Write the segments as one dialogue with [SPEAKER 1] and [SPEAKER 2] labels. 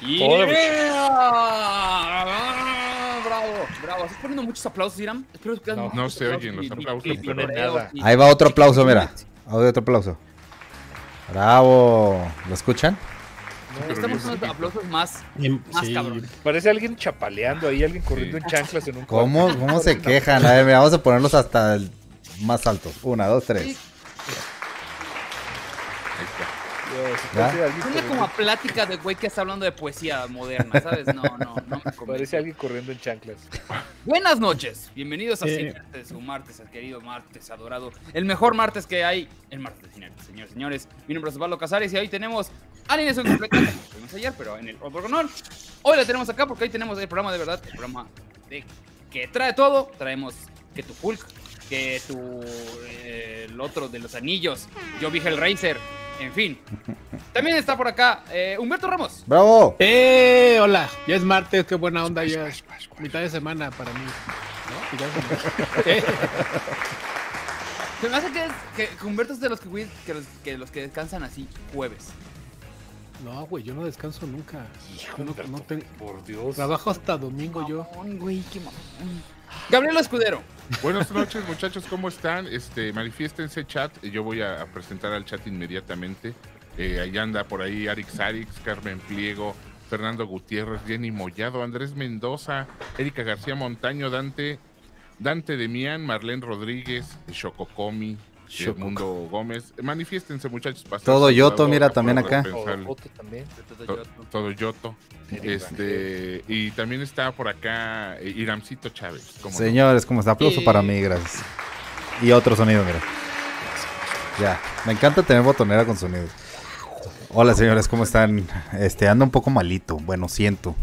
[SPEAKER 1] Joder, güey.
[SPEAKER 2] ¡eh! ¡Ah! Bravo, bravo. ¿Estás poniendo muchos aplausos, Iram? Espero que
[SPEAKER 1] No,
[SPEAKER 2] muchos
[SPEAKER 3] se oyen los
[SPEAKER 2] y- y-
[SPEAKER 3] aplausos,
[SPEAKER 2] y- y
[SPEAKER 3] pero
[SPEAKER 2] coreos,
[SPEAKER 3] nada.
[SPEAKER 2] y-
[SPEAKER 4] Ahí va otro aplauso, mira. Ahí va otro aplauso. Bravo. ¿Lo escuchan?
[SPEAKER 3] Pero bien
[SPEAKER 2] Estamos haciendo
[SPEAKER 3] bonito.
[SPEAKER 2] aplausos más,
[SPEAKER 5] Em,
[SPEAKER 2] más
[SPEAKER 5] sí.
[SPEAKER 2] cabrones.
[SPEAKER 6] Parece alguien chapaleando ahí, alguien corriendo en chanclas en un
[SPEAKER 4] ¿Cómo, cómo se quejan? A ver, mira, vamos a ponerlos hasta el más altos. Una, dos, tres.
[SPEAKER 3] Ahí está.
[SPEAKER 6] Dios,
[SPEAKER 4] ¿Ya?
[SPEAKER 6] parece
[SPEAKER 2] Suena
[SPEAKER 6] alguien corriendo-
[SPEAKER 2] como a plática de güey que está hablando de poesía moderna, ¿sabes? No, no, no me convence.
[SPEAKER 6] Parece alguien corriendo en chanclas.
[SPEAKER 2] Buenas noches, bienvenidos a
[SPEAKER 5] Eh.
[SPEAKER 2] Cineartes, su martes, el querido martes adorado, el mejor martes que hay, el martes de Cineartes, señores, señores. Mi nombre es Osvaldo Casares y hoy tenemos alineación completa, como lo tuvimos ayer, pero en el honor. Hoy la tenemos acá porque hoy tenemos el programa de verdad, el programa de que trae todo. Traemos que tu Hulk, que tu. eh, el otro de los anillos, yo vi Hellraiser, en fin. También está por acá eh, Humberto Ramos.
[SPEAKER 4] ¡Bravo!
[SPEAKER 5] ¡Eh! Hola, ya es martes, qué buena onda ya. es Mitad de semana para mí. ¿no? Mitad de semana. Eh,
[SPEAKER 2] Se me hace que, es- que- que Humberto es de los que, güey, que los- que los que descansan así jueves.
[SPEAKER 5] No, güey, yo no descanso nunca. Yo no, no tengo-
[SPEAKER 6] Por Dios.
[SPEAKER 5] Trabajo hasta domingo yo.
[SPEAKER 2] Mamón, güey, qué mamón. Gabriel Escudero.
[SPEAKER 3] Buenas noches, muchachos, ¿cómo están? Este, manifiéstense chat, yo voy a, a presentar al chat inmediatamente. Eh, ahí anda por ahí Arix Arix, Carmen Pliego, Fernando Gutiérrez, Jenny Mollado, Andrés Mendoza, Erika García Montaño, Dante, Dante Demian, Marlene Rodríguez, Chococomi,
[SPEAKER 4] Chococo.
[SPEAKER 3] Edmundo Gómez. Manifiéstense, muchachos. pasar
[SPEAKER 4] Todo
[SPEAKER 3] su
[SPEAKER 4] Yoto,
[SPEAKER 3] lado,
[SPEAKER 4] mira,
[SPEAKER 3] no
[SPEAKER 4] también
[SPEAKER 3] puedo
[SPEAKER 4] acá.
[SPEAKER 3] pensarlo.
[SPEAKER 6] Otro también.
[SPEAKER 3] To- todo Yoto. Este, y también está por acá eh, Iramcito Chávez. ¿cómo no?
[SPEAKER 4] Señores, ¿cómo está? Aplauso
[SPEAKER 2] Y-
[SPEAKER 4] para mí, gracias. Y otro sonido, mira. Ya, me encanta tener botonera con sonido. Hola, señores, ¿cómo están? Este, ando un poco malito. Bueno, siento.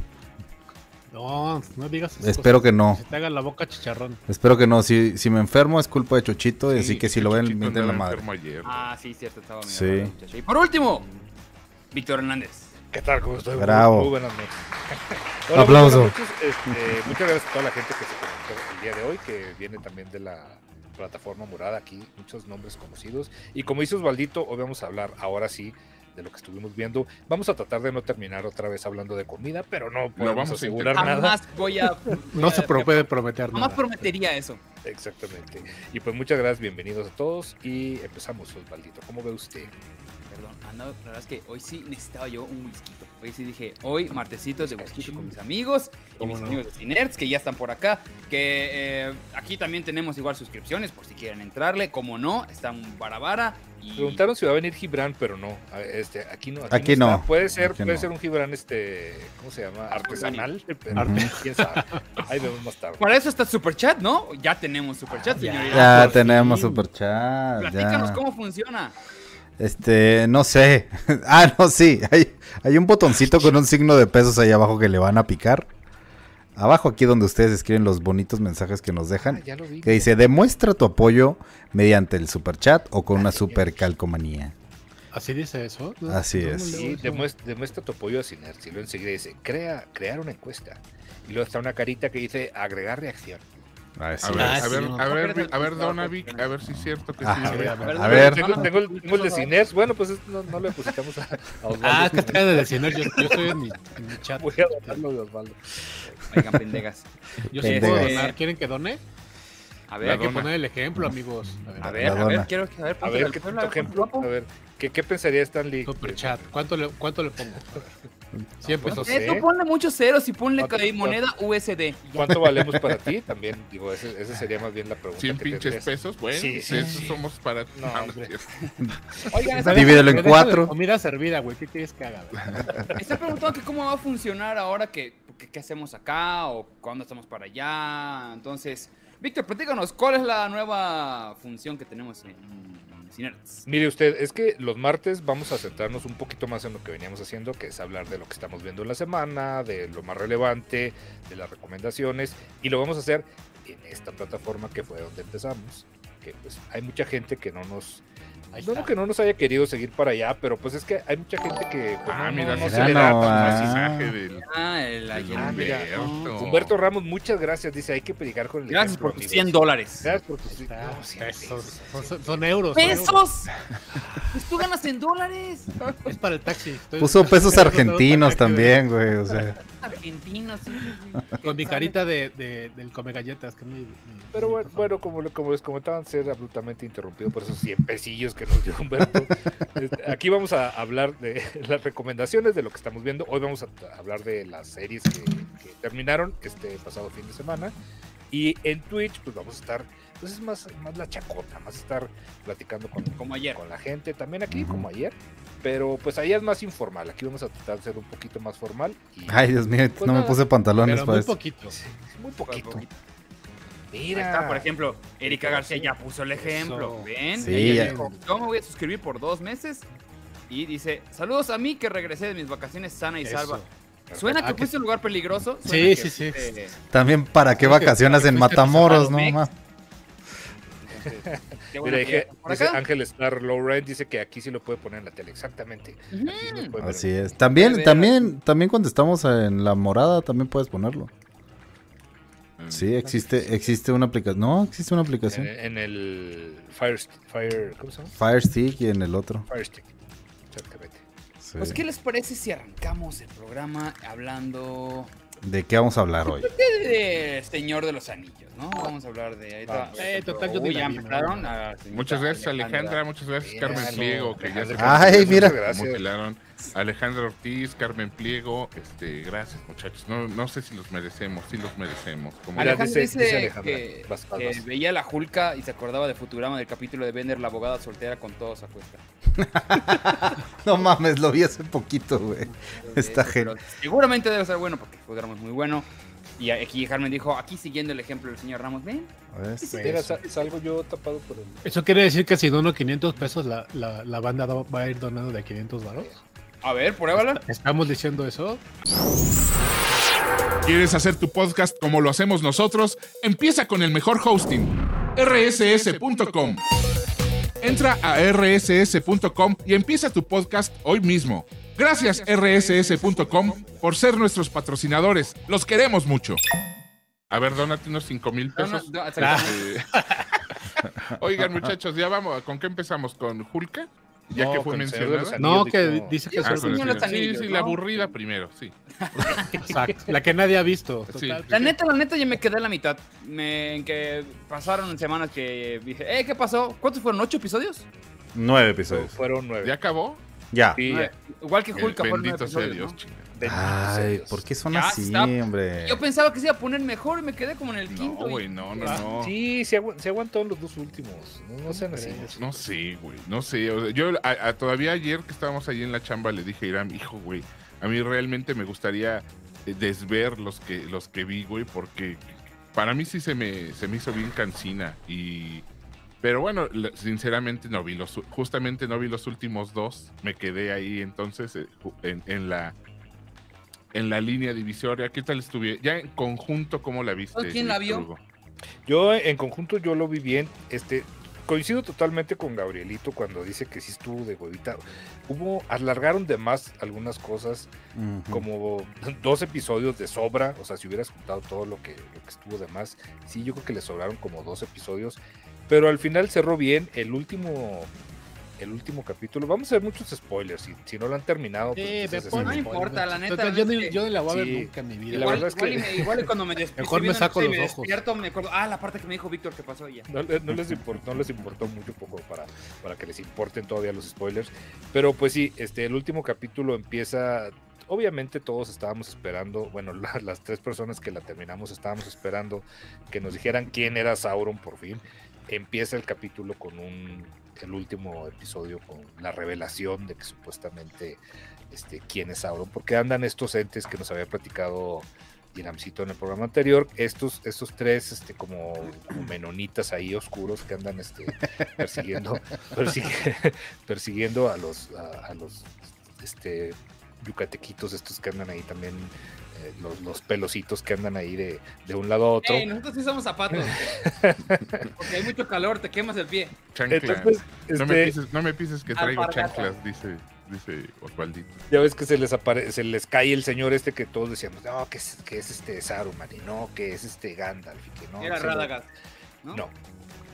[SPEAKER 5] No, no digas esas
[SPEAKER 4] Espero que
[SPEAKER 5] cosas.
[SPEAKER 4] no.
[SPEAKER 5] Se te haga la boca chicharrón.
[SPEAKER 4] Espero que no. Si, si me enfermo es culpa de Chuchito, y
[SPEAKER 3] Sí,
[SPEAKER 4] así que si lo ven,
[SPEAKER 3] Chuchito
[SPEAKER 4] mienten la
[SPEAKER 3] andaba
[SPEAKER 4] madre.
[SPEAKER 3] enfermo ayer.
[SPEAKER 2] Ah, sí, cierto, estaba medio
[SPEAKER 4] Sí.
[SPEAKER 2] raro el muchacho. Y por último, Víctor Hernández.
[SPEAKER 6] ¿Qué tal? ¿Cómo estoy?
[SPEAKER 4] Bravo.
[SPEAKER 6] Muy buenas noches. Hola,
[SPEAKER 4] Aplauso.
[SPEAKER 6] buenas noches. Este, muchas gracias a toda la gente que se conectó el día de hoy, que viene también de la plataforma morada aquí, muchos nombres conocidos. Y como hizo Osvaldito, hoy vamos a hablar ahora sí de lo que estuvimos viendo. Vamos a tratar de no terminar otra vez hablando de comida, pero no podemos
[SPEAKER 3] vamos a
[SPEAKER 6] asegurar nada.
[SPEAKER 2] Jamás voy a.
[SPEAKER 5] No se pro- puede prometer
[SPEAKER 2] Jamás
[SPEAKER 5] nada.
[SPEAKER 2] prometería eso.
[SPEAKER 6] Exactamente. Y pues muchas gracias, bienvenidos a todos y empezamos, Osvaldito. ¿Cómo ve usted?
[SPEAKER 2] Perdón, ando- la verdad es que hoy sí necesitaba yo un whisky. Hoy sí dije, hoy martesitos de whisky con mis amigos y mis amigos de Cinerts que ya están por acá. Que eh, aquí también tenemos igual suscripciones por si quieren entrarle. Como no, está un barabara. Y...
[SPEAKER 6] Preguntaron si va a venir Gibran, pero no. a- Este, aquí no.
[SPEAKER 4] Aquí no.
[SPEAKER 6] está. Puede ser,
[SPEAKER 4] Aquí
[SPEAKER 6] puede
[SPEAKER 4] no.
[SPEAKER 6] ser un Gibran, este, ¿cómo se llama? Artesanal. pero
[SPEAKER 4] Arte-
[SPEAKER 6] quién sabe. Ahí vemos más tarde.
[SPEAKER 2] Para eso está Superchat, ¿no? Ya tenemos Superchat,
[SPEAKER 5] ya.
[SPEAKER 2] señorita.
[SPEAKER 4] Ah, Ya
[SPEAKER 5] por
[SPEAKER 4] tenemos
[SPEAKER 5] fin.
[SPEAKER 4] superchat.
[SPEAKER 2] Platícanos
[SPEAKER 4] Ya.
[SPEAKER 2] cómo funciona.
[SPEAKER 4] Este, no sé. ah, no, sí. Hay, hay un botoncito con un signo de pesos ahí abajo que le van a picar. Abajo aquí donde ustedes escriben los bonitos mensajes que nos
[SPEAKER 6] Ah,
[SPEAKER 4] dejan.
[SPEAKER 6] ya lo vi.
[SPEAKER 4] Que dice, demuestra tu apoyo mediante el superchat o con una super calcomanía.
[SPEAKER 5] Así dice eso. ¿no?
[SPEAKER 4] Así
[SPEAKER 5] No, no
[SPEAKER 4] es.
[SPEAKER 5] leo
[SPEAKER 6] Sí,
[SPEAKER 5] eso.
[SPEAKER 6] demuestra, demuestra tu apoyo a Sinert. Y luego enseguida dice, crea, crear una encuesta. Y luego está una carita que dice, agregar reacción.
[SPEAKER 3] A ver,
[SPEAKER 5] Ah,
[SPEAKER 3] a
[SPEAKER 5] sí,
[SPEAKER 3] ver,
[SPEAKER 5] no.
[SPEAKER 3] a ver,
[SPEAKER 2] Espérate,
[SPEAKER 3] a ver,
[SPEAKER 2] espérate,
[SPEAKER 3] Donavic,
[SPEAKER 2] espérate.
[SPEAKER 3] a ver si es cierto que sí.
[SPEAKER 4] Ah,
[SPEAKER 3] a ver.
[SPEAKER 4] A ver.
[SPEAKER 6] Tengo, tengo el, tengo el de Sinert. Bueno, pues es- no, no le depositamos a, a Osvaldo.
[SPEAKER 5] Ah, es que está de decir, yo, yo estoy en mi, en mi chat.
[SPEAKER 6] Voy a darlo de Osvaldo.
[SPEAKER 2] Oigan, pendegas.
[SPEAKER 5] Yo sí puedo
[SPEAKER 4] Pendejas.
[SPEAKER 5] donar. ¿Quieren que done?
[SPEAKER 2] A
[SPEAKER 3] La
[SPEAKER 5] Hay
[SPEAKER 2] ver,
[SPEAKER 5] que
[SPEAKER 3] dona.
[SPEAKER 5] poner el ejemplo, amigos.
[SPEAKER 2] a
[SPEAKER 4] La
[SPEAKER 2] ver, a
[SPEAKER 4] dona.
[SPEAKER 2] ver, quiero saber.
[SPEAKER 6] A ver, ¿qué tanto ejemplo? A ver, ¿qué, qué pensaría Stan Lee?
[SPEAKER 5] Super chat. ¿Cuánto le, cuánto le pongo? 100
[SPEAKER 2] pues,
[SPEAKER 6] bueno,
[SPEAKER 5] pesos.
[SPEAKER 6] sí.
[SPEAKER 2] Eh, Tú ponle muchos ceros y ponle
[SPEAKER 6] Cuatro,
[SPEAKER 2] que- moneda USD.
[SPEAKER 6] ¿Cuánto valemos para ti? También, digo, ese- esa sería más bien la pregunta.
[SPEAKER 3] 100
[SPEAKER 6] que te
[SPEAKER 3] pinches
[SPEAKER 6] harías.
[SPEAKER 3] pesos, bueno,
[SPEAKER 6] Sí, sí,
[SPEAKER 3] esos
[SPEAKER 6] sí.
[SPEAKER 3] somos para
[SPEAKER 6] No,
[SPEAKER 3] Ah, no,
[SPEAKER 6] hombre.
[SPEAKER 3] es cierto.
[SPEAKER 2] Oigan,
[SPEAKER 5] Pero
[SPEAKER 2] están,
[SPEAKER 4] Divídelo en
[SPEAKER 5] dejo de
[SPEAKER 4] cuatro. Ah,
[SPEAKER 5] Comida servida, güey. ¿Qué quieres que haga? güey?
[SPEAKER 2] están preguntando que cómo va a funcionar ahora que, que- qué hacemos acá o cuándo estamos para allá. Entonces, Víctor, platícanos, ¿cuál es la nueva función que tenemos en Cinerts?
[SPEAKER 6] Mire usted, es que los martes vamos a centrarnos un poquito más en lo que veníamos haciendo, que es hablar de lo que estamos viendo en la semana, de lo más relevante, de las recomendaciones, y lo vamos a hacer en esta plataforma que fue donde empezamos, que pues, hay mucha gente que no nos. No, no que no nos haya querido seguir para allá, pero pues es que hay mucha gente que. pues, no,
[SPEAKER 3] Ah,
[SPEAKER 6] no,
[SPEAKER 3] mira,
[SPEAKER 6] no
[SPEAKER 3] no,
[SPEAKER 6] se
[SPEAKER 4] mira,
[SPEAKER 6] le da
[SPEAKER 4] no,
[SPEAKER 6] tan
[SPEAKER 4] ah.
[SPEAKER 6] fácil.
[SPEAKER 3] mensaje del,
[SPEAKER 2] Ah, el
[SPEAKER 3] del
[SPEAKER 2] ayer.
[SPEAKER 6] Ah, mira.
[SPEAKER 3] Humberto.
[SPEAKER 6] Humberto Ramos, muchas gracias. Dice, hay que predicar con el
[SPEAKER 2] Gracias
[SPEAKER 6] ejemplo,
[SPEAKER 2] por tus
[SPEAKER 6] amigos".
[SPEAKER 2] 100 dólares. Ah,
[SPEAKER 6] Gracias por tus
[SPEAKER 5] Está,
[SPEAKER 6] no, cien
[SPEAKER 5] Ah, pesos.
[SPEAKER 6] pesos.
[SPEAKER 5] Son, son- son euros. son euros.
[SPEAKER 2] ¡Pesos! Pues tú ganas en dólares.
[SPEAKER 5] Es para el taxi. Estoy-
[SPEAKER 4] Puso pesos
[SPEAKER 5] estoy usando
[SPEAKER 4] argentinos
[SPEAKER 5] taxi,
[SPEAKER 4] también, güey. O sea,
[SPEAKER 2] Argentinos. sí, sí, sí.
[SPEAKER 5] Con mi carita de, de- del come galletas. Que es mi- mi-
[SPEAKER 6] Pero
[SPEAKER 5] mi
[SPEAKER 6] bueno,
[SPEAKER 5] persona.
[SPEAKER 6] bueno, como, le- como les comentaban, ser abruptamente interrumpido por esos 100 pesillos que nos dio Humberto. Este, Aquí vamos a hablar de las recomendaciones de lo que estamos viendo. Hoy vamos a t- hablar de las series que, que terminaron este pasado fin de semana. Y en Twitch, pues vamos a estar, pues es más, más la chacota, más estar platicando con,
[SPEAKER 2] Como ayer.
[SPEAKER 6] con la gente también aquí,
[SPEAKER 4] Ujú.
[SPEAKER 6] como ayer. Pero pues allá es más informal. Aquí vamos a tratar de ser un poquito más formal. Y
[SPEAKER 4] ay, Dios mío,
[SPEAKER 6] Pues
[SPEAKER 4] no me
[SPEAKER 6] nada,
[SPEAKER 4] puse pantalones
[SPEAKER 5] Pero
[SPEAKER 4] para
[SPEAKER 5] muy
[SPEAKER 4] esto.
[SPEAKER 5] poquito.
[SPEAKER 6] Pues muy poquito.
[SPEAKER 2] Ahí
[SPEAKER 6] Mira,
[SPEAKER 2] está, por ejemplo, Erika García ya puso el ejemplo.
[SPEAKER 5] Eso.
[SPEAKER 2] ¿Ven?
[SPEAKER 4] Sí,
[SPEAKER 2] Ella
[SPEAKER 4] ya.
[SPEAKER 2] dijo, yo me voy a suscribir por dos meses. Y dice, saludos a mí que regresé de mis vacaciones sana y
[SPEAKER 5] Eso.
[SPEAKER 2] salva. Suena
[SPEAKER 5] Ah,
[SPEAKER 2] que
[SPEAKER 5] que-
[SPEAKER 2] fuiste a un lugar peligroso.
[SPEAKER 5] Sí,
[SPEAKER 2] suena que
[SPEAKER 5] sí, sí.
[SPEAKER 2] fuiste-
[SPEAKER 4] También, ¿para qué
[SPEAKER 5] Creo que-
[SPEAKER 4] vacaciones en
[SPEAKER 5] creo que fuiste
[SPEAKER 4] Matamoros, no?
[SPEAKER 2] Mex.
[SPEAKER 4] ma?
[SPEAKER 2] Qué bueno
[SPEAKER 6] Mira,
[SPEAKER 2] que ya
[SPEAKER 6] dije-
[SPEAKER 2] estás por
[SPEAKER 6] dice ah,
[SPEAKER 2] acá.
[SPEAKER 6] Ángel Star Lowrend dice que aquí sí lo puede poner en la tele, exactamente. Aquí sí lo puede ver.
[SPEAKER 4] Así es. También,
[SPEAKER 2] Puede ver
[SPEAKER 4] también, también cuando estamos en la morada, también puedes ponerlo. Sí, existe, existe una aplicación. No, existe una
[SPEAKER 6] En,
[SPEAKER 4] aplicación.
[SPEAKER 6] en el Fire, St- Fire, ¿cómo se llama?
[SPEAKER 4] Fire Stick y en el otro.
[SPEAKER 6] Fire Stick. Exactamente.
[SPEAKER 4] Sí.
[SPEAKER 2] Pues, ¿qué les parece si arrancamos el programa hablando
[SPEAKER 4] ¿De qué vamos a hablar hoy?
[SPEAKER 2] de Señor de los Anillos, no? Vamos a hablar de... ahí está.
[SPEAKER 6] Vamos.
[SPEAKER 5] Eh, total, yo
[SPEAKER 2] Uy,
[SPEAKER 5] ni la
[SPEAKER 2] ya
[SPEAKER 5] vi,
[SPEAKER 2] empezaron
[SPEAKER 5] ¿no?
[SPEAKER 2] a- señorita
[SPEAKER 3] Muchas gracias Alejandra, muchas gracias
[SPEAKER 6] Mira,
[SPEAKER 3] Carmen
[SPEAKER 6] no,
[SPEAKER 3] Pliego, que ya se
[SPEAKER 6] Alejandra,
[SPEAKER 4] Ay,
[SPEAKER 6] muchas
[SPEAKER 4] mira.
[SPEAKER 6] Ah, Gracias.
[SPEAKER 3] mutilaron. Alejandra Ortiz, Carmen Pliego, este, gracias muchachos. No, no sé si los merecemos, si los merecemos. Como
[SPEAKER 6] Mira,
[SPEAKER 2] Alejandra
[SPEAKER 6] dice-
[SPEAKER 2] dice,
[SPEAKER 6] dice Alejandra.
[SPEAKER 2] que,
[SPEAKER 6] Vas, vas,
[SPEAKER 2] que
[SPEAKER 6] vas.
[SPEAKER 2] veía la Julca y se acordaba de Futurama del capítulo de Bender, la abogada soltera con todos a cuesta.
[SPEAKER 4] No mames, lo vi hace poquito, güey. Está
[SPEAKER 2] Pero Seguramente debe ser bueno porque Futurama es muy bueno. Y aquí Carmen dijo, aquí siguiendo el ejemplo del señor Ramos, ven,
[SPEAKER 4] A ver, sí.
[SPEAKER 6] Mira, sa- salgo yo tapado por el.
[SPEAKER 5] Pues, Eso quiere decir que si dono 500 pesos, la, la, la banda do- va a ir donando de 500 varos.
[SPEAKER 2] a ver, pruébala.
[SPEAKER 5] ¿Estamos diciendo eso?
[SPEAKER 3] ¿Quieres hacer tu podcast como lo hacemos nosotros? Empieza con el mejor hosting, rss.com. Entra a rss.com y empieza tu podcast hoy mismo. Gracias rss.com por ser nuestros patrocinadores. Los queremos mucho. A ver, dónate unos 5 mil
[SPEAKER 2] No, no,
[SPEAKER 3] pesos.
[SPEAKER 2] no, exactamente.
[SPEAKER 3] Eh, Oigan, muchachos, ya vamos. ¿Con qué empezamos? ¿con Julka? Ya
[SPEAKER 6] No,
[SPEAKER 3] que fue
[SPEAKER 6] con el Señor de los
[SPEAKER 3] mencionada.
[SPEAKER 5] No,
[SPEAKER 6] Anillos,
[SPEAKER 5] que
[SPEAKER 6] dijo-
[SPEAKER 5] dice que
[SPEAKER 2] Ah,
[SPEAKER 3] Ah,
[SPEAKER 2] con
[SPEAKER 5] es
[SPEAKER 3] con el
[SPEAKER 2] Señor de los
[SPEAKER 3] Señor. Sí,
[SPEAKER 2] Anillos,
[SPEAKER 3] sí, la
[SPEAKER 2] ¿no?
[SPEAKER 3] aburrida primero, sí.
[SPEAKER 5] la que nadie ha visto.
[SPEAKER 3] Sí.
[SPEAKER 5] Total.
[SPEAKER 2] La neta, la neta, yo me quedé en la mitad. Me, en que pasaron semanas que dije, eh, ¿qué pasó? ¿Cuántos fueron? ¿Ocho episodios?
[SPEAKER 1] Nueve episodios.
[SPEAKER 6] Fueron nueve.
[SPEAKER 3] ¿Ya acabó?
[SPEAKER 1] Ya.
[SPEAKER 6] Sí,
[SPEAKER 2] Ah,
[SPEAKER 6] ya.
[SPEAKER 2] Igual que Hulk, fueron nueve
[SPEAKER 3] Bendito sea
[SPEAKER 2] episodios,
[SPEAKER 3] Dios,
[SPEAKER 2] ¿no?
[SPEAKER 3] chinga.
[SPEAKER 4] Ay, ¿por qué son
[SPEAKER 2] Ya,
[SPEAKER 4] así,
[SPEAKER 2] está.
[SPEAKER 4] hombre?
[SPEAKER 2] Yo pensaba que se iba a poner mejor y me quedé como en el
[SPEAKER 3] No,
[SPEAKER 2] quinto. y-
[SPEAKER 3] güey, no, no, no.
[SPEAKER 6] Ah, Sí, se, agu- se aguantaron los dos últimos. No, no sean así.
[SPEAKER 3] No sé, güey, no sé. o sea, yo a- a- todavía ayer que estábamos ahí en la chamba le dije a Irán, hijo, güey, a mí realmente me gustaría eh, desver los que, los que vi, güey, porque para mí sí se me, se me hizo bien cansina. Y, pero bueno, la- sinceramente no vi los, u- justamente no vi los últimos dos, me quedé ahí entonces eh, ju- en, en la... En la línea divisoria, ¿qué tal estuve? Ya en conjunto, ¿cómo la viste?
[SPEAKER 2] ¿Quién la vio?
[SPEAKER 3] Víctor Hugo?
[SPEAKER 6] Yo en conjunto yo lo vi bien. Este, coincido totalmente con Gabrielito cuando dice que sí estuvo de huevita. Hubo, alargaron de más algunas cosas,
[SPEAKER 4] Ujú.
[SPEAKER 6] como dos episodios de sobra. O sea, si hubieras juntado todo lo que, lo que estuvo de más, sí, yo creo que le sobraron como dos episodios. Pero al final cerró bien el último, el último capítulo. Vamos a ver muchos spoilers. Si, si no lo han terminado, pues,
[SPEAKER 5] Sí, ve
[SPEAKER 6] entonces,
[SPEAKER 5] por-
[SPEAKER 2] No
[SPEAKER 6] este,
[SPEAKER 2] importa, la neta,
[SPEAKER 5] Total,
[SPEAKER 2] la
[SPEAKER 5] yo,
[SPEAKER 2] neta
[SPEAKER 5] ni,
[SPEAKER 2] que-
[SPEAKER 5] yo ni la voy a ver
[SPEAKER 6] Sí.
[SPEAKER 5] nunca en mi vida.
[SPEAKER 6] Y la
[SPEAKER 2] igual,
[SPEAKER 6] verdad es
[SPEAKER 2] igual
[SPEAKER 6] que-
[SPEAKER 2] y me- igual y cuando me despierto.
[SPEAKER 5] Mejor me saco los ojos.
[SPEAKER 2] Despierto, me acuerdo, ah, la parte que me dijo Víctor que pasó y ya.
[SPEAKER 6] No, le- no les importó, no les importó mucho poco para, para que les importen todavía los spoilers. Pero pues sí, este, el último capítulo empieza. Obviamente todos estábamos esperando, bueno, la- las tres personas que la terminamos estábamos esperando que nos dijeran quién era Sauron por fin. Empieza el capítulo con un, el último episodio con la revelación de que supuestamente este, quién es Sauron, porque andan estos entes que nos había platicado Dinamcito en el programa anterior, estos, estos tres este, como, como menonitas ahí oscuros que andan este, persiguiendo, persigue- persiguiendo a los, a, a los este, yucatequitos estos que andan ahí también eh, los, los pelocitos que andan ahí de, de un lado a otro.
[SPEAKER 2] Ey, Eh, nosotros sí somos zapatos. Porque hay mucho calor, te quemas el pie.
[SPEAKER 3] Chanclas.
[SPEAKER 6] Entonces,
[SPEAKER 3] no, me
[SPEAKER 6] este,
[SPEAKER 3] pises, no me pises que traigo
[SPEAKER 2] Alpargata.
[SPEAKER 3] chanclas, dice, dice Osvaldito.
[SPEAKER 6] ya ves que se les, apare- se les cae el señor este que todos decíamos, no, que es, que es este Saruman, y no, que es este Gandalf, y que no.
[SPEAKER 2] Era
[SPEAKER 6] se lo-
[SPEAKER 2] Radagast. ¿No?
[SPEAKER 6] No,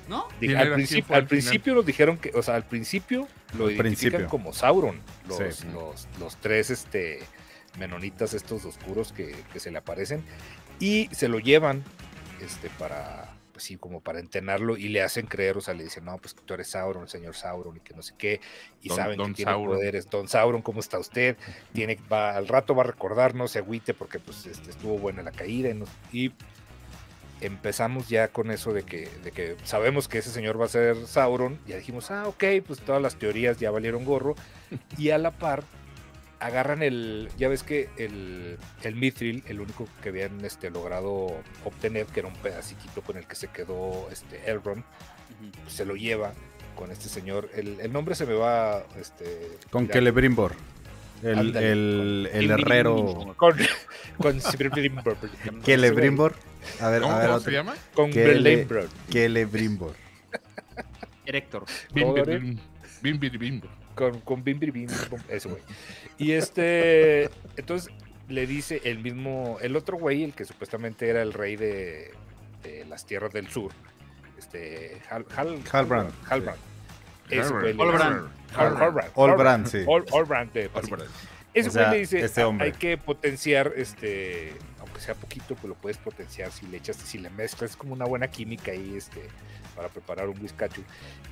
[SPEAKER 2] ¿No?
[SPEAKER 6] Diga,
[SPEAKER 3] ¿Quién
[SPEAKER 6] al,
[SPEAKER 3] era?
[SPEAKER 6] principi-
[SPEAKER 3] ¿Quién fue
[SPEAKER 6] al
[SPEAKER 3] al final?
[SPEAKER 6] principio nos dijeron que, o sea, al principio lo identifican
[SPEAKER 4] principio.
[SPEAKER 6] como Sauron, los,
[SPEAKER 4] Sí.
[SPEAKER 6] los, los tres este, menonitas estos oscuros que, que se le aparecen y se lo llevan este, para, pues sí, como para entrenarlo y le hacen creer, o sea, le dicen, no, pues que tú eres Sauron, el señor Sauron y que no sé qué, y
[SPEAKER 3] Don-
[SPEAKER 6] saben
[SPEAKER 3] Don
[SPEAKER 6] que tiene
[SPEAKER 3] Sauron.
[SPEAKER 6] poderes, Don Sauron, ¿cómo está usted? Tiene, va, al rato va a recordar, no se agüite porque pues este, estuvo buena la caída y no- y empezamos ya con eso de que, de que sabemos que ese señor va a ser Sauron. Ya dijimos, ah, ok, pues todas las teorías ya valieron gorro. Y a la par, agarran el. Ya ves que el, el Mithril, el único que habían este, logrado obtener, que era un pedacito con el que se quedó este, Elrond, pues, se lo lleva con este señor. El, el nombre se me va. Este,
[SPEAKER 4] Con
[SPEAKER 6] ya-
[SPEAKER 4] Celebrimbor. El,
[SPEAKER 6] Ándale,
[SPEAKER 4] el, el herrero.
[SPEAKER 6] Con. Con. con
[SPEAKER 4] Celebrimbor. A ver,
[SPEAKER 3] ¿Cómo,
[SPEAKER 4] a ver,
[SPEAKER 3] cómo se
[SPEAKER 4] otro.
[SPEAKER 3] llama?
[SPEAKER 6] Con
[SPEAKER 4] Que le-
[SPEAKER 6] Celebrimbor.
[SPEAKER 4] Celebrimbor.
[SPEAKER 2] Erector.
[SPEAKER 3] Bim,
[SPEAKER 6] Joder.
[SPEAKER 3] bim, bim, bim, bim, bim.
[SPEAKER 6] con, con Bim Bim Bim, bim, ese güey. Y este, entonces le dice el mismo, el otro güey, el que supuestamente era el rey de, de las tierras del sur, este, Hal, Hal,
[SPEAKER 4] Halbrand.
[SPEAKER 6] Halbrand. Ese güey le-
[SPEAKER 2] Halbrand.
[SPEAKER 6] Hal- Halbrand.
[SPEAKER 4] Olbran, sí.
[SPEAKER 6] Hal- Halbrand de
[SPEAKER 3] Álvarez.
[SPEAKER 6] ese
[SPEAKER 4] O
[SPEAKER 6] güey
[SPEAKER 4] sea,
[SPEAKER 6] le dice,
[SPEAKER 4] este
[SPEAKER 6] "Ah,
[SPEAKER 4] hombre".
[SPEAKER 6] hay que potenciar, este, aunque sea poquito, pues lo puedes potenciar si le echas, si le mezclas, es como una buena química ahí, este, para preparar un whiskachu.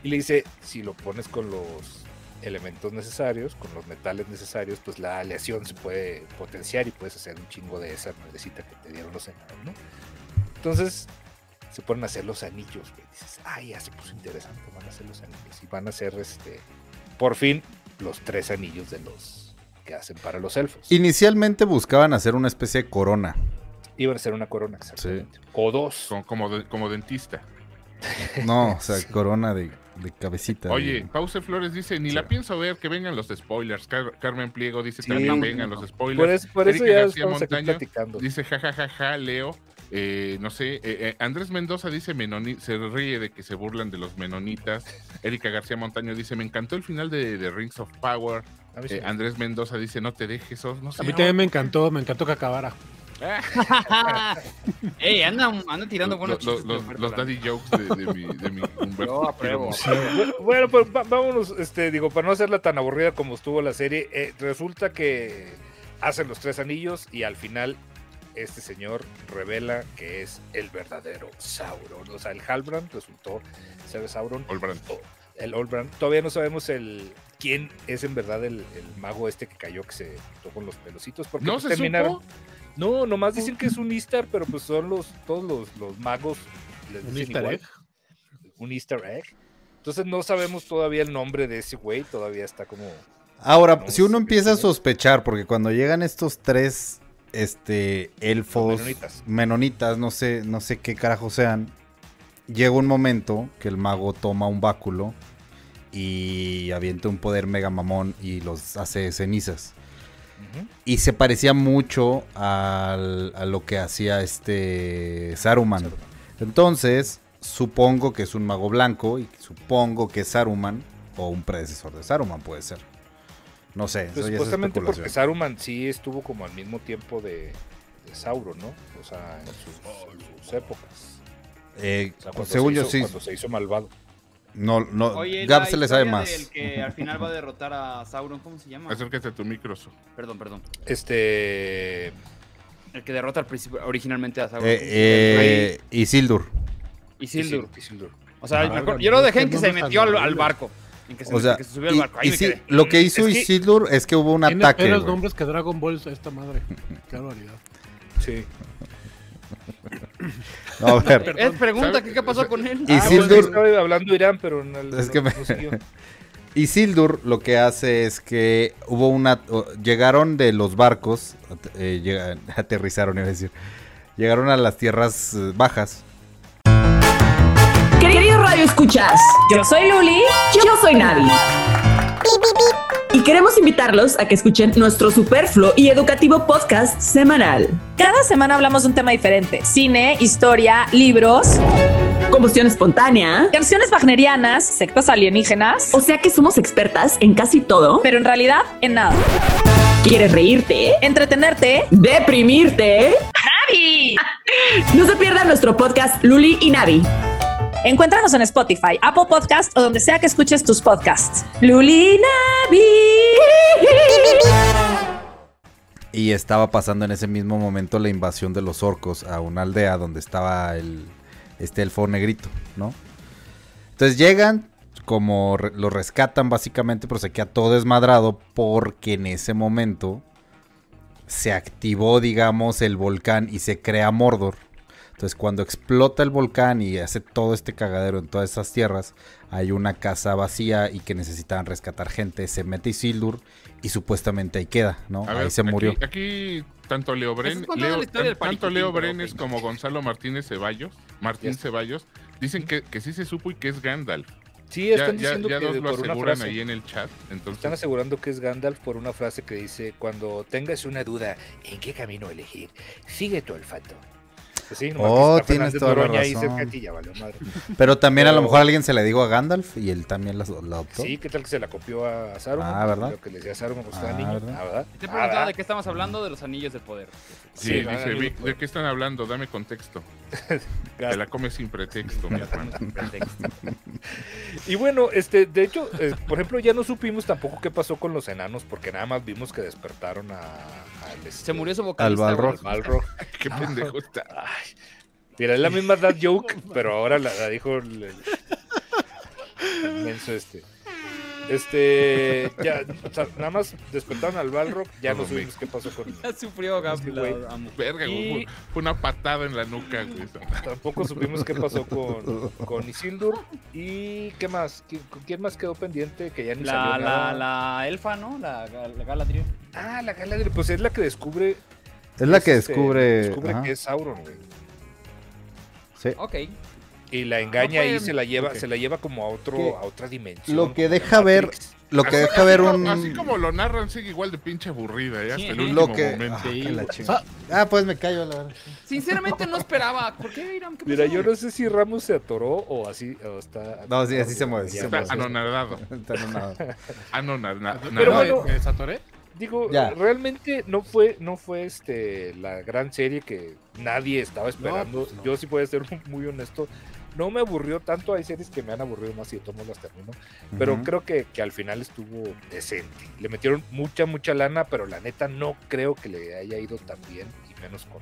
[SPEAKER 6] Y le dice, si lo pones con los elementos necesarios, con los metales necesarios, pues la aleación se puede potenciar y puedes hacer un chingo de esa madrecita que te dieron los enanos, ¿no? Entonces se ponen a hacer los anillos, güey. Dices, ay, ya se puso interesante, van a hacer los anillos y van a hacer, este, por fin, los tres anillos de los que hacen para los elfos.
[SPEAKER 4] Inicialmente buscaban hacer una especie de corona.
[SPEAKER 6] Iban a ser una corona, exactamente. O dos.
[SPEAKER 3] Con- como, de- como dentista.
[SPEAKER 4] No, o sea, corona de, de cabecita. de-
[SPEAKER 3] Oye, Pause Flores dice, ni la
[SPEAKER 4] Sí.
[SPEAKER 3] pienso ver, que vengan los spoilers. Car- Carmen Pliego dice,
[SPEAKER 6] Sí.
[SPEAKER 3] también vengan los
[SPEAKER 6] Por
[SPEAKER 3] spoilers.
[SPEAKER 6] eso, por eso
[SPEAKER 3] Erika
[SPEAKER 6] ya
[SPEAKER 3] García
[SPEAKER 6] estamos aquí
[SPEAKER 3] Montaño
[SPEAKER 6] platicando.
[SPEAKER 3] Dice, jajajaja, Leo. Eh, no sé, eh, eh, Andrés Mendoza dice, menoni- se ríe de que se burlan de los menonitas. Erika García Montaño dice, me encantó el final de, de Rings of Power.
[SPEAKER 6] A mí Pues sí
[SPEAKER 3] Eh,
[SPEAKER 6] me-
[SPEAKER 3] Andrés Mendoza dice, no te dejes, Oz, no sé.
[SPEAKER 5] A mí también me encantó, me encantó que acabara.
[SPEAKER 2] Ey, anda, anda tirando buenos
[SPEAKER 3] los, los,
[SPEAKER 2] chistes.
[SPEAKER 3] los,
[SPEAKER 2] Humberto
[SPEAKER 3] los
[SPEAKER 2] Lara.
[SPEAKER 3] daddy jokes de, de mi, de mi Humberto.
[SPEAKER 2] Yo apruebo.
[SPEAKER 6] Bueno, pues va- vámonos, este, digo, para no hacerla tan aburrida como estuvo la serie, eh, resulta que hacen los tres anillos y al final este señor revela que es el verdadero Sauron. O sea, el Halbrand resultó ser Sauron.
[SPEAKER 3] Olbrand.
[SPEAKER 6] O- El Olbrand. Todavía no sabemos el quién es en verdad el, el mago este que cayó, que se quitó con los pelocitos. Porque
[SPEAKER 3] No
[SPEAKER 6] pues
[SPEAKER 3] se
[SPEAKER 6] terminaron-
[SPEAKER 3] supo.
[SPEAKER 6] No, nomás dicen que es un Istar, pero pues son los, todos los, los magos. Les
[SPEAKER 5] Un
[SPEAKER 6] dicen
[SPEAKER 5] easter
[SPEAKER 6] igual
[SPEAKER 5] egg.
[SPEAKER 6] un easter egg. Entonces no sabemos todavía el nombre de ese güey, todavía está como...
[SPEAKER 4] Ahora,
[SPEAKER 6] No, ¿eh?
[SPEAKER 4] si uno
[SPEAKER 6] sí,
[SPEAKER 4] empieza a
[SPEAKER 6] sí.
[SPEAKER 4] sospechar, porque cuando llegan estos tres este, elfos
[SPEAKER 6] Menonitas.
[SPEAKER 4] menonitas, no sé, no sé qué carajo sean, llega un momento que el mago toma un báculo y avienta un poder mega mamón y los hace cenizas. Y se parecía mucho al- a lo que hacía este Saruman.
[SPEAKER 6] Saruman.
[SPEAKER 4] Entonces, supongo que es un mago blanco y supongo que es Saruman o un predecesor de Saruman puede ser. No sé, eso
[SPEAKER 6] Pues,
[SPEAKER 4] ya es
[SPEAKER 6] supuestamente porque
[SPEAKER 4] especulación.
[SPEAKER 6] Saruman sí estuvo como al mismo tiempo de, de Sauron, ¿no? O sea, en sus,
[SPEAKER 3] Oh,
[SPEAKER 6] en sus épocas.
[SPEAKER 4] Eh,
[SPEAKER 6] O sea, cuando
[SPEAKER 4] según yo
[SPEAKER 6] se hizo-
[SPEAKER 4] sí,
[SPEAKER 6] Cuando se hizo malvado.
[SPEAKER 4] no, no,
[SPEAKER 2] Oye,
[SPEAKER 4] Gab
[SPEAKER 2] la
[SPEAKER 4] se le sabe
[SPEAKER 2] historia
[SPEAKER 4] más.
[SPEAKER 2] del que al final va a derrotar a Sauron, ¿cómo se llama?
[SPEAKER 3] Acércate a tu micrófono.
[SPEAKER 2] Perdón, perdón.
[SPEAKER 6] Este...
[SPEAKER 2] El que derrota al principio, originalmente a Sauron.
[SPEAKER 4] Eh, eh, Isildur.
[SPEAKER 2] y Sildur.
[SPEAKER 6] Isildur.
[SPEAKER 2] O sea,
[SPEAKER 5] Válgame,
[SPEAKER 2] mejor- yo lo dejé en que
[SPEAKER 5] qué
[SPEAKER 2] se
[SPEAKER 5] nombres tan
[SPEAKER 2] metió al, al
[SPEAKER 5] horribles.
[SPEAKER 2] barco. En que se,
[SPEAKER 4] O sea,
[SPEAKER 2] que se subió al
[SPEAKER 4] y-
[SPEAKER 2] barco. Ahí
[SPEAKER 4] y
[SPEAKER 2] me
[SPEAKER 4] sí,
[SPEAKER 2] quedé.
[SPEAKER 4] lo que hizo
[SPEAKER 6] Es que-
[SPEAKER 4] Isildur es que hubo un
[SPEAKER 5] Tiene
[SPEAKER 4] ataque.
[SPEAKER 5] peores
[SPEAKER 4] güey.
[SPEAKER 5] nombres que Dragon Ball esta madre. Qué barbaridad.
[SPEAKER 6] Sí.
[SPEAKER 4] No, a ver,
[SPEAKER 2] Es pregunta,
[SPEAKER 3] ¿Sabe?
[SPEAKER 2] ¿qué, qué pasó con él?
[SPEAKER 4] Y
[SPEAKER 6] Ah,
[SPEAKER 4] Isildur-
[SPEAKER 6] bueno, estaba hablando Irán, pero... en el-
[SPEAKER 4] Es que
[SPEAKER 6] no-
[SPEAKER 4] me-
[SPEAKER 6] no siguió.
[SPEAKER 4] Isildur lo que hace es que hubo una. o- Llegaron de los barcos, at- eh, llega- aterrizaron, iba a decir. Llegaron a las tierras eh, bajas.
[SPEAKER 1] Querido Radio Escuchas, yo soy Luli, yo soy Navi. Y queremos invitarlos a que escuchen nuestro superfluo y educativo podcast semanal.
[SPEAKER 7] Cada semana hablamos de un tema diferente. Cine, historia, libros,
[SPEAKER 1] Combustión espontánea.
[SPEAKER 7] canciones wagnerianas, sectas alienígenas,
[SPEAKER 1] O sea que somos expertas en casi todo.
[SPEAKER 7] pero en realidad en nada.
[SPEAKER 1] ¿Quieres reírte?
[SPEAKER 7] Entretenerte.
[SPEAKER 1] ¿Deprimirte?
[SPEAKER 7] ¡Navi!
[SPEAKER 1] No se pierdan nuestro podcast Luli y Navi.
[SPEAKER 7] Encuéntranos en Spotify, Apple Podcast o donde sea que escuches tus podcasts. Lulina
[SPEAKER 4] Y estaba pasando en ese mismo momento la invasión de los orcos a una aldea donde estaba el este elfo negrito, ¿no? Entonces llegan, como re- lo rescatan básicamente, pero se queda todo desmadrado porque en ese momento se activó, digamos, el volcán y se crea Mordor. Entonces cuando explota el volcán y hace todo este cagadero en todas esas tierras, hay una casa vacía y que necesitaban rescatar gente. Se mete Isildur y supuestamente ahí queda, ¿no?
[SPEAKER 3] A
[SPEAKER 4] ahí
[SPEAKER 3] ver,
[SPEAKER 4] se murió.
[SPEAKER 3] Aquí, aquí tanto Leo Bren,
[SPEAKER 2] Estás contando
[SPEAKER 3] Leo-
[SPEAKER 2] la historia del
[SPEAKER 3] tanto
[SPEAKER 2] Pariquitín,
[SPEAKER 3] Leo
[SPEAKER 2] pero
[SPEAKER 3] Brenes
[SPEAKER 2] ok.
[SPEAKER 3] como Gonzalo Martínez Ceballos, Martín
[SPEAKER 6] Yes.
[SPEAKER 3] Ceballos, dicen que, que sí se supo y que es Gandalf.
[SPEAKER 6] Sí,
[SPEAKER 3] Ya,
[SPEAKER 6] están
[SPEAKER 3] ya,
[SPEAKER 6] diciendo
[SPEAKER 3] ya
[SPEAKER 6] que
[SPEAKER 3] dos lo
[SPEAKER 6] por una
[SPEAKER 3] aseguran
[SPEAKER 6] frase.
[SPEAKER 3] ahí en el chat.
[SPEAKER 6] Están
[SPEAKER 3] Entonces,
[SPEAKER 6] asegurando que es Gandalf por una frase que dice, cuando tengas una duda en qué camino elegir, sigue tu olfato. Pues sí, nomás que
[SPEAKER 4] Oh,
[SPEAKER 6] está
[SPEAKER 4] tienes
[SPEAKER 6] Fernández
[SPEAKER 4] toda la
[SPEAKER 6] Noroña ahí cerca de
[SPEAKER 4] razón.
[SPEAKER 6] ti, ya valió madre.
[SPEAKER 4] Pero también a lo
[SPEAKER 6] Pero-
[SPEAKER 4] mejor alguien se la dijo a Gandalf y él también la, la adoptó.
[SPEAKER 6] Sí, ¿qué tal que se la copió a Saruman?
[SPEAKER 4] Ah, ¿verdad?
[SPEAKER 6] Lo que le decía a Saruman cuando estaba
[SPEAKER 4] Ah,
[SPEAKER 6] niño.
[SPEAKER 4] ¿verdad?
[SPEAKER 6] Ah, ¿verdad?
[SPEAKER 2] Te
[SPEAKER 6] Ah,
[SPEAKER 2] preguntaba
[SPEAKER 6] ¿verdad?
[SPEAKER 2] de qué estamos hablando de los anillos de poder.
[SPEAKER 3] sí,
[SPEAKER 6] sí,
[SPEAKER 3] dice
[SPEAKER 6] háganlo,
[SPEAKER 3] Vic,
[SPEAKER 6] pues.
[SPEAKER 3] ¿de qué están hablando? Dame contexto. Te la comes sin pretexto, mi hermano.
[SPEAKER 6] Y bueno, este, de hecho, eh, por ejemplo, ya no supimos tampoco qué pasó con los enanos, porque nada más vimos que despertaron a, al, este,
[SPEAKER 2] Se murió su vocalista.
[SPEAKER 4] Al
[SPEAKER 2] güey.
[SPEAKER 6] al Balrog.
[SPEAKER 3] Qué pendejo está.
[SPEAKER 6] Ay, mira, es la misma dad joke, pero ahora la, la dijo el, el- el menso este. Este, ya, o sea, nada más despertaron al Balrog, ya no
[SPEAKER 3] Todo
[SPEAKER 6] supimos qué pasó con
[SPEAKER 2] Ya sufrió
[SPEAKER 6] Este güey.
[SPEAKER 2] Gabla. amo.
[SPEAKER 3] Verga, güey,
[SPEAKER 2] Y-
[SPEAKER 3] fue- Fue una patada en la nuca, güey. esa madre.
[SPEAKER 6] Tampoco supimos qué pasó con, con Isildur. ¿Y qué más? ¿Qui- con ¿Quién más quedó pendiente? Que ya ni
[SPEAKER 2] La,
[SPEAKER 6] salió
[SPEAKER 2] la,
[SPEAKER 6] nada?
[SPEAKER 2] la elfa, ¿no? La, la Galadriel.
[SPEAKER 6] Ah, la Galadriel, pues es la que descubre.
[SPEAKER 4] Es la que
[SPEAKER 6] este,
[SPEAKER 4] descubre.
[SPEAKER 6] descubre
[SPEAKER 4] ajá,
[SPEAKER 6] que es Sauron, güey.
[SPEAKER 4] sí.
[SPEAKER 2] Ok.
[SPEAKER 6] Y la engaña
[SPEAKER 2] pueden-
[SPEAKER 6] y se la lleva, se la lleva como a
[SPEAKER 4] Que-
[SPEAKER 6] otro, a otra dimensión.
[SPEAKER 4] lo que
[SPEAKER 6] como la
[SPEAKER 4] deja ver-
[SPEAKER 6] Matrix.
[SPEAKER 4] Lo que
[SPEAKER 3] Así-
[SPEAKER 4] deja ver
[SPEAKER 3] así
[SPEAKER 4] un.
[SPEAKER 3] como- Así como lo narran, sigue igual de pinche aburrida, ¿eh? Hasta el
[SPEAKER 2] Sí.
[SPEAKER 3] último
[SPEAKER 4] lo que. Ah,
[SPEAKER 3] momento.
[SPEAKER 4] que la chingada. Ah, pues me callo, la verdad.
[SPEAKER 2] Sinceramente no esperaba. ¿Por qué, Iram? ¿Qué
[SPEAKER 6] Mira,
[SPEAKER 2] pasó?
[SPEAKER 6] yo no sé si Ramos se atoró o así o está.
[SPEAKER 4] No, sí, así se mueve, sí
[SPEAKER 6] Ya,
[SPEAKER 4] se
[SPEAKER 3] Está
[SPEAKER 4] mueve.
[SPEAKER 6] no, no.
[SPEAKER 3] anonadado.
[SPEAKER 4] Está enojado.
[SPEAKER 3] Anonadado.
[SPEAKER 5] Pero
[SPEAKER 6] no,
[SPEAKER 5] bueno,
[SPEAKER 6] no.
[SPEAKER 5] ¿me desatoré?
[SPEAKER 6] Digo,
[SPEAKER 4] Ya.
[SPEAKER 6] realmente no fue, no fue este la gran serie que nadie estaba esperando.
[SPEAKER 5] pues no.
[SPEAKER 6] Yo sí puedo ser muy honesto. No me aburrió tanto, hay series que me han aburrido más y de todos modos las termino. Pero
[SPEAKER 4] Ujú.
[SPEAKER 6] creo que, que al final estuvo decente. Le metieron mucha, mucha lana, pero la neta no creo que le haya ido tan bien, y menos con,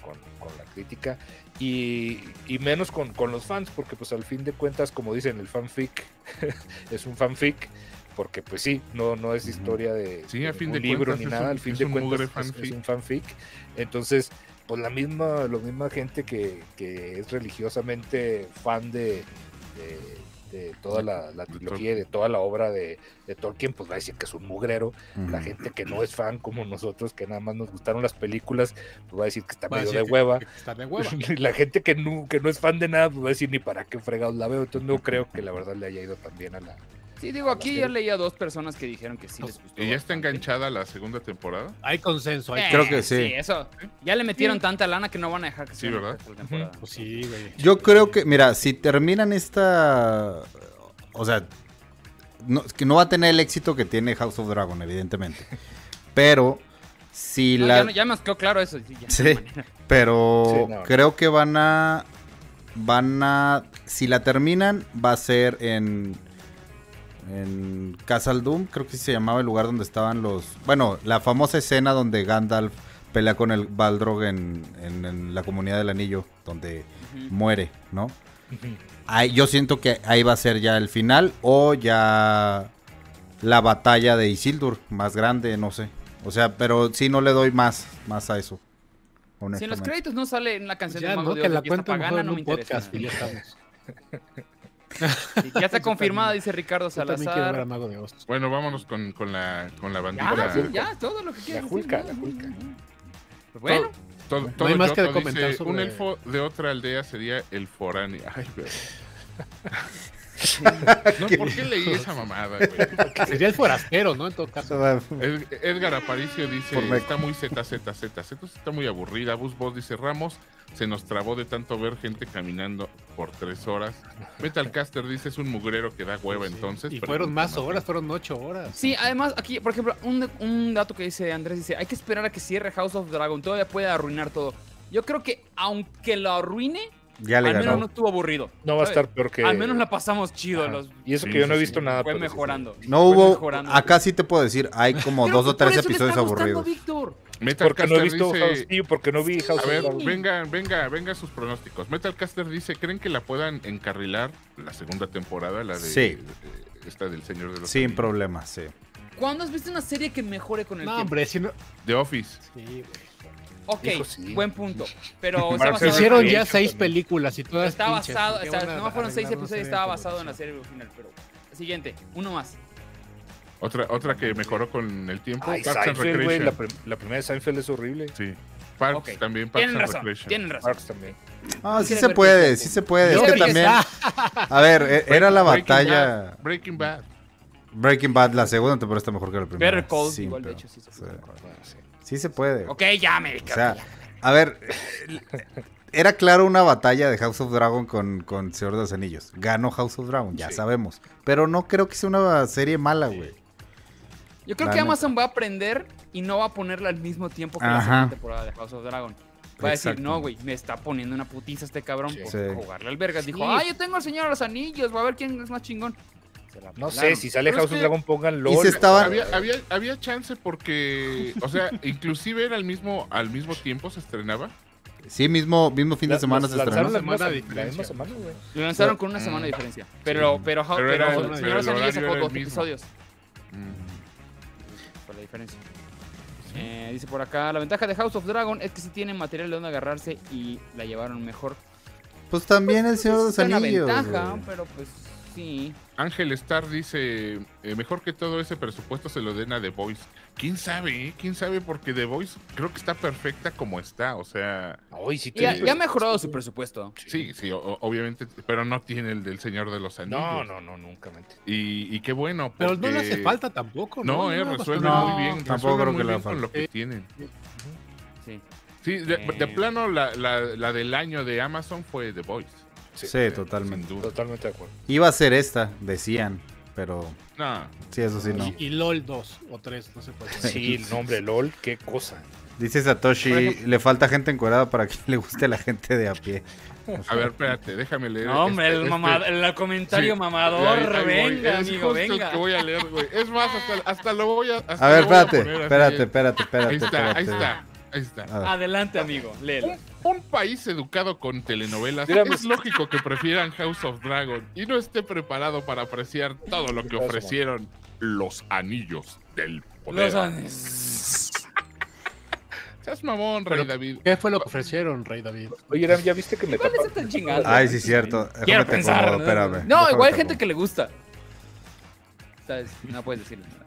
[SPEAKER 6] con, con la crítica, y, y menos con, con los fans, porque pues al fin de cuentas, como dicen, el fanfic es un fanfic, porque pues sí, no, no es
[SPEAKER 4] Ujú.
[SPEAKER 6] historia de,
[SPEAKER 3] Sí, a fin
[SPEAKER 6] ningún
[SPEAKER 3] de
[SPEAKER 6] libro
[SPEAKER 3] cuentas
[SPEAKER 6] ni
[SPEAKER 3] es
[SPEAKER 6] nada,
[SPEAKER 3] un-
[SPEAKER 6] al fin
[SPEAKER 3] es
[SPEAKER 6] de
[SPEAKER 3] un mugre
[SPEAKER 6] cuentas es- es
[SPEAKER 3] fanfic.
[SPEAKER 6] un fanfic. Entonces, pues la misma, la misma gente que, que es religiosamente fan de, de- de toda la, la trilogía y de toda la obra de, de Tolkien, pues va a decir que es un mugrero. La
[SPEAKER 4] Ujú.
[SPEAKER 6] gente que no es fan como nosotros, que nada más nos gustaron las películas, pues va a decir que está
[SPEAKER 5] Va a
[SPEAKER 6] medio
[SPEAKER 5] decir
[SPEAKER 6] de
[SPEAKER 5] que-
[SPEAKER 6] hueva.
[SPEAKER 5] que Está de hueva.
[SPEAKER 6] Y La gente que no, que no es fan de nada, pues va a decir ni para qué fregados la veo. Entonces no creo que la verdad le haya ido tan bien a la...
[SPEAKER 2] Sí, digo, aquí ya leí a dos personas que dijeron que sí les gustó.
[SPEAKER 3] ¿Y ya está
[SPEAKER 2] bastante.
[SPEAKER 3] enganchada la segunda temporada?
[SPEAKER 5] Hay consenso. Hay
[SPEAKER 2] Eh,
[SPEAKER 4] Creo que sí.
[SPEAKER 2] Sí, eso. Ya le metieron tanta lana que no van a dejar que
[SPEAKER 3] Sí,
[SPEAKER 2] sea una
[SPEAKER 3] ¿verdad?
[SPEAKER 2] tercera temporada.
[SPEAKER 5] Pues sí, güey.
[SPEAKER 4] Yo creo que, mira, si terminan esta. O sea, no, es que no va a tener el éxito que tiene House of Dragon, evidentemente. Pero, si
[SPEAKER 2] No,
[SPEAKER 4] la.
[SPEAKER 2] ya, no- ya me quedó claro eso. sí, ya.
[SPEAKER 4] Sí, pero
[SPEAKER 6] Sí, no, no.
[SPEAKER 4] creo que van a. Van a. Si la terminan, va a ser en. En Castle Doom, creo que se llamaba el lugar donde estaban los. Bueno, la famosa escena donde Gandalf pelea con el Balrog en, en- en la comunidad del anillo, donde
[SPEAKER 2] Ujú.
[SPEAKER 4] muere, ¿no? Ahí- yo siento que ahí va a ser ya el final o ya la batalla de Isildur, más grande, no sé. O sea, pero sí no le doy más, más a eso.
[SPEAKER 2] Si en los
[SPEAKER 4] honestamente.
[SPEAKER 2] créditos no sale en la canción
[SPEAKER 5] Ya,
[SPEAKER 2] de Mago
[SPEAKER 5] no,
[SPEAKER 2] de
[SPEAKER 5] que
[SPEAKER 2] Oz,
[SPEAKER 5] la
[SPEAKER 2] fiesta
[SPEAKER 5] cuento
[SPEAKER 2] pagana,
[SPEAKER 5] mejor en
[SPEAKER 2] no me
[SPEAKER 5] un podcast.
[SPEAKER 2] interesa.
[SPEAKER 5] Y ya estamos.
[SPEAKER 2] Sí, ya está confirmada, dice Ricardo
[SPEAKER 5] Yo también quiero ver a
[SPEAKER 2] Salazar.
[SPEAKER 5] Mago de Oz.
[SPEAKER 3] Bueno, vámonos con, con la, con la
[SPEAKER 2] Ya,
[SPEAKER 3] bandita.
[SPEAKER 2] Ah, sí, ya, todo lo que quieras. decir,
[SPEAKER 6] Julka,
[SPEAKER 2] ¿no?
[SPEAKER 6] la Julka.
[SPEAKER 2] Pero Bueno,
[SPEAKER 3] Todo, todo
[SPEAKER 5] hay más
[SPEAKER 3] Yoto
[SPEAKER 5] que comentar
[SPEAKER 3] dice, Un
[SPEAKER 5] sobre-
[SPEAKER 3] elfo de otra aldea sería el foráneo. Ay, pero- No, ¿Por qué leí esa mamada, güey?
[SPEAKER 5] Sería el forastero, ¿no? En todo caso.
[SPEAKER 3] Ed- Edgar Aparicio dice,
[SPEAKER 4] Correcto.
[SPEAKER 3] está muy ZZZZ, está muy aburrida. Bus Boss dice, Ramos, se nos trabó de tanto ver gente caminando por tres horas. Metalcaster dice, es un mugrero que da hueva entonces.
[SPEAKER 5] Y
[SPEAKER 3] pero
[SPEAKER 5] fueron
[SPEAKER 3] nunca
[SPEAKER 5] más horas, fueron ocho horas.
[SPEAKER 2] Sí, además aquí, por ejemplo, un, un dato que dice Andrés dice, hay que esperar a que cierre House of Dragon, todavía puede arruinar todo. Yo creo que aunque lo arruine,
[SPEAKER 4] Ya le
[SPEAKER 2] al menos no
[SPEAKER 4] ganó.
[SPEAKER 2] estuvo aburrido.
[SPEAKER 6] No va a
[SPEAKER 2] ¿sabes?
[SPEAKER 6] estar peor que.
[SPEAKER 2] Al menos la pasamos chido.
[SPEAKER 6] Ajá.
[SPEAKER 2] los-
[SPEAKER 6] Y eso
[SPEAKER 3] Sí,
[SPEAKER 6] que yo no he
[SPEAKER 3] sí,
[SPEAKER 6] visto
[SPEAKER 3] sí.
[SPEAKER 6] nada.
[SPEAKER 2] fue
[SPEAKER 6] pero sí, sí.
[SPEAKER 2] mejorando.
[SPEAKER 4] No
[SPEAKER 2] Fue
[SPEAKER 4] hubo.
[SPEAKER 2] mejorando.
[SPEAKER 4] Acá sí te puedo decir, hay como
[SPEAKER 2] Creo
[SPEAKER 4] dos
[SPEAKER 2] que
[SPEAKER 4] o tres
[SPEAKER 2] por eso te
[SPEAKER 4] episodios
[SPEAKER 2] está gustando,
[SPEAKER 4] aburridos.
[SPEAKER 2] Víctor.
[SPEAKER 6] Porque no he
[SPEAKER 3] Metalcaster
[SPEAKER 6] visto House.
[SPEAKER 3] dice...
[SPEAKER 6] Sí, porque no vi House
[SPEAKER 3] A
[SPEAKER 6] of
[SPEAKER 3] ver,
[SPEAKER 6] Dragon.
[SPEAKER 3] venga, venga, venga sus pronósticos. Metalcaster dice, ¿creen que la puedan encarrilar la segunda temporada, la de
[SPEAKER 4] Sí.
[SPEAKER 3] eh, esta del Señor de los
[SPEAKER 4] Sin
[SPEAKER 3] Anillos?
[SPEAKER 4] problemas, sí.
[SPEAKER 2] ¿Cuándo has visto una serie que mejore con el
[SPEAKER 5] No,
[SPEAKER 2] tiempo?
[SPEAKER 5] hombre, si no.
[SPEAKER 3] The Office.
[SPEAKER 5] Sí, güey.
[SPEAKER 2] Ok,
[SPEAKER 6] Hijo, sí.
[SPEAKER 2] buen punto. Pero está
[SPEAKER 6] Marcel
[SPEAKER 2] basado,
[SPEAKER 5] Se
[SPEAKER 2] en-
[SPEAKER 5] hicieron
[SPEAKER 6] Recreation
[SPEAKER 5] ya seis
[SPEAKER 6] también.
[SPEAKER 5] películas y todas.
[SPEAKER 2] está
[SPEAKER 5] pinches,
[SPEAKER 2] basado,
[SPEAKER 5] ¿por qué
[SPEAKER 2] o sea,
[SPEAKER 5] van a
[SPEAKER 2] no más fueron seis
[SPEAKER 5] arreglar una
[SPEAKER 2] episodios,
[SPEAKER 5] serie
[SPEAKER 2] estaba
[SPEAKER 5] de
[SPEAKER 2] basado en la
[SPEAKER 5] televisión?
[SPEAKER 2] serie original, pero siguiente, uno más.
[SPEAKER 3] Otra, otra que mejoró con el tiempo.
[SPEAKER 6] Ay,
[SPEAKER 3] Parks and
[SPEAKER 6] Seinfeld, güey.
[SPEAKER 3] Recreation.
[SPEAKER 6] La, prim- la primera de Seinfeld es horrible.
[SPEAKER 3] Sí. Parks
[SPEAKER 2] Ok.
[SPEAKER 3] también, Parks
[SPEAKER 2] Tienen
[SPEAKER 3] and
[SPEAKER 2] razón,
[SPEAKER 3] Recreation.
[SPEAKER 2] tienen razón.
[SPEAKER 6] Parks también.
[SPEAKER 4] Ah, sí
[SPEAKER 2] Quiere
[SPEAKER 4] se
[SPEAKER 2] ver
[SPEAKER 4] puede,
[SPEAKER 2] tiempo.
[SPEAKER 4] sí se puede. Es
[SPEAKER 5] Yo
[SPEAKER 4] que
[SPEAKER 5] creo que
[SPEAKER 4] también.
[SPEAKER 5] está.
[SPEAKER 4] A ver, e- era la
[SPEAKER 3] Breaking
[SPEAKER 4] batalla.
[SPEAKER 3] Bad, Breaking Bad.
[SPEAKER 4] Breaking Bad, la segunda temporada está mejor que la primera.
[SPEAKER 2] Better Call,
[SPEAKER 4] sin
[SPEAKER 2] igual de
[SPEAKER 4] pedo.
[SPEAKER 2] hecho, sí se
[SPEAKER 4] Sí.
[SPEAKER 2] puede.
[SPEAKER 6] Bueno, sí.
[SPEAKER 4] Sí se puede.
[SPEAKER 2] Ok, ya me
[SPEAKER 4] O sea, a ver, era claro una batalla de House of Dragon con, con Señor de los Anillos. Ganó House of Dragon, ya
[SPEAKER 6] Sí.
[SPEAKER 4] sabemos. Pero no creo que sea una serie mala, güey.
[SPEAKER 2] Yo creo
[SPEAKER 4] La
[SPEAKER 2] que
[SPEAKER 4] neta.
[SPEAKER 2] Amazon va a aprender y no va a ponerla al mismo tiempo que la
[SPEAKER 4] Ajá.
[SPEAKER 2] segunda temporada de House of Dragon. Va a decir,
[SPEAKER 4] Exacto.
[SPEAKER 2] no, güey, me está poniendo una putiza este cabrón
[SPEAKER 6] Sí.
[SPEAKER 2] por
[SPEAKER 4] Sí.
[SPEAKER 2] jugarle al vergas.
[SPEAKER 5] Sí.
[SPEAKER 2] Dijo, ah, yo tengo al Señor de los Anillos, voy a ver quién es más chingón. Se la
[SPEAKER 6] No sé,
[SPEAKER 2] pelaron.
[SPEAKER 6] si sale
[SPEAKER 2] Pero es
[SPEAKER 6] House of
[SPEAKER 2] que-
[SPEAKER 6] Dragon, pongan LOL.
[SPEAKER 4] Y se estaban-
[SPEAKER 3] Había, había, había chance porque, o sea, inclusive era al mismo, al mismo tiempo se estrenaba.
[SPEAKER 4] Sí, mismo, mismo fin de semana se estrenó.
[SPEAKER 6] Lanzaron la misma
[SPEAKER 5] Semana
[SPEAKER 6] se- la
[SPEAKER 5] diferencia.
[SPEAKER 6] misma semana, güey.
[SPEAKER 2] Lo lanzaron con una semana de diferencia. Pero, pero, House-
[SPEAKER 3] Pero
[SPEAKER 2] pero,
[SPEAKER 3] era-
[SPEAKER 2] el
[SPEAKER 5] pero
[SPEAKER 2] Señor de los
[SPEAKER 3] el
[SPEAKER 2] Anillos
[SPEAKER 3] horario
[SPEAKER 2] sacó
[SPEAKER 3] era el
[SPEAKER 2] dos
[SPEAKER 3] mismo.
[SPEAKER 2] episodios.
[SPEAKER 3] Mm.
[SPEAKER 2] por la diferencia. Eh, dice por acá, la ventaja de House of Dragon es que si tienen material de donde agarrarse y la llevaron mejor.
[SPEAKER 4] Pues también el Señor de
[SPEAKER 2] Esa
[SPEAKER 4] los
[SPEAKER 2] es una
[SPEAKER 4] Anillos.
[SPEAKER 2] ventaja,
[SPEAKER 4] güey.
[SPEAKER 2] pero pues sí.
[SPEAKER 3] Ángel Star dice, eh, mejor que todo ese presupuesto se lo den a The Voice. ¿Quién sabe? eh? ¿Quién sabe? Porque The Voice creo que está perfecta como está. O sea,
[SPEAKER 6] Ay, sí,
[SPEAKER 2] Ya,
[SPEAKER 6] te-
[SPEAKER 2] ya ha mejorado su presupuesto.
[SPEAKER 3] sí, sí, o- o- obviamente, pero no tiene el del Señor de los Anillos.
[SPEAKER 6] No, no, no, nunca mente.
[SPEAKER 3] Y, y qué bueno.
[SPEAKER 5] Pero no le
[SPEAKER 3] porque-
[SPEAKER 5] hace falta tampoco.
[SPEAKER 3] No, eh,
[SPEAKER 5] No, pues,
[SPEAKER 3] resuelven
[SPEAKER 5] no.
[SPEAKER 3] muy bien.
[SPEAKER 4] Tampoco
[SPEAKER 3] resuelven
[SPEAKER 4] creo
[SPEAKER 3] muy
[SPEAKER 4] que Eh, le
[SPEAKER 3] bien
[SPEAKER 4] haga
[SPEAKER 3] con lo
[SPEAKER 5] falta.
[SPEAKER 3] que tienen.
[SPEAKER 2] Sí.
[SPEAKER 3] Sí, de, de
[SPEAKER 2] Eh.
[SPEAKER 3] plano la, la, la del año de Amazon fue The Voice. Eh,
[SPEAKER 4] Sí,
[SPEAKER 6] Sí,
[SPEAKER 4] totalmente.
[SPEAKER 3] Sin duda.
[SPEAKER 6] Totalmente de acuerdo.
[SPEAKER 4] Iba a ser esta, decían. Pero
[SPEAKER 3] No,
[SPEAKER 4] sí, eso sí, no.
[SPEAKER 5] Y, y LOL 2 o 3, no sé cuál. es.
[SPEAKER 6] Sí, el nombre LOL, qué cosa.
[SPEAKER 4] Dice
[SPEAKER 2] Por
[SPEAKER 4] Satoshi,
[SPEAKER 2] ejemplo-
[SPEAKER 4] le falta gente encuerada para que le guste a la gente de a pie.
[SPEAKER 3] a ver, espérate, déjame leer.
[SPEAKER 2] No, hombre,
[SPEAKER 3] este-
[SPEAKER 2] el,
[SPEAKER 3] este-
[SPEAKER 2] mamad- el comentario
[SPEAKER 3] sí,
[SPEAKER 2] mamador.
[SPEAKER 3] ahí- ahí voy.
[SPEAKER 2] venga,
[SPEAKER 3] Es
[SPEAKER 2] amigo,
[SPEAKER 3] justo el
[SPEAKER 2] venga.
[SPEAKER 3] que voy a leer, güey. Es más, hasta, hasta lo voy a. hasta
[SPEAKER 4] A ver,
[SPEAKER 3] lo voy
[SPEAKER 4] espérate,
[SPEAKER 3] poner así.
[SPEAKER 4] espérate, espérate, espérate.
[SPEAKER 3] Ahí está, ahí
[SPEAKER 4] espérate.
[SPEAKER 3] está, ahí está.
[SPEAKER 4] A ver.
[SPEAKER 2] Adelante, amigo, léelo.
[SPEAKER 3] Un, un país educado con telenovelas
[SPEAKER 6] Mira, pues,
[SPEAKER 3] es lógico que prefieran House of Dragon y no esté preparado para apreciar todo lo que ofrecieron los anillos del poder.
[SPEAKER 2] Los Andes.
[SPEAKER 3] Seas mamón, Rey
[SPEAKER 5] Pero-
[SPEAKER 3] David.
[SPEAKER 5] ¿Qué fue lo que ofrecieron, Rey David?
[SPEAKER 6] Oye, Eran, ¿ya viste que me
[SPEAKER 2] ¿Cuál
[SPEAKER 6] taparon?
[SPEAKER 2] es tan chingado?
[SPEAKER 4] Ay, sí, cierto. Déjame
[SPEAKER 2] Quiero
[SPEAKER 4] te
[SPEAKER 2] pensar.
[SPEAKER 4] acomodo,
[SPEAKER 2] ¿no?
[SPEAKER 4] espérame.
[SPEAKER 2] No,
[SPEAKER 4] Déjame
[SPEAKER 2] igual hay
[SPEAKER 4] te
[SPEAKER 2] gente
[SPEAKER 4] acomodo.
[SPEAKER 2] que le gusta. ¿Sabes? No puedes decirle nada.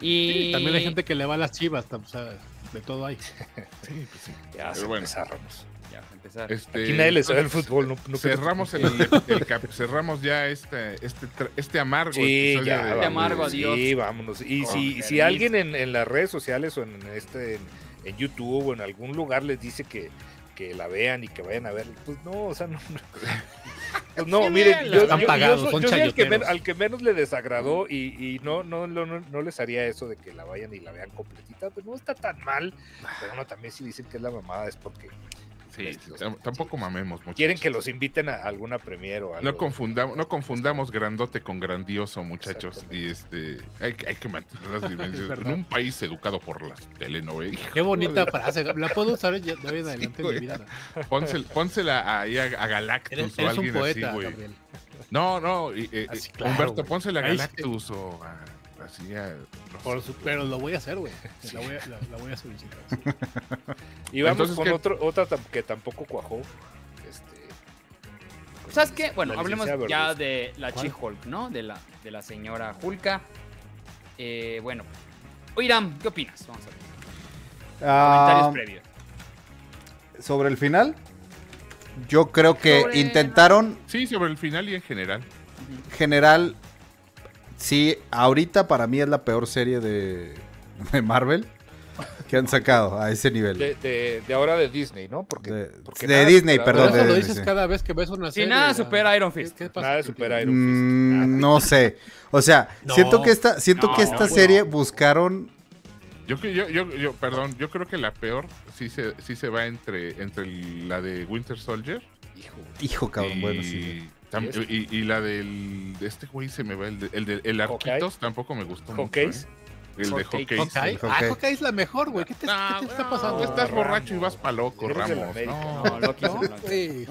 [SPEAKER 2] Y
[SPEAKER 5] Sí, también hay gente que le va a las chivas, tam- o sea, de todo hay.
[SPEAKER 6] Ya se
[SPEAKER 3] Pero bueno.
[SPEAKER 6] empezáramos.
[SPEAKER 2] Ya, para empezar.
[SPEAKER 3] Este,
[SPEAKER 6] Aquí nadie le sabe el fútbol. No, no
[SPEAKER 3] cerramos el, el cap- cerramos ya este este tra- este amargo
[SPEAKER 6] Sí,
[SPEAKER 3] episodio
[SPEAKER 6] ya.
[SPEAKER 3] de-
[SPEAKER 6] vámonos.
[SPEAKER 2] Este amargo,
[SPEAKER 6] Sí,
[SPEAKER 2] adiós.
[SPEAKER 6] vámonos. Y
[SPEAKER 2] Con
[SPEAKER 6] si, y si
[SPEAKER 2] permiso.
[SPEAKER 6] alguien en, en las redes sociales o en este en, en YouTube o en algún lugar les dice que, que la vean y que vayan a verla, pues no, o sea, no. no. Pues no,
[SPEAKER 3] Sí,
[SPEAKER 6] miren,
[SPEAKER 3] véanla.
[SPEAKER 6] yo,
[SPEAKER 5] Están
[SPEAKER 6] yo- yo
[SPEAKER 5] pagados,
[SPEAKER 6] soy-
[SPEAKER 5] son
[SPEAKER 6] yo soy al, que men-
[SPEAKER 5] chayoteros.
[SPEAKER 6] al que menos le desagradó y, y no, no, no, no, no les haría eso de que la vayan y la vean completita, pues no está tan mal. Pero bueno, también si dicen que es la mamada es porque
[SPEAKER 3] Sí, sí, tam- tampoco mamemos muchachos.
[SPEAKER 6] quieren que los inviten a alguna premier o algo.
[SPEAKER 3] no confundamos no confundamos grandote con grandioso muchachos y este hay, que- hay que mantener las
[SPEAKER 5] Es
[SPEAKER 3] dimensiones
[SPEAKER 5] verdad.
[SPEAKER 3] en un país educado por las telenovelas
[SPEAKER 5] Qué bonita frase. La puedo usar ya de hoy en adelante en
[SPEAKER 3] güey.
[SPEAKER 5] mi vida.
[SPEAKER 3] pónsela, pónsela ahí a, a Galactus
[SPEAKER 5] Eres,
[SPEAKER 3] o
[SPEAKER 5] eres un
[SPEAKER 3] alguien
[SPEAKER 5] poeta,
[SPEAKER 3] así güey
[SPEAKER 5] Gabriel.
[SPEAKER 3] no no y- eh,
[SPEAKER 5] Así,
[SPEAKER 3] eh,
[SPEAKER 5] claro,
[SPEAKER 3] Humberto
[SPEAKER 5] güey.
[SPEAKER 3] pónsela a
[SPEAKER 5] Ahí sí.
[SPEAKER 3] Galactus o a- así a, no
[SPEAKER 5] Por
[SPEAKER 3] sé,
[SPEAKER 5] su-
[SPEAKER 3] güey.
[SPEAKER 5] pero lo voy a hacer, güey. La, voy a- la- la voy a solicitar. sí.
[SPEAKER 6] Y vamos
[SPEAKER 3] Entonces,
[SPEAKER 6] con
[SPEAKER 3] ¿qué?
[SPEAKER 6] otro, otra tam- que tampoco cuajó. Este,
[SPEAKER 2] Pues, ¿Sabes qué? Bueno,
[SPEAKER 6] La
[SPEAKER 2] hablemos
[SPEAKER 6] licenciada
[SPEAKER 2] ya
[SPEAKER 6] Verdes.
[SPEAKER 2] de la
[SPEAKER 5] ¿Cuál?
[SPEAKER 2] She-Hulk, ¿no? De la, de la señora Hulka. Eh, bueno. Oiram, ¿qué opinas? Vamos a ver. Comentarios
[SPEAKER 4] Ah,
[SPEAKER 2] previos.
[SPEAKER 4] sobre el final, yo creo que
[SPEAKER 2] Sobre-
[SPEAKER 4] intentaron
[SPEAKER 3] sí sobre el final y en general
[SPEAKER 4] general, sí, ahorita para mí es la peor serie de, de Marvel que han sacado a ese nivel. De,
[SPEAKER 6] De, de- de ahora de Disney, ¿no? Porque, porque
[SPEAKER 4] de
[SPEAKER 6] nada
[SPEAKER 4] Disney,
[SPEAKER 6] supera-
[SPEAKER 4] perdón.
[SPEAKER 5] Pero eso
[SPEAKER 4] de
[SPEAKER 5] lo
[SPEAKER 4] Disney,
[SPEAKER 5] dices
[SPEAKER 4] sí.
[SPEAKER 5] cada vez que ves una
[SPEAKER 2] Si
[SPEAKER 5] serie.
[SPEAKER 2] nada
[SPEAKER 5] ¿verdad?
[SPEAKER 2] supera Iron Fist.
[SPEAKER 5] ¿Qué pasa?
[SPEAKER 6] Nada supera Iron Fist.
[SPEAKER 4] Mm, no sé. O sea,
[SPEAKER 5] No.
[SPEAKER 4] siento que esta, siento
[SPEAKER 2] No,
[SPEAKER 4] que esta
[SPEAKER 2] no,
[SPEAKER 4] serie buscaron.
[SPEAKER 3] Yo, que- yo, yo, yo, perdón, yo creo que la peor sí se, sí se va entre, entre la de Winter Soldier
[SPEAKER 6] Hijo,
[SPEAKER 4] Hijo, cabrón,
[SPEAKER 3] y,
[SPEAKER 4] bueno, sí.
[SPEAKER 3] tam- y, y la del. de este güey se me va. El, de- el, de- el Arquitos tampoco me gustó. mucho,
[SPEAKER 6] Hawkeye.
[SPEAKER 3] ¿eh? El de
[SPEAKER 6] Hawkeye.
[SPEAKER 3] Hawkeye.
[SPEAKER 5] Hawkeye.
[SPEAKER 4] Hawkeye.
[SPEAKER 5] Ah, Hawkeye es la mejor, güey. ¿Qué te,
[SPEAKER 3] No,
[SPEAKER 5] qué te está
[SPEAKER 3] no,
[SPEAKER 5] pasando?
[SPEAKER 3] tú estás
[SPEAKER 6] Ramos.
[SPEAKER 3] borracho y vas pa' loco,
[SPEAKER 6] Héroes del
[SPEAKER 3] Ramos.
[SPEAKER 6] América.
[SPEAKER 3] No.
[SPEAKER 2] No, Loki. es
[SPEAKER 5] No,
[SPEAKER 2] el blanco.
[SPEAKER 5] güey.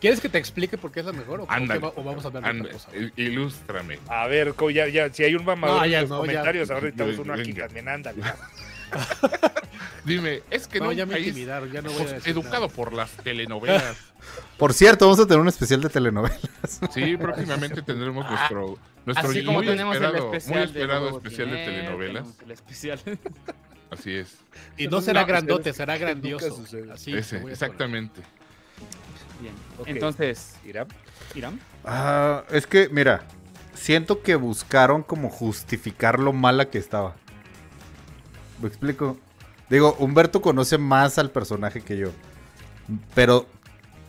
[SPEAKER 5] ¿Quieres que te explique por qué es la mejor o, por qué
[SPEAKER 3] Ándale.
[SPEAKER 5] va- o vamos a hablar de
[SPEAKER 3] Anda,
[SPEAKER 5] otra cosa?
[SPEAKER 3] il- ilústrame.
[SPEAKER 6] A ver, co- ya, ya, si hay un mamador
[SPEAKER 5] No, ya
[SPEAKER 6] en los
[SPEAKER 5] no, ya.
[SPEAKER 6] comentarios, ahora necesitamos
[SPEAKER 3] Venga,
[SPEAKER 6] uno aquí
[SPEAKER 3] venga.
[SPEAKER 6] también, ándale.
[SPEAKER 3] Dime, es que
[SPEAKER 5] No,
[SPEAKER 3] no,
[SPEAKER 5] ya me intimidaron, ya no voy a decir
[SPEAKER 3] educado por las telenovelas.
[SPEAKER 4] Por cierto, vamos a tener un especial de telenovela.
[SPEAKER 3] Sí, próximamente tendremos nuestro, nuestro
[SPEAKER 2] Así como
[SPEAKER 3] muy
[SPEAKER 2] tenemos el
[SPEAKER 3] esperado,
[SPEAKER 2] especial,
[SPEAKER 3] muy esperado
[SPEAKER 2] Huevo
[SPEAKER 3] especial de
[SPEAKER 2] Tineo,
[SPEAKER 3] telenovelas.
[SPEAKER 2] tenemos El especial.
[SPEAKER 3] Así es.
[SPEAKER 5] Y no será
[SPEAKER 6] No,
[SPEAKER 5] grandote,
[SPEAKER 6] ustedes-
[SPEAKER 5] será grandioso.
[SPEAKER 6] Nunca sucede.
[SPEAKER 5] Así
[SPEAKER 3] Ese,
[SPEAKER 5] te voy a
[SPEAKER 3] exactamente.
[SPEAKER 2] Bien.
[SPEAKER 6] Ok.
[SPEAKER 2] Entonces,
[SPEAKER 6] Irán,
[SPEAKER 2] Irán.
[SPEAKER 4] Ah, es que, mira, siento que buscaron como justificar lo mala que estaba. ¿Me explico? Digo, Humberto conoce más al personaje que yo. Pero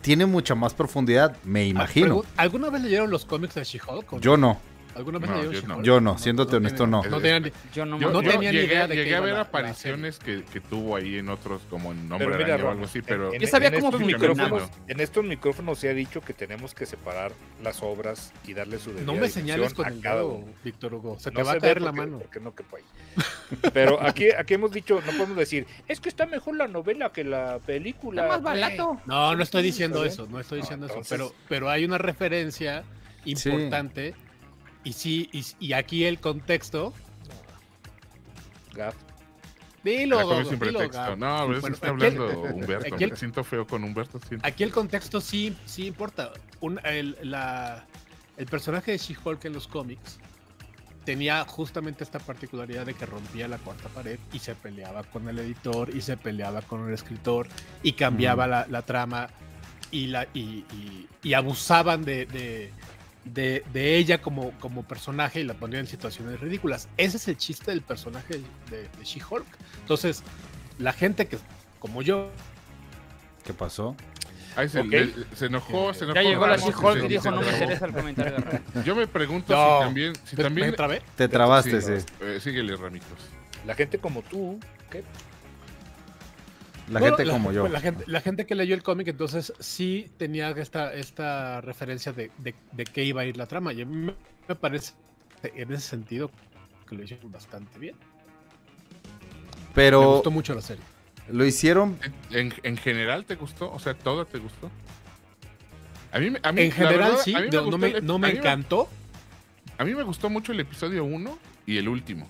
[SPEAKER 4] tiene mucha más profundidad, me
[SPEAKER 5] poner.
[SPEAKER 4] imagino.
[SPEAKER 5] Pregun- ¿Alguna vez leyeron los cómics de She-Hulk? o no?
[SPEAKER 4] Yo no,
[SPEAKER 5] ¿Alguna vez
[SPEAKER 3] No,
[SPEAKER 5] leyeron
[SPEAKER 3] yo
[SPEAKER 5] She-Hulk?
[SPEAKER 3] no.
[SPEAKER 4] yo no, siéndote honesto, no.
[SPEAKER 5] No, tenían ni-
[SPEAKER 2] Yo no,
[SPEAKER 3] Yo,
[SPEAKER 2] me
[SPEAKER 5] No
[SPEAKER 3] yo
[SPEAKER 2] acuerdo.
[SPEAKER 5] tenía ni
[SPEAKER 3] llegué,
[SPEAKER 5] idea de que
[SPEAKER 3] llegué a
[SPEAKER 5] iba
[SPEAKER 3] ver
[SPEAKER 5] la- la
[SPEAKER 3] apariciones que, que tuvo ahí en otros, como en Nombre
[SPEAKER 6] Pero
[SPEAKER 3] de
[SPEAKER 6] mira,
[SPEAKER 3] Araña o algo
[SPEAKER 6] Ramos,
[SPEAKER 3] así, pero...
[SPEAKER 6] en-
[SPEAKER 2] Yo sabía
[SPEAKER 6] en
[SPEAKER 2] cómo
[SPEAKER 6] estos
[SPEAKER 2] funcionaba.
[SPEAKER 6] micrófonos- En estos micrófonos se ha dicho que tenemos que separar las obras y darle su debida
[SPEAKER 5] No me
[SPEAKER 6] dimensión
[SPEAKER 5] señales con
[SPEAKER 6] a
[SPEAKER 5] el
[SPEAKER 6] cada
[SPEAKER 5] dedo,
[SPEAKER 6] uno.
[SPEAKER 5] Víctor Hugo. Se
[SPEAKER 6] No
[SPEAKER 5] te va a
[SPEAKER 6] ve
[SPEAKER 5] caer la
[SPEAKER 6] porque-
[SPEAKER 5] mano.
[SPEAKER 6] porque no quepo ahí. Pero aquí, aquí hemos dicho, no podemos decir, es que está mejor la novela que la película. Eh,
[SPEAKER 2] Está más
[SPEAKER 6] güey".
[SPEAKER 2] barato.
[SPEAKER 5] No, no estoy
[SPEAKER 6] Sí,
[SPEAKER 5] diciendo
[SPEAKER 6] está
[SPEAKER 5] eso, no estoy
[SPEAKER 6] No,
[SPEAKER 5] diciendo eso,
[SPEAKER 6] entonces-
[SPEAKER 5] pero, pero hay una referencia importante y sí, y, y aquí el contexto.
[SPEAKER 6] Gaf,
[SPEAKER 5] Dilo,
[SPEAKER 3] La come
[SPEAKER 5] Gogo,
[SPEAKER 3] sin
[SPEAKER 5] dilo,
[SPEAKER 3] pretexto.
[SPEAKER 5] Gab.
[SPEAKER 3] No, pero eso
[SPEAKER 5] Bueno,
[SPEAKER 3] está
[SPEAKER 5] aquí el-
[SPEAKER 3] hablando Humberto.
[SPEAKER 5] aquí el-
[SPEAKER 3] Me siento feo con Humberto. siento-
[SPEAKER 5] Aquí el contexto sí, sí importa. Un- el, la- el personaje de She-Hulk en los cómics tenía justamente esta particularidad de que rompía la cuarta pared y se peleaba con el editor y se peleaba con el escritor y cambiaba la, la trama y, la, y, y- y abusaban de, de- de- de ella como, como personaje y la ponían en situaciones ridículas. Ese es el chiste del personaje de, de She-Hulk. Entonces, la gente que, como yo,
[SPEAKER 4] ¿Qué pasó?
[SPEAKER 3] Ay, se,
[SPEAKER 6] Ok.
[SPEAKER 3] le- se
[SPEAKER 5] Eh,
[SPEAKER 3] enojó, se enojó.
[SPEAKER 2] Ya llegó la
[SPEAKER 3] Ramos, se-
[SPEAKER 2] She-Hulk y
[SPEAKER 3] se
[SPEAKER 2] dijo, no me
[SPEAKER 3] enojó.
[SPEAKER 2] interesa el comentario de Ramos.
[SPEAKER 3] Yo me pregunto
[SPEAKER 5] No.
[SPEAKER 3] si también... Si
[SPEAKER 5] ¿me-
[SPEAKER 3] también
[SPEAKER 5] me trabé?
[SPEAKER 4] Te trabaste,
[SPEAKER 3] Sí,
[SPEAKER 4] sí.
[SPEAKER 3] eh, síguele, Ramitos.
[SPEAKER 6] la gente como tú, ¿qué?
[SPEAKER 4] La
[SPEAKER 5] Bueno,
[SPEAKER 4] gente como yo.
[SPEAKER 5] bueno, La gente, la gente que leyó el cómic, entonces sí tenía esta, esta referencia de, de, de qué iba a ir la trama. Y a mí me, me parece, en ese sentido, que lo hicieron bastante bien. me
[SPEAKER 4] Pero
[SPEAKER 5] gustó mucho la serie.
[SPEAKER 4] lo hicieron
[SPEAKER 3] ¿En, en general te gustó? O sea, ¿todo te gustó? A mí, me- a mí
[SPEAKER 5] en
[SPEAKER 3] la
[SPEAKER 5] general,
[SPEAKER 3] verdad,
[SPEAKER 5] sí,
[SPEAKER 3] a mí me
[SPEAKER 5] no, no
[SPEAKER 3] gustó
[SPEAKER 5] me,
[SPEAKER 3] el epi-
[SPEAKER 5] no me
[SPEAKER 3] a mí
[SPEAKER 5] encantó.
[SPEAKER 3] A mí me gustó mucho el episodio 1 y el último.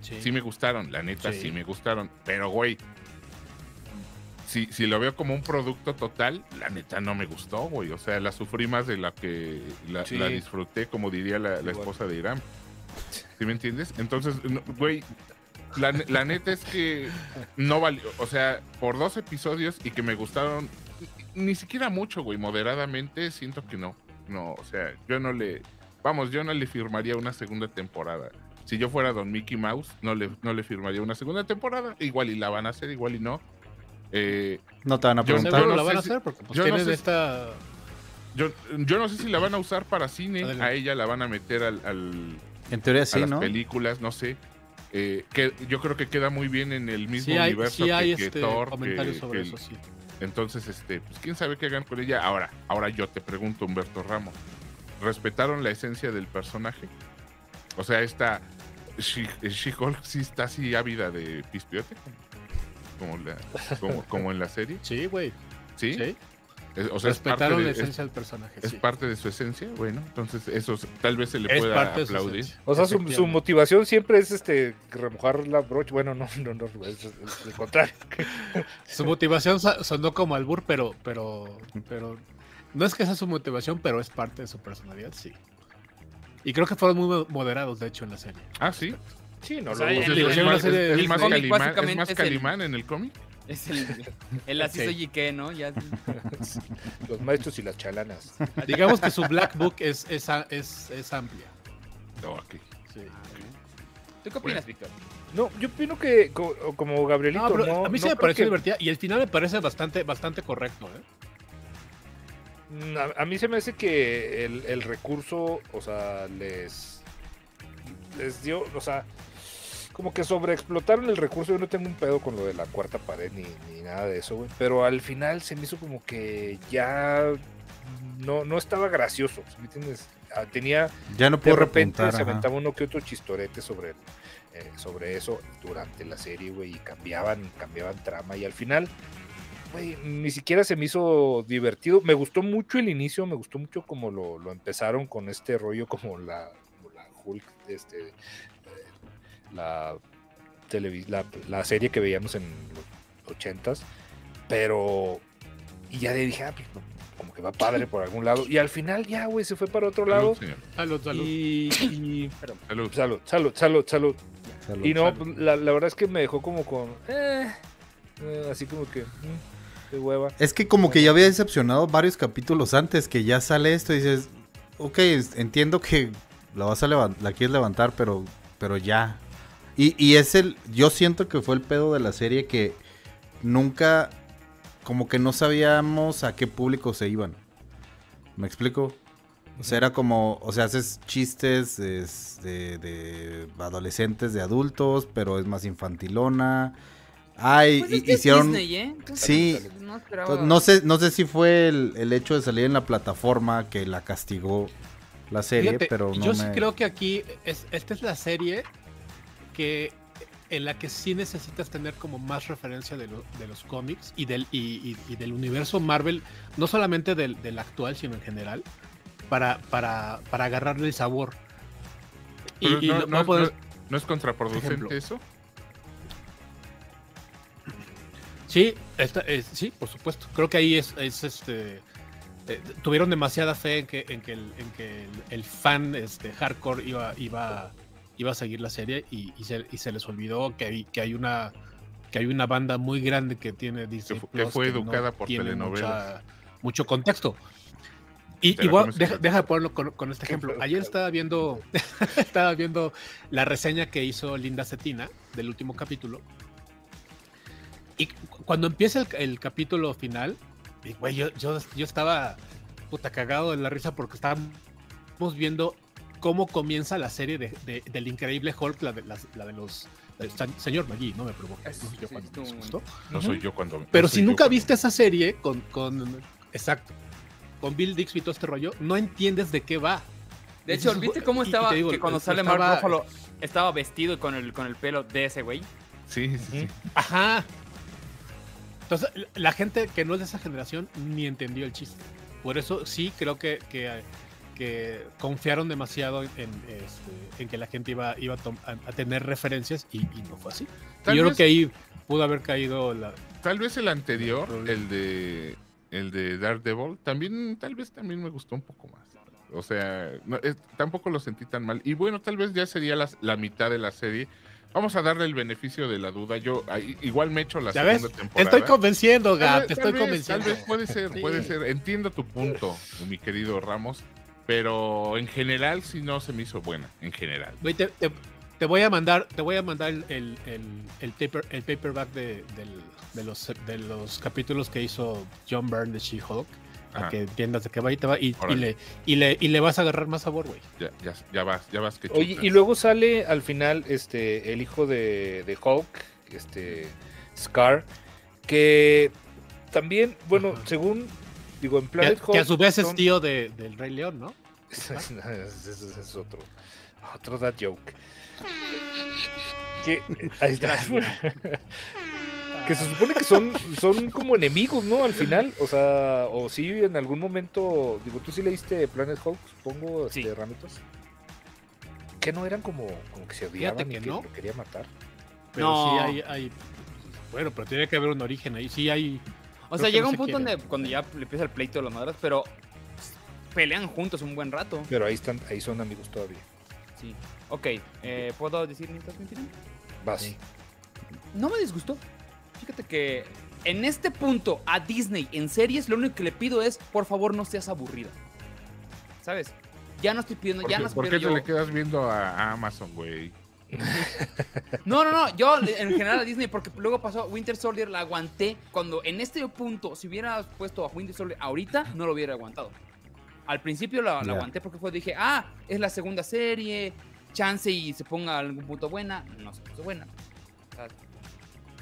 [SPEAKER 5] Sí.
[SPEAKER 3] Sí me gustaron, la neta, sí,
[SPEAKER 5] Sí.
[SPEAKER 3] me gustaron. Pero, güey, si, si lo veo como un producto total, la neta no me gustó, güey. O sea, la sufrí más de la que la,
[SPEAKER 6] Sí.
[SPEAKER 3] la disfruté, como diría la, la
[SPEAKER 6] Igual.
[SPEAKER 3] esposa de Irán. ¿Sí me entiendes? Entonces, no, güey, la, ne- la neta es que no valió. O sea, por dos episodios y que me gustaron ni ni siquiera mucho, güey, moderadamente, siento que no. No, o sea, yo no le. Vamos, yo no le firmaría una segunda temporada. Si yo fuera Don Mickey Mouse, no le, no le firmaría una segunda temporada. Igual y la van a hacer, igual y no. Eh,
[SPEAKER 4] No te van a
[SPEAKER 3] Yo- yo
[SPEAKER 4] preguntar.
[SPEAKER 3] no
[SPEAKER 5] Seguro la
[SPEAKER 3] sé
[SPEAKER 5] van a
[SPEAKER 3] si-
[SPEAKER 5] hacer porque pues,
[SPEAKER 3] yo no
[SPEAKER 5] tienen
[SPEAKER 3] sé si-
[SPEAKER 5] esta.
[SPEAKER 3] yo, yo no sé si la van a usar para cine.
[SPEAKER 5] Adelante.
[SPEAKER 3] A ella la van a meter al, al-
[SPEAKER 4] En teoría
[SPEAKER 3] a
[SPEAKER 4] sí,
[SPEAKER 3] las
[SPEAKER 4] ¿no?
[SPEAKER 3] películas, no sé. Eh, que yo creo que queda muy bien en el mismo
[SPEAKER 5] Sí hay,
[SPEAKER 3] universo
[SPEAKER 5] sí hay
[SPEAKER 3] que, que
[SPEAKER 5] este,
[SPEAKER 3] Thor,
[SPEAKER 5] comentarios
[SPEAKER 3] que-
[SPEAKER 5] sobre
[SPEAKER 3] que-
[SPEAKER 5] eso, sí.
[SPEAKER 3] Entonces, este, pues quién sabe qué hagan con ella. Ahora, ahora yo te pregunto, Humberto Ramos, ¿respetaron la esencia del personaje? O sea, esta She- eh, She-Hulk sí está así ávida de pispiote, como, la- como, como en la serie,
[SPEAKER 5] Sí, güey.
[SPEAKER 3] ¿sí?
[SPEAKER 5] sí.
[SPEAKER 3] Es- o sea, es parte
[SPEAKER 5] Respetaron
[SPEAKER 3] de-
[SPEAKER 5] la
[SPEAKER 3] es-
[SPEAKER 5] esencia del personaje.
[SPEAKER 3] Es
[SPEAKER 5] sí.
[SPEAKER 3] parte de su esencia, bueno, entonces eso se- tal vez se le
[SPEAKER 5] Es
[SPEAKER 3] pueda
[SPEAKER 5] parte de su
[SPEAKER 3] aplaudir.
[SPEAKER 5] esencia.
[SPEAKER 6] O sea, su, su
[SPEAKER 5] Efectivamente.
[SPEAKER 6] motivación siempre es este remojar la brocha. Bueno, no, no, no, es, es el contrario.
[SPEAKER 5] Su motivación so- sonó como albur, pero, pero, pero no es que sea su motivación, pero es parte de su personalidad, sí. Y creo que fueron muy mo- moderados, de hecho, en la serie.
[SPEAKER 3] Ah, sí.
[SPEAKER 6] Sí, no,
[SPEAKER 2] O sea,
[SPEAKER 6] luego-
[SPEAKER 2] el-
[SPEAKER 3] Entonces,
[SPEAKER 5] el-
[SPEAKER 3] es,
[SPEAKER 5] el-
[SPEAKER 3] más,
[SPEAKER 5] el-
[SPEAKER 3] es- es
[SPEAKER 5] el
[SPEAKER 3] más
[SPEAKER 5] cómic
[SPEAKER 3] Calimán, es
[SPEAKER 2] básicamente
[SPEAKER 3] más
[SPEAKER 2] es el-
[SPEAKER 3] Calimán en el cómic.
[SPEAKER 2] Es el, el así
[SPEAKER 5] Sí.
[SPEAKER 2] soy y qué, ¿no? Ya,
[SPEAKER 6] Los maestros y las chalanas.
[SPEAKER 5] Digamos que su Black Book es, es, a- es, es amplia.
[SPEAKER 3] No, ok.
[SPEAKER 5] Sí.
[SPEAKER 2] ¿Tú qué opinas, Víctor?
[SPEAKER 6] No, yo opino que co- o como Gabrielito.
[SPEAKER 5] No, pero
[SPEAKER 6] no-
[SPEAKER 5] a mí
[SPEAKER 6] no
[SPEAKER 5] sí me
[SPEAKER 6] creo
[SPEAKER 5] pareció
[SPEAKER 6] que-
[SPEAKER 5] divertida y el final me parece bastante, bastante correcto. ¿eh?
[SPEAKER 6] Mm, A, a mí se me hace que el, el recurso, o sea, les, les dio, o sea, como que sobreexplotaron el recurso. Yo no tengo un pedo con lo de la cuarta pared ni, ni nada de eso, güey. Pero al final se me hizo como que ya no, no estaba gracioso. ¿sí ¿Me entiendes? Ah, Tenía
[SPEAKER 4] Ya no
[SPEAKER 6] de
[SPEAKER 4] puedo
[SPEAKER 6] repente
[SPEAKER 4] repuntar.
[SPEAKER 6] se
[SPEAKER 4] ajá.
[SPEAKER 6] aventaba uno que otro chistorete sobre, eh, sobre eso durante la serie, güey, y cambiaban, cambiaban trama. Y al final, güey, ni siquiera se me hizo divertido. Me gustó mucho el inicio, me gustó mucho como lo, lo empezaron con este rollo como la, como la Hulk, este, eh, la, televi- la, la serie que veíamos en los ochentas, pero... Y ya dije, ah, pues, como que va padre por algún lado. Y al final ya, güey, se fue para otro lado.
[SPEAKER 3] Salud, señor.
[SPEAKER 5] Salud, salud.
[SPEAKER 6] Y, y-
[SPEAKER 3] Salud.
[SPEAKER 6] salud, salud, salud, salud.
[SPEAKER 4] Salud.
[SPEAKER 6] Y no,
[SPEAKER 5] salud.
[SPEAKER 6] pues, la, la verdad es que me dejó como con. eh, eh, así como que. mm, de hueva.
[SPEAKER 4] Es que como que ya había decepcionado varios capítulos antes que ya sale esto y dices, ok, es- entiendo que la vas a levantar, la quieres levantar, pero, pero ya. Y, y es el, yo siento que fue el pedo de la serie que nunca, como que no sabíamos a qué público se iban. ¿Me explico? O sea, era como, o sea, haces chistes es, de, de adolescentes, de adultos, pero es más infantilona. Ay,
[SPEAKER 2] Pues
[SPEAKER 4] hi-
[SPEAKER 2] es que es
[SPEAKER 4] hicieron...
[SPEAKER 2] Disney, ¿eh? Entonces,
[SPEAKER 4] Sí.
[SPEAKER 2] No esperaba.
[SPEAKER 4] Entonces, no sé, no sé si fue el, el hecho de salir en la plataforma que la castigó la serie,
[SPEAKER 5] Fíjate,
[SPEAKER 4] pero no
[SPEAKER 5] yo sí
[SPEAKER 4] me-
[SPEAKER 5] creo que aquí es, esta es la serie que en la que sí necesitas tener como más referencia de, lo- de los cómics y del, y, y- y del universo Marvel, no solamente del, del actual, sino en general, para, para, para agarrarle el sabor. Y,
[SPEAKER 3] Pero
[SPEAKER 5] y
[SPEAKER 3] no,
[SPEAKER 5] lo-
[SPEAKER 3] no-
[SPEAKER 5] voy a poner-
[SPEAKER 3] no- ¿no es contraproducente
[SPEAKER 5] ejemplo.
[SPEAKER 3] eso?
[SPEAKER 5] Sí, esta- es- sí, por supuesto. Creo que ahí es, es, este. eh, tuvieron demasiada fe en que, en que, el, en que el, el fan este, hardcore iba, iba, iba a seguir la serie y, y se, y se les olvidó que hay, que hay una que hay una banda muy grande que tiene Disney
[SPEAKER 3] fu- que fue educada por
[SPEAKER 5] tiene
[SPEAKER 3] telenovelas.
[SPEAKER 5] mucho contexto. Y
[SPEAKER 3] Te la
[SPEAKER 5] igual,
[SPEAKER 3] comes
[SPEAKER 5] deja,
[SPEAKER 3] con-
[SPEAKER 5] deja de ponerlo con, con este ejemplo.
[SPEAKER 6] fue
[SPEAKER 5] Ayer
[SPEAKER 6] educada.
[SPEAKER 5] estaba viendo, estaba viendo la reseña que hizo Linda Cetina del último capítulo. Y cu- cuando empieza el, el capítulo final, y, güey, yo, yo, yo estaba puta cagado de la risa porque estábamos viendo cómo comienza la serie de, de- del increíble Hulk, la de, las- la de los... la de- señor Magui, no me provoques.
[SPEAKER 2] Es-
[SPEAKER 5] ¿no? Yo
[SPEAKER 2] sí,
[SPEAKER 5] cuando
[SPEAKER 2] tú-
[SPEAKER 5] me asusto.
[SPEAKER 3] No soy yo cuando.
[SPEAKER 5] Pero
[SPEAKER 3] no
[SPEAKER 5] si
[SPEAKER 3] soy yo
[SPEAKER 5] nunca
[SPEAKER 3] cuando-
[SPEAKER 5] viste esa serie con, con. Exacto. Con Bill Dixby y todo este rollo, no entiendes de qué va.
[SPEAKER 2] De hecho,
[SPEAKER 5] Dices,
[SPEAKER 2] ¿viste cómo
[SPEAKER 5] y- y
[SPEAKER 2] estaba?
[SPEAKER 5] te digo,
[SPEAKER 2] que cuando sale
[SPEAKER 5] estaba-
[SPEAKER 2] Mark Ruffalo estaba vestido con el, con el pelo de ese güey.
[SPEAKER 3] Sí, sí, sí.
[SPEAKER 5] Ajá. Entonces, la- la gente que no es de esa generación ni entendió el chiste. Por eso sí creo que, que, que confiaron demasiado en, este, en que la gente iba, iba a, tom- a- a tener referencias y, y no fue así.
[SPEAKER 3] Tal
[SPEAKER 5] Y yo creo
[SPEAKER 3] vez-
[SPEAKER 5] que ahí pudo haber caído la...
[SPEAKER 3] Tal vez el anterior,
[SPEAKER 5] No hay problema.
[SPEAKER 3] el de el de Daredevil, también tal vez también me gustó un poco más. O sea, no, es- tampoco lo sentí tan mal. Y bueno, tal vez ya sería las- la mitad de la serie. Vamos a darle el beneficio de la duda. Yo ahí- igual me echo la
[SPEAKER 5] ¿Ya ves?
[SPEAKER 3] segunda
[SPEAKER 5] Te
[SPEAKER 3] temporada.
[SPEAKER 5] estoy convenciendo,
[SPEAKER 3] Tal
[SPEAKER 5] Gab,
[SPEAKER 3] vez-
[SPEAKER 5] te
[SPEAKER 3] tal
[SPEAKER 5] estoy
[SPEAKER 3] vez,
[SPEAKER 5] convenciendo.
[SPEAKER 3] Tal vez puede ser, puede ser. Entiendo tu punto, mi querido Ramos. Pero en general sí no se me hizo buena. En general.
[SPEAKER 5] Güey, te, te- te voy a mandar, te voy a mandar el, el, el- el paper, el paperback de, del- de los, de los capítulos que hizo John Byrne de She-Hulk.
[SPEAKER 3] Ajá.
[SPEAKER 5] A que entiendas de qué va y te va. Y, y,
[SPEAKER 3] Órale.
[SPEAKER 5] le, y, le, y le vas a agarrar más sabor, güey.
[SPEAKER 3] Ya, ya, ya vas, ya vas que
[SPEAKER 6] Oye,
[SPEAKER 3] chutas.
[SPEAKER 6] y luego sale al final este el hijo de, de Hulk, este Scar, que también, bueno,
[SPEAKER 5] Ajá.
[SPEAKER 6] según digo en
[SPEAKER 5] Que,
[SPEAKER 6] Planet
[SPEAKER 5] que a
[SPEAKER 6] Hulk
[SPEAKER 5] su vez es
[SPEAKER 6] son-
[SPEAKER 5] tío de, del Rey León, ¿no?
[SPEAKER 6] Ese es, ese es otro, otro dad joke. Que, ahí está. que se supone que son, son como enemigos, ¿no? Al final, o sea, o sí en algún momento, digo, tú sí leíste Planet Hulk, supongo,
[SPEAKER 2] Sí.
[SPEAKER 6] este, Ramitos. Que no eran como, como que se
[SPEAKER 5] Fíjate
[SPEAKER 6] odiaban y
[SPEAKER 5] que
[SPEAKER 6] que
[SPEAKER 5] no.
[SPEAKER 6] lo quería matar.
[SPEAKER 5] Pero
[SPEAKER 2] No.
[SPEAKER 5] sí hay, hay. Bueno, pero tiene que haber un origen ahí. Sí hay.
[SPEAKER 2] O
[SPEAKER 5] Creo
[SPEAKER 2] sea,
[SPEAKER 5] que
[SPEAKER 2] llega
[SPEAKER 5] no
[SPEAKER 2] un
[SPEAKER 5] se
[SPEAKER 2] punto
[SPEAKER 5] quieren.
[SPEAKER 2] donde cuando ya le empieza el pleito de las madras, pero pelean juntos un buen rato.
[SPEAKER 6] Pero ahí están, ahí son amigos todavía.
[SPEAKER 2] Sí. Ok, eh, ¿puedo decir mientras mentiras?
[SPEAKER 6] Vas.
[SPEAKER 2] No me disgustó. Fíjate que en este punto a Disney en series lo único que le pido es, por favor, no seas aburrida. ¿Sabes? Ya no estoy pidiendo,
[SPEAKER 3] ¿Por
[SPEAKER 2] ya
[SPEAKER 3] qué,
[SPEAKER 2] no estoy
[SPEAKER 3] por qué
[SPEAKER 2] pidiendo
[SPEAKER 3] te
[SPEAKER 2] yo-
[SPEAKER 3] le quedas viendo a, a Amazon, güey?
[SPEAKER 2] No, no, no, yo en general a Disney, porque luego pasó Winter Soldier, la aguanté. Cuando en este punto, si hubieras puesto a Winter Soldier ahorita, no lo hubiera aguantado. Al principio la, la
[SPEAKER 4] Ya.
[SPEAKER 2] aguanté porque fue, dije, ah, es la segunda serie, chance y se ponga algún punto buena. No se puso buena. O sea,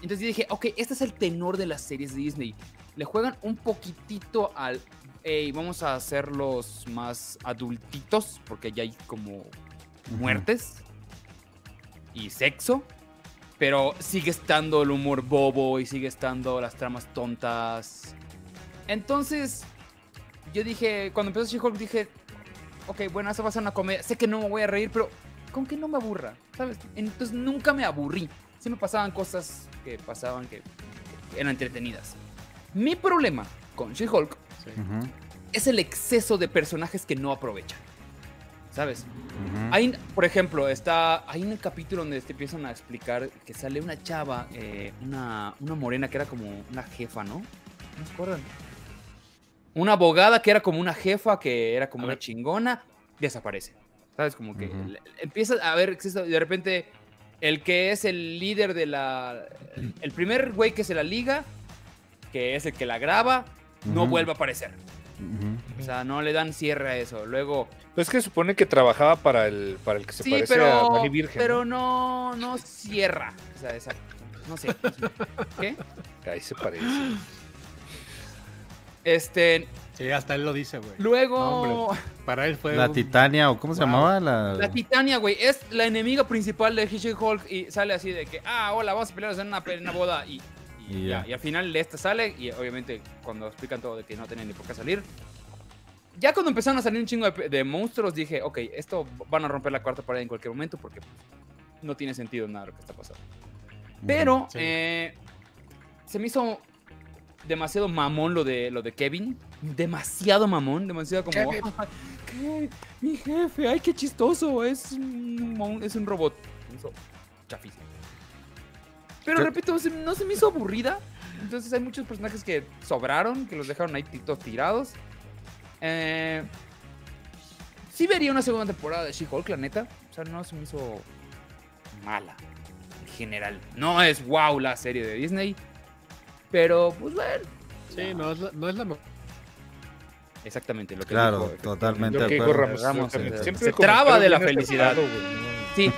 [SPEAKER 2] Entonces yo dije, ok, este es el tenor de las series de Disney. Le juegan un poquitito al, hey, vamos a hacerlos más adultitos, porque ya hay como muertes y sexo, pero sigue estando el humor bobo y sigue estando las tramas tontas. Entonces, yo dije, cuando empezó She-Hulk, dije, ok, bueno, esa va a ser una comedia, sé que no me voy a reír, pero con que no me aburra, ¿sabes? Entonces nunca me aburrí, sí me pasaban cosas que pasaban que eran entretenidas. Mi problema con She-Hulk
[SPEAKER 4] Ujú,
[SPEAKER 2] es el exceso de personajes que no aprovechan, ¿sabes?
[SPEAKER 4] ujú.
[SPEAKER 2] Hay, por ejemplo, está. Hay un capítulo donde te empiezan a explicar que sale una chava, eh, una, una morena que era como una jefa, ¿no? ¿No se acuerdan? Una abogada que era como una jefa, que era como
[SPEAKER 5] A
[SPEAKER 2] una
[SPEAKER 5] ver.
[SPEAKER 2] chingona, desaparece. ¿Sabes? Como que
[SPEAKER 4] Ujú.
[SPEAKER 2] le- empieza a haber exceso. y De repente, el que es el líder de la. El primer güey que se la liga, que es el que la graba, no
[SPEAKER 4] Ujú.
[SPEAKER 2] vuelve a aparecer.
[SPEAKER 4] Ujú.
[SPEAKER 2] O sea, no le dan cierre a eso. Luego.
[SPEAKER 6] Pues que supone que trabajaba para el, para el que se
[SPEAKER 2] Sí,
[SPEAKER 6] parece a
[SPEAKER 2] pero,
[SPEAKER 6] Manny Virgen.
[SPEAKER 2] pero no, no cierra. O sea, esa- no sé. ¿Qué?
[SPEAKER 6] ¿no? Ahí se parece.
[SPEAKER 2] Este,
[SPEAKER 5] Sí, hasta él lo dice, güey. No,
[SPEAKER 2] luego,
[SPEAKER 5] hombre. Para él fue.
[SPEAKER 4] La
[SPEAKER 5] un-
[SPEAKER 4] Titania, o ¿cómo se
[SPEAKER 5] Wow.
[SPEAKER 4] llamaba? La...
[SPEAKER 2] la Titania, güey, es la enemiga principal de She-Hulk y sale así de que, ah, hola, vamos a pelearnos en una, pe- en una boda y, y
[SPEAKER 4] Y
[SPEAKER 2] ya.
[SPEAKER 4] ya.
[SPEAKER 2] Y al final esta sale y obviamente cuando explican todo de que no tienen ni por qué salir. Ya cuando empezaron a salir un chingo de, pe- de monstruos dije, ok, esto van a romper la cuarta pared en cualquier momento porque no tiene sentido nada lo que está pasando.
[SPEAKER 4] Ujú.
[SPEAKER 2] Pero
[SPEAKER 5] Sí.
[SPEAKER 2] eh, se me hizo demasiado mamón lo de lo de Kevin. Demasiado mamón, demasiado como.
[SPEAKER 6] Kevin.
[SPEAKER 2] "Ay, ¿qué? Mi jefe, ay, qué chistoso. Es un, mon- es un robot. Se me hizo chafísimo. Pero
[SPEAKER 4] Yo-
[SPEAKER 2] repito, se- no se me hizo aburrida. Entonces hay muchos personajes que sobraron, que los dejaron ahí titos tirados. Eh, sí vería una segunda temporada de She-Hulk, la neta. O sea, no se me hizo mala en general. No es wow la serie de Disney, pero pues bueno.
[SPEAKER 5] Sí, no es la, no es la mejor.
[SPEAKER 2] Exactamente lo que
[SPEAKER 4] Claro,
[SPEAKER 2] dijo,
[SPEAKER 4] totalmente
[SPEAKER 6] Lo que
[SPEAKER 4] de
[SPEAKER 6] dijo
[SPEAKER 4] acuerdo.
[SPEAKER 6] Ramos.
[SPEAKER 2] Ramos,
[SPEAKER 6] exactamente.
[SPEAKER 2] se-
[SPEAKER 6] Siempre
[SPEAKER 2] se
[SPEAKER 6] el comentario
[SPEAKER 2] traba de la
[SPEAKER 6] bien
[SPEAKER 2] felicidad.
[SPEAKER 6] acertado, güey.
[SPEAKER 2] Sí,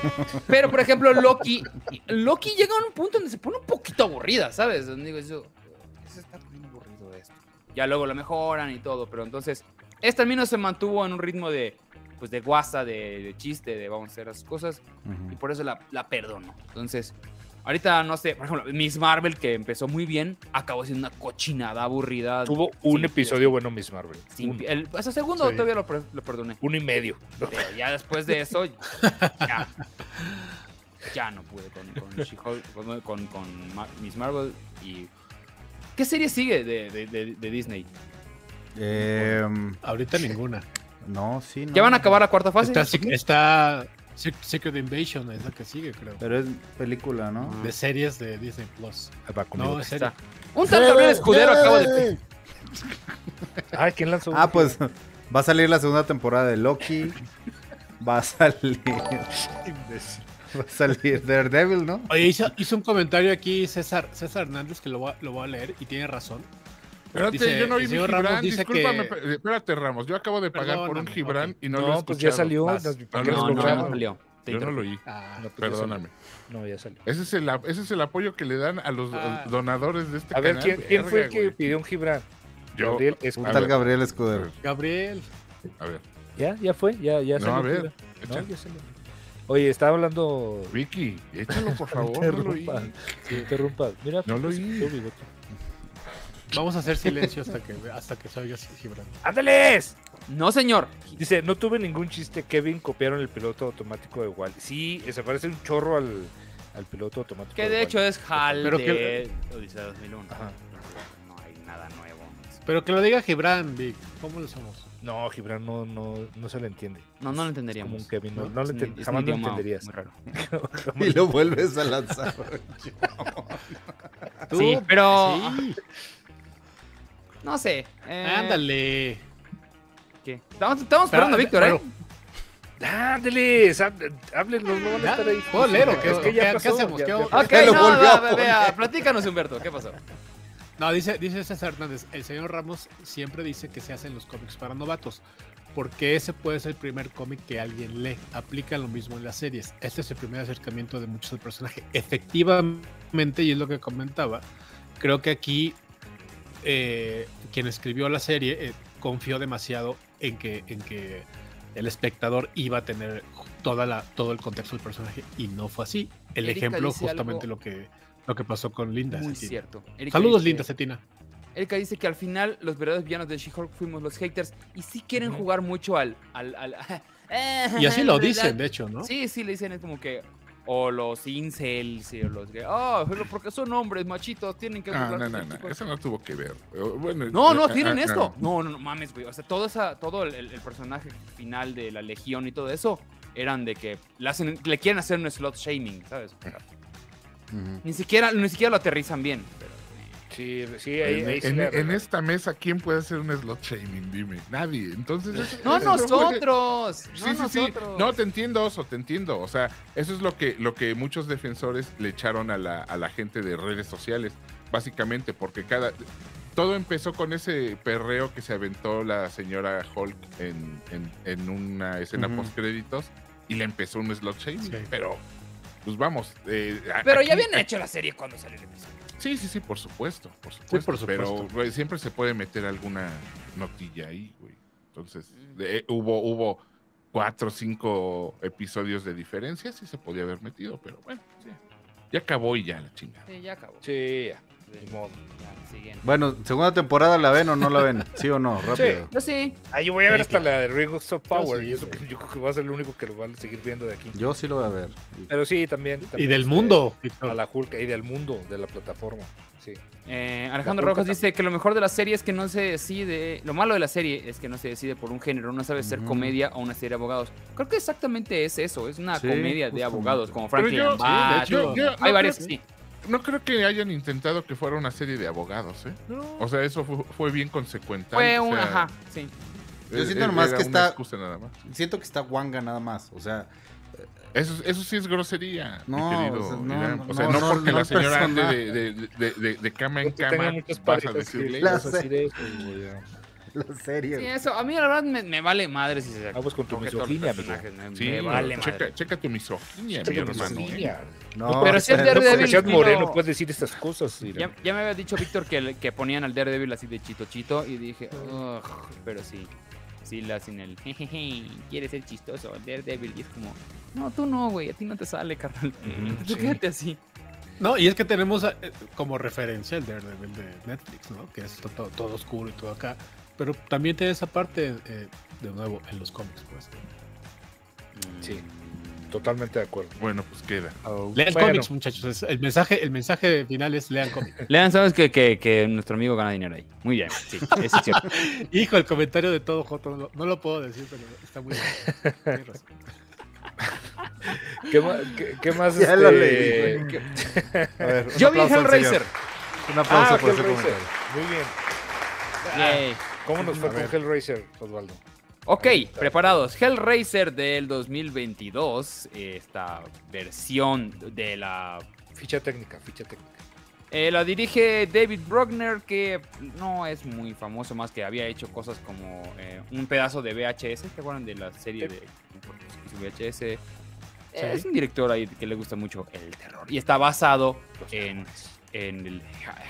[SPEAKER 2] pero por ejemplo Loki, Loki llega a un punto donde se pone un poquito aburrida, ¿sabes? Donde digo, yo, "Se está poniendo aburrido esto. Ya luego lo mejoran y todo, pero entonces esta al menos se mantuvo en un ritmo de pues de guasa, de, de chiste, de vamos a hacer las cosas. y
[SPEAKER 4] Ujú.
[SPEAKER 2] por eso la, la perdono. Entonces, ahorita no sé, por ejemplo, Miss Marvel, que empezó muy bien, acabó siendo una cochinada aburrida.
[SPEAKER 6] Tuvo un
[SPEAKER 2] Sin-
[SPEAKER 6] episodio bueno Miss Marvel.
[SPEAKER 2] sin-
[SPEAKER 6] Uno,
[SPEAKER 2] el, ese segundo
[SPEAKER 5] Sí.
[SPEAKER 2] todavía lo, per- lo perdoné.
[SPEAKER 6] uno y medio.
[SPEAKER 2] Pero ya después de eso, ya. Ya no pude con, con She-Hulk, con, con- con Ma- Miss Marvel y. ¿Qué serie sigue de, de- de- de Disney?
[SPEAKER 4] Em,
[SPEAKER 5] Ahorita ninguna.
[SPEAKER 4] no, sí, no.
[SPEAKER 2] ¿Ya van a acabar la cuarta fase?
[SPEAKER 5] Está, Sec- está Sec- Secret Invasion, es la que sigue, creo.
[SPEAKER 4] Pero es película, ¿no?
[SPEAKER 5] De series de Disney Plus.
[SPEAKER 6] Va conmigo.
[SPEAKER 5] No, es serie.
[SPEAKER 2] Está. Un tal Gabriel Escudero acabo de.
[SPEAKER 6] Ay, ¿quién lanzó?
[SPEAKER 4] Ah, pues va a salir la segunda temporada de Loki. Va a salir. Va a salir Daredevil, ¿no?
[SPEAKER 5] Oye, hizo, hizo un comentario aquí César, César Hernández que lo va, lo va a leer y tiene razón.
[SPEAKER 3] Espérate,
[SPEAKER 5] Dice-
[SPEAKER 3] yo no vi
[SPEAKER 5] el
[SPEAKER 3] mi
[SPEAKER 5] señor
[SPEAKER 3] Gibran.
[SPEAKER 5] Ramos dice
[SPEAKER 3] Discúlpame,
[SPEAKER 5] que-
[SPEAKER 3] pe- espérate, Ramos. Yo acabo de pagar por un
[SPEAKER 5] Perdóname,
[SPEAKER 3] Gibran
[SPEAKER 5] ok.
[SPEAKER 3] y no,
[SPEAKER 6] no,
[SPEAKER 3] lo he
[SPEAKER 6] pues ya
[SPEAKER 3] escuchado.
[SPEAKER 6] salió.
[SPEAKER 5] Vas.
[SPEAKER 6] las-
[SPEAKER 3] No,
[SPEAKER 6] las-
[SPEAKER 2] No, no,
[SPEAKER 3] escucharon.
[SPEAKER 2] no salió. Te
[SPEAKER 3] Yo no lo
[SPEAKER 2] interrumpí.
[SPEAKER 3] oí.
[SPEAKER 5] Ah,
[SPEAKER 6] No, pues ya
[SPEAKER 3] Perdóname.
[SPEAKER 6] salió. No, ya salió.
[SPEAKER 3] Ese es, el, a- ese es el apoyo que le dan a los
[SPEAKER 5] Ah.
[SPEAKER 3] donadores de este
[SPEAKER 6] A ver,
[SPEAKER 3] canal.
[SPEAKER 6] ¿quién, quién fue el que
[SPEAKER 3] Verga,
[SPEAKER 6] pidió un Gibran?
[SPEAKER 3] güey. Yo,
[SPEAKER 6] Gabriel
[SPEAKER 4] Un
[SPEAKER 3] A
[SPEAKER 4] tal
[SPEAKER 3] ver.
[SPEAKER 4] Gabriel Escudero.
[SPEAKER 5] Gabriel.
[SPEAKER 3] a ver.
[SPEAKER 6] ¿Ya? ¿Ya fue? ¿Ya, ya
[SPEAKER 3] No,
[SPEAKER 6] salió
[SPEAKER 3] a ver,
[SPEAKER 6] Gibran? No,
[SPEAKER 3] echa.
[SPEAKER 6] ya salió. Oye, estaba hablando...
[SPEAKER 3] Vicky, échalo, por favor. no lo oí.
[SPEAKER 6] Interrumpa, sí, interrumpa. Mira,
[SPEAKER 3] No lo
[SPEAKER 6] pues,
[SPEAKER 3] oí.
[SPEAKER 6] tu bigote.
[SPEAKER 5] Vamos a hacer silencio hasta que hasta que se oiga así, Gibran.
[SPEAKER 6] ¡Ándales!
[SPEAKER 2] No, señor.
[SPEAKER 6] Dice, no tuve ningún chiste, Kevin, copiaron el piloto automático de Wally. Sí, se parece un chorro al, al piloto automático
[SPEAKER 2] Que de hecho
[SPEAKER 6] Wall-E.
[SPEAKER 2] es HAL
[SPEAKER 5] Pero
[SPEAKER 2] de Odisea 2001.
[SPEAKER 6] Ajá.
[SPEAKER 2] No hay nada nuevo.
[SPEAKER 5] Pero que lo diga Gibran, Vic. ¿Cómo lo somos?
[SPEAKER 6] No, Gibran no, no, no se le entiende.
[SPEAKER 2] No, no lo
[SPEAKER 6] Es como un
[SPEAKER 2] entenderíamos.
[SPEAKER 6] Kevin, no,
[SPEAKER 2] ¿no?
[SPEAKER 6] no lo
[SPEAKER 2] Es un-
[SPEAKER 6] enten-
[SPEAKER 2] es un
[SPEAKER 6] jamás lo
[SPEAKER 2] idioma
[SPEAKER 6] entenderías.
[SPEAKER 2] muy raro.
[SPEAKER 6] Jamás-
[SPEAKER 4] Y lo vuelves a lanzar.
[SPEAKER 5] tú.
[SPEAKER 2] Sí, pero-
[SPEAKER 5] Sí.
[SPEAKER 2] No sé. eh,
[SPEAKER 5] Ándale.
[SPEAKER 2] ¿qué? Estamos, estamos esperando a Víctor, ¿eh?
[SPEAKER 6] Ándale, hab- háblenos, no van a
[SPEAKER 5] Ya,
[SPEAKER 6] estar ahí.
[SPEAKER 5] ¿puedo leer o qué?
[SPEAKER 6] Es que
[SPEAKER 5] ¿Qué-
[SPEAKER 6] ya
[SPEAKER 5] qué
[SPEAKER 6] pasó,
[SPEAKER 5] hacemos?
[SPEAKER 6] ya-
[SPEAKER 5] ¿Qué-
[SPEAKER 6] ya-
[SPEAKER 5] qué-
[SPEAKER 2] Ok,
[SPEAKER 4] Ya lo
[SPEAKER 2] no,
[SPEAKER 4] volvió
[SPEAKER 2] va,
[SPEAKER 4] a
[SPEAKER 2] va, vea, platícanos, Humberto, ¿qué pasó?
[SPEAKER 5] No, dice, dice César Hernández, el señor Ramos siempre dice que se hacen los cómics para novatos, porque ese puede ser el primer cómic que alguien lee. Aplica lo mismo en las series. Este es el primer acercamiento de muchos al personaje. Efectivamente, y es lo que comentaba, creo que aquí eh, quien escribió la serie eh, confió demasiado en que, en que el espectador iba a tener toda la, todo el contexto del personaje y no fue así. El
[SPEAKER 2] Erika
[SPEAKER 5] ejemplo
[SPEAKER 2] dice
[SPEAKER 5] justamente
[SPEAKER 2] algo
[SPEAKER 5] lo que, lo que pasó con Linda.
[SPEAKER 2] Muy
[SPEAKER 5] Cetina.
[SPEAKER 2] cierto. Erika
[SPEAKER 5] Saludos,
[SPEAKER 2] dice-
[SPEAKER 5] Linda Cetina.
[SPEAKER 2] Erika dice que al final los verdaderos villanos de She-Hulk fuimos los haters y sí quieren jugar mucho al. al, al
[SPEAKER 5] Y así lo
[SPEAKER 2] ¿verdad?
[SPEAKER 5] dicen, de hecho, ¿no?
[SPEAKER 2] Sí, sí, le dicen, es como que. O los incels, y o los que. Ah, pero porque son hombres machitos, tienen que.
[SPEAKER 3] Ah, No, no,
[SPEAKER 2] burlarse
[SPEAKER 3] no,
[SPEAKER 2] del
[SPEAKER 3] no,
[SPEAKER 2] chico".
[SPEAKER 3] Eso no tuvo que ver. Eh, Bueno,
[SPEAKER 2] No, no,
[SPEAKER 3] eh,
[SPEAKER 2] tienen
[SPEAKER 3] ah,
[SPEAKER 2] esto.
[SPEAKER 3] ah,
[SPEAKER 2] No, no, no mames, güey. O sea, todo, esa, todo el, el personaje final de la Legión y todo eso eran de que le, hacen, le quieren hacer un slot shaming, ¿sabes? O sea,
[SPEAKER 4] Ujú.
[SPEAKER 2] ni, siquiera, ni siquiera lo aterrizan bien. pero-
[SPEAKER 5] Ah.
[SPEAKER 6] Sí, sí, ahí, ahí sí
[SPEAKER 3] en,
[SPEAKER 6] le
[SPEAKER 3] en
[SPEAKER 6] arreglaron.
[SPEAKER 3] esta mesa, ¿quién puede hacer un slot shaming? Dime. Nadie. Entonces. eso-
[SPEAKER 2] No
[SPEAKER 3] eso fue-
[SPEAKER 2] nosotros. No
[SPEAKER 3] Sí, sí, sí.
[SPEAKER 2] nosotros.
[SPEAKER 3] No, te entiendo, Oso, te entiendo. O sea, eso es lo que, lo que muchos defensores le echaron a la, a la gente de redes sociales, básicamente, porque cada. Todo empezó con ese perreo que se aventó la señora Hulk en, en- en una escena
[SPEAKER 4] Ujú.
[SPEAKER 3] postcréditos y le empezó un slot shaming.
[SPEAKER 5] Sí.
[SPEAKER 3] Pero, pues vamos. eh, a-
[SPEAKER 2] Pero ya
[SPEAKER 3] aquí-
[SPEAKER 2] habían hecho la serie cuando salió el episodio.
[SPEAKER 3] Sí, sí, sí, por supuesto, por supuesto.
[SPEAKER 5] por
[SPEAKER 3] Pero
[SPEAKER 5] supuesto.
[SPEAKER 3] güey, siempre se puede meter alguna notilla ahí, güey. Entonces, de- hubo, hubo cuatro o cinco episodios de diferencia, sí se podía haber metido, pero bueno, sí. Ya acabó y ya la chingada.
[SPEAKER 2] Sí, ya acabó.
[SPEAKER 6] Sí, ya, ni modo.
[SPEAKER 2] Ya, siguiente.
[SPEAKER 4] Bueno, segunda temporada la ven o no la ven, sí o no, rápido.
[SPEAKER 2] Yo sí.
[SPEAKER 6] Ah, yo voy a ver
[SPEAKER 5] Sí,
[SPEAKER 6] hasta la de Rings of Power
[SPEAKER 5] sí,
[SPEAKER 6] y eso
[SPEAKER 5] güey.
[SPEAKER 6] que yo creo que va a ser el único que lo va a seguir viendo de aquí.
[SPEAKER 4] Yo sí lo voy a ver.
[SPEAKER 6] Pero sí, también.
[SPEAKER 5] Y
[SPEAKER 6] también,
[SPEAKER 5] del
[SPEAKER 6] este,
[SPEAKER 5] mundo.
[SPEAKER 6] A la Hulk y del mundo, de la plataforma. Sí.
[SPEAKER 2] Eh, Alejandro
[SPEAKER 6] La culpa
[SPEAKER 2] Rojas dice que lo mejor de la serie es que no se decide. Lo malo de la serie es que no se decide por un género. No sabe ser
[SPEAKER 4] Ujú.
[SPEAKER 2] comedia o una serie de abogados. Creo que exactamente es eso. Es una
[SPEAKER 4] Sí,
[SPEAKER 2] comedia de
[SPEAKER 4] justamente.
[SPEAKER 2] abogados, como
[SPEAKER 3] Pero
[SPEAKER 2] Franklin.
[SPEAKER 3] yo-
[SPEAKER 2] and Bash,
[SPEAKER 5] sí, de hecho,
[SPEAKER 2] o-
[SPEAKER 3] yo- yo
[SPEAKER 2] hay
[SPEAKER 3] creo
[SPEAKER 2] varios,
[SPEAKER 3] que-
[SPEAKER 2] sí.
[SPEAKER 3] No creo que hayan intentado que fuera una serie de abogados, ¿eh? O sea, eso fu- fue, bien consecuente. eh,
[SPEAKER 2] Fue un. Ajá, sí.
[SPEAKER 4] Yo siento nomás que está-
[SPEAKER 3] Excusa nada más.
[SPEAKER 4] Siento que está guanga nada más, o sea,
[SPEAKER 3] Eso, es- eso sí es grosería, mi
[SPEAKER 4] No,
[SPEAKER 3] querido
[SPEAKER 4] o sea, no,
[SPEAKER 3] Irán.
[SPEAKER 4] no,
[SPEAKER 3] O sea,
[SPEAKER 4] no,
[SPEAKER 3] no,
[SPEAKER 4] no,
[SPEAKER 3] porque
[SPEAKER 4] no
[SPEAKER 3] la señora ande
[SPEAKER 4] personal.
[SPEAKER 3] de, de, de, de- de cama en
[SPEAKER 6] Yo
[SPEAKER 3] cama,
[SPEAKER 6] tenía muchos
[SPEAKER 3] vas a
[SPEAKER 6] parientes que
[SPEAKER 3] decirle.
[SPEAKER 6] ibas a
[SPEAKER 4] La sé.
[SPEAKER 6] decir eso, güey, ya.
[SPEAKER 4] la
[SPEAKER 2] Sí,
[SPEAKER 4] serie.
[SPEAKER 2] eso. A mí, la verdad, me, me vale madre si se
[SPEAKER 3] Ah,
[SPEAKER 6] Aguas con tu
[SPEAKER 2] toque todos los
[SPEAKER 6] misoginia,
[SPEAKER 2] personajes, me-
[SPEAKER 3] Sí,
[SPEAKER 2] me vale madre.
[SPEAKER 3] checa, checa tu misoginia,
[SPEAKER 6] Checa
[SPEAKER 3] mi
[SPEAKER 6] tu
[SPEAKER 3] hermano. ¿eh?
[SPEAKER 6] misoginia.
[SPEAKER 4] No,
[SPEAKER 2] Pero si es
[SPEAKER 4] espera,
[SPEAKER 6] No, porque
[SPEAKER 2] Daredevil
[SPEAKER 6] seas
[SPEAKER 2] vino-
[SPEAKER 6] moreno, puedes decir estas cosas. Irán.
[SPEAKER 2] Ya, ya me había dicho Víctor que, que ponían al Daredevil así de chito chito y dije, "Ugh", pero sí, sí la sin el jejeje, quiere ser chistoso, Daredevil. Y es como, no, tú no, güey, a ti no te sale, carnal. Tú quédate así.
[SPEAKER 5] No, y es que tenemos eh, como referencia el Daredevil de Netflix, ¿no? Que es to- to- todo, oscuro y todo acá. Pero también tiene esa parte, eh, de nuevo, en los cómics, pues.
[SPEAKER 6] Sí, totalmente de acuerdo.
[SPEAKER 3] Bueno, pues queda.
[SPEAKER 4] Ah,
[SPEAKER 5] Lean
[SPEAKER 6] Bueno.
[SPEAKER 5] cómics, muchachos. es- el, mensaje, el mensaje final es lean cómics.
[SPEAKER 2] Lean, sabes que, que, que nuestro amigo gana dinero ahí. Muy bien, sí, eso es cierto.
[SPEAKER 5] Hijo, el comentario de todo Joto, no, lo- no lo puedo decir, pero está muy bien. Tienes razón.
[SPEAKER 6] ¿Qué más? ¿Qué, qué más
[SPEAKER 4] Ya lo
[SPEAKER 6] este,
[SPEAKER 4] leí, güey.
[SPEAKER 6] qué-
[SPEAKER 4] a ver, un
[SPEAKER 2] Yo vi
[SPEAKER 4] aplauso al
[SPEAKER 2] Hellraiser.
[SPEAKER 4] señor. Un aplauso
[SPEAKER 6] Ah,
[SPEAKER 4] por ese
[SPEAKER 6] Hellraiser.
[SPEAKER 4] comentario.
[SPEAKER 6] Muy bien.
[SPEAKER 2] Yay.
[SPEAKER 6] ¿Cómo nos fue
[SPEAKER 5] A
[SPEAKER 6] con
[SPEAKER 5] ver.
[SPEAKER 6] Hellraiser, Osvaldo?
[SPEAKER 2] Ok, preparados. Hellraiser del 2022, esta versión de la
[SPEAKER 6] Ficha técnica, ficha técnica.
[SPEAKER 2] Eh, la dirige David Bruckner, que no es muy famoso, más que había hecho cosas como eh, un pedazo de VHS. ¿Te acuerdan de la serie de VHS? Eh, Es un director ahí que le gusta mucho el terror. Y está basado
[SPEAKER 6] Los
[SPEAKER 2] en,
[SPEAKER 6] terrores.
[SPEAKER 2] en el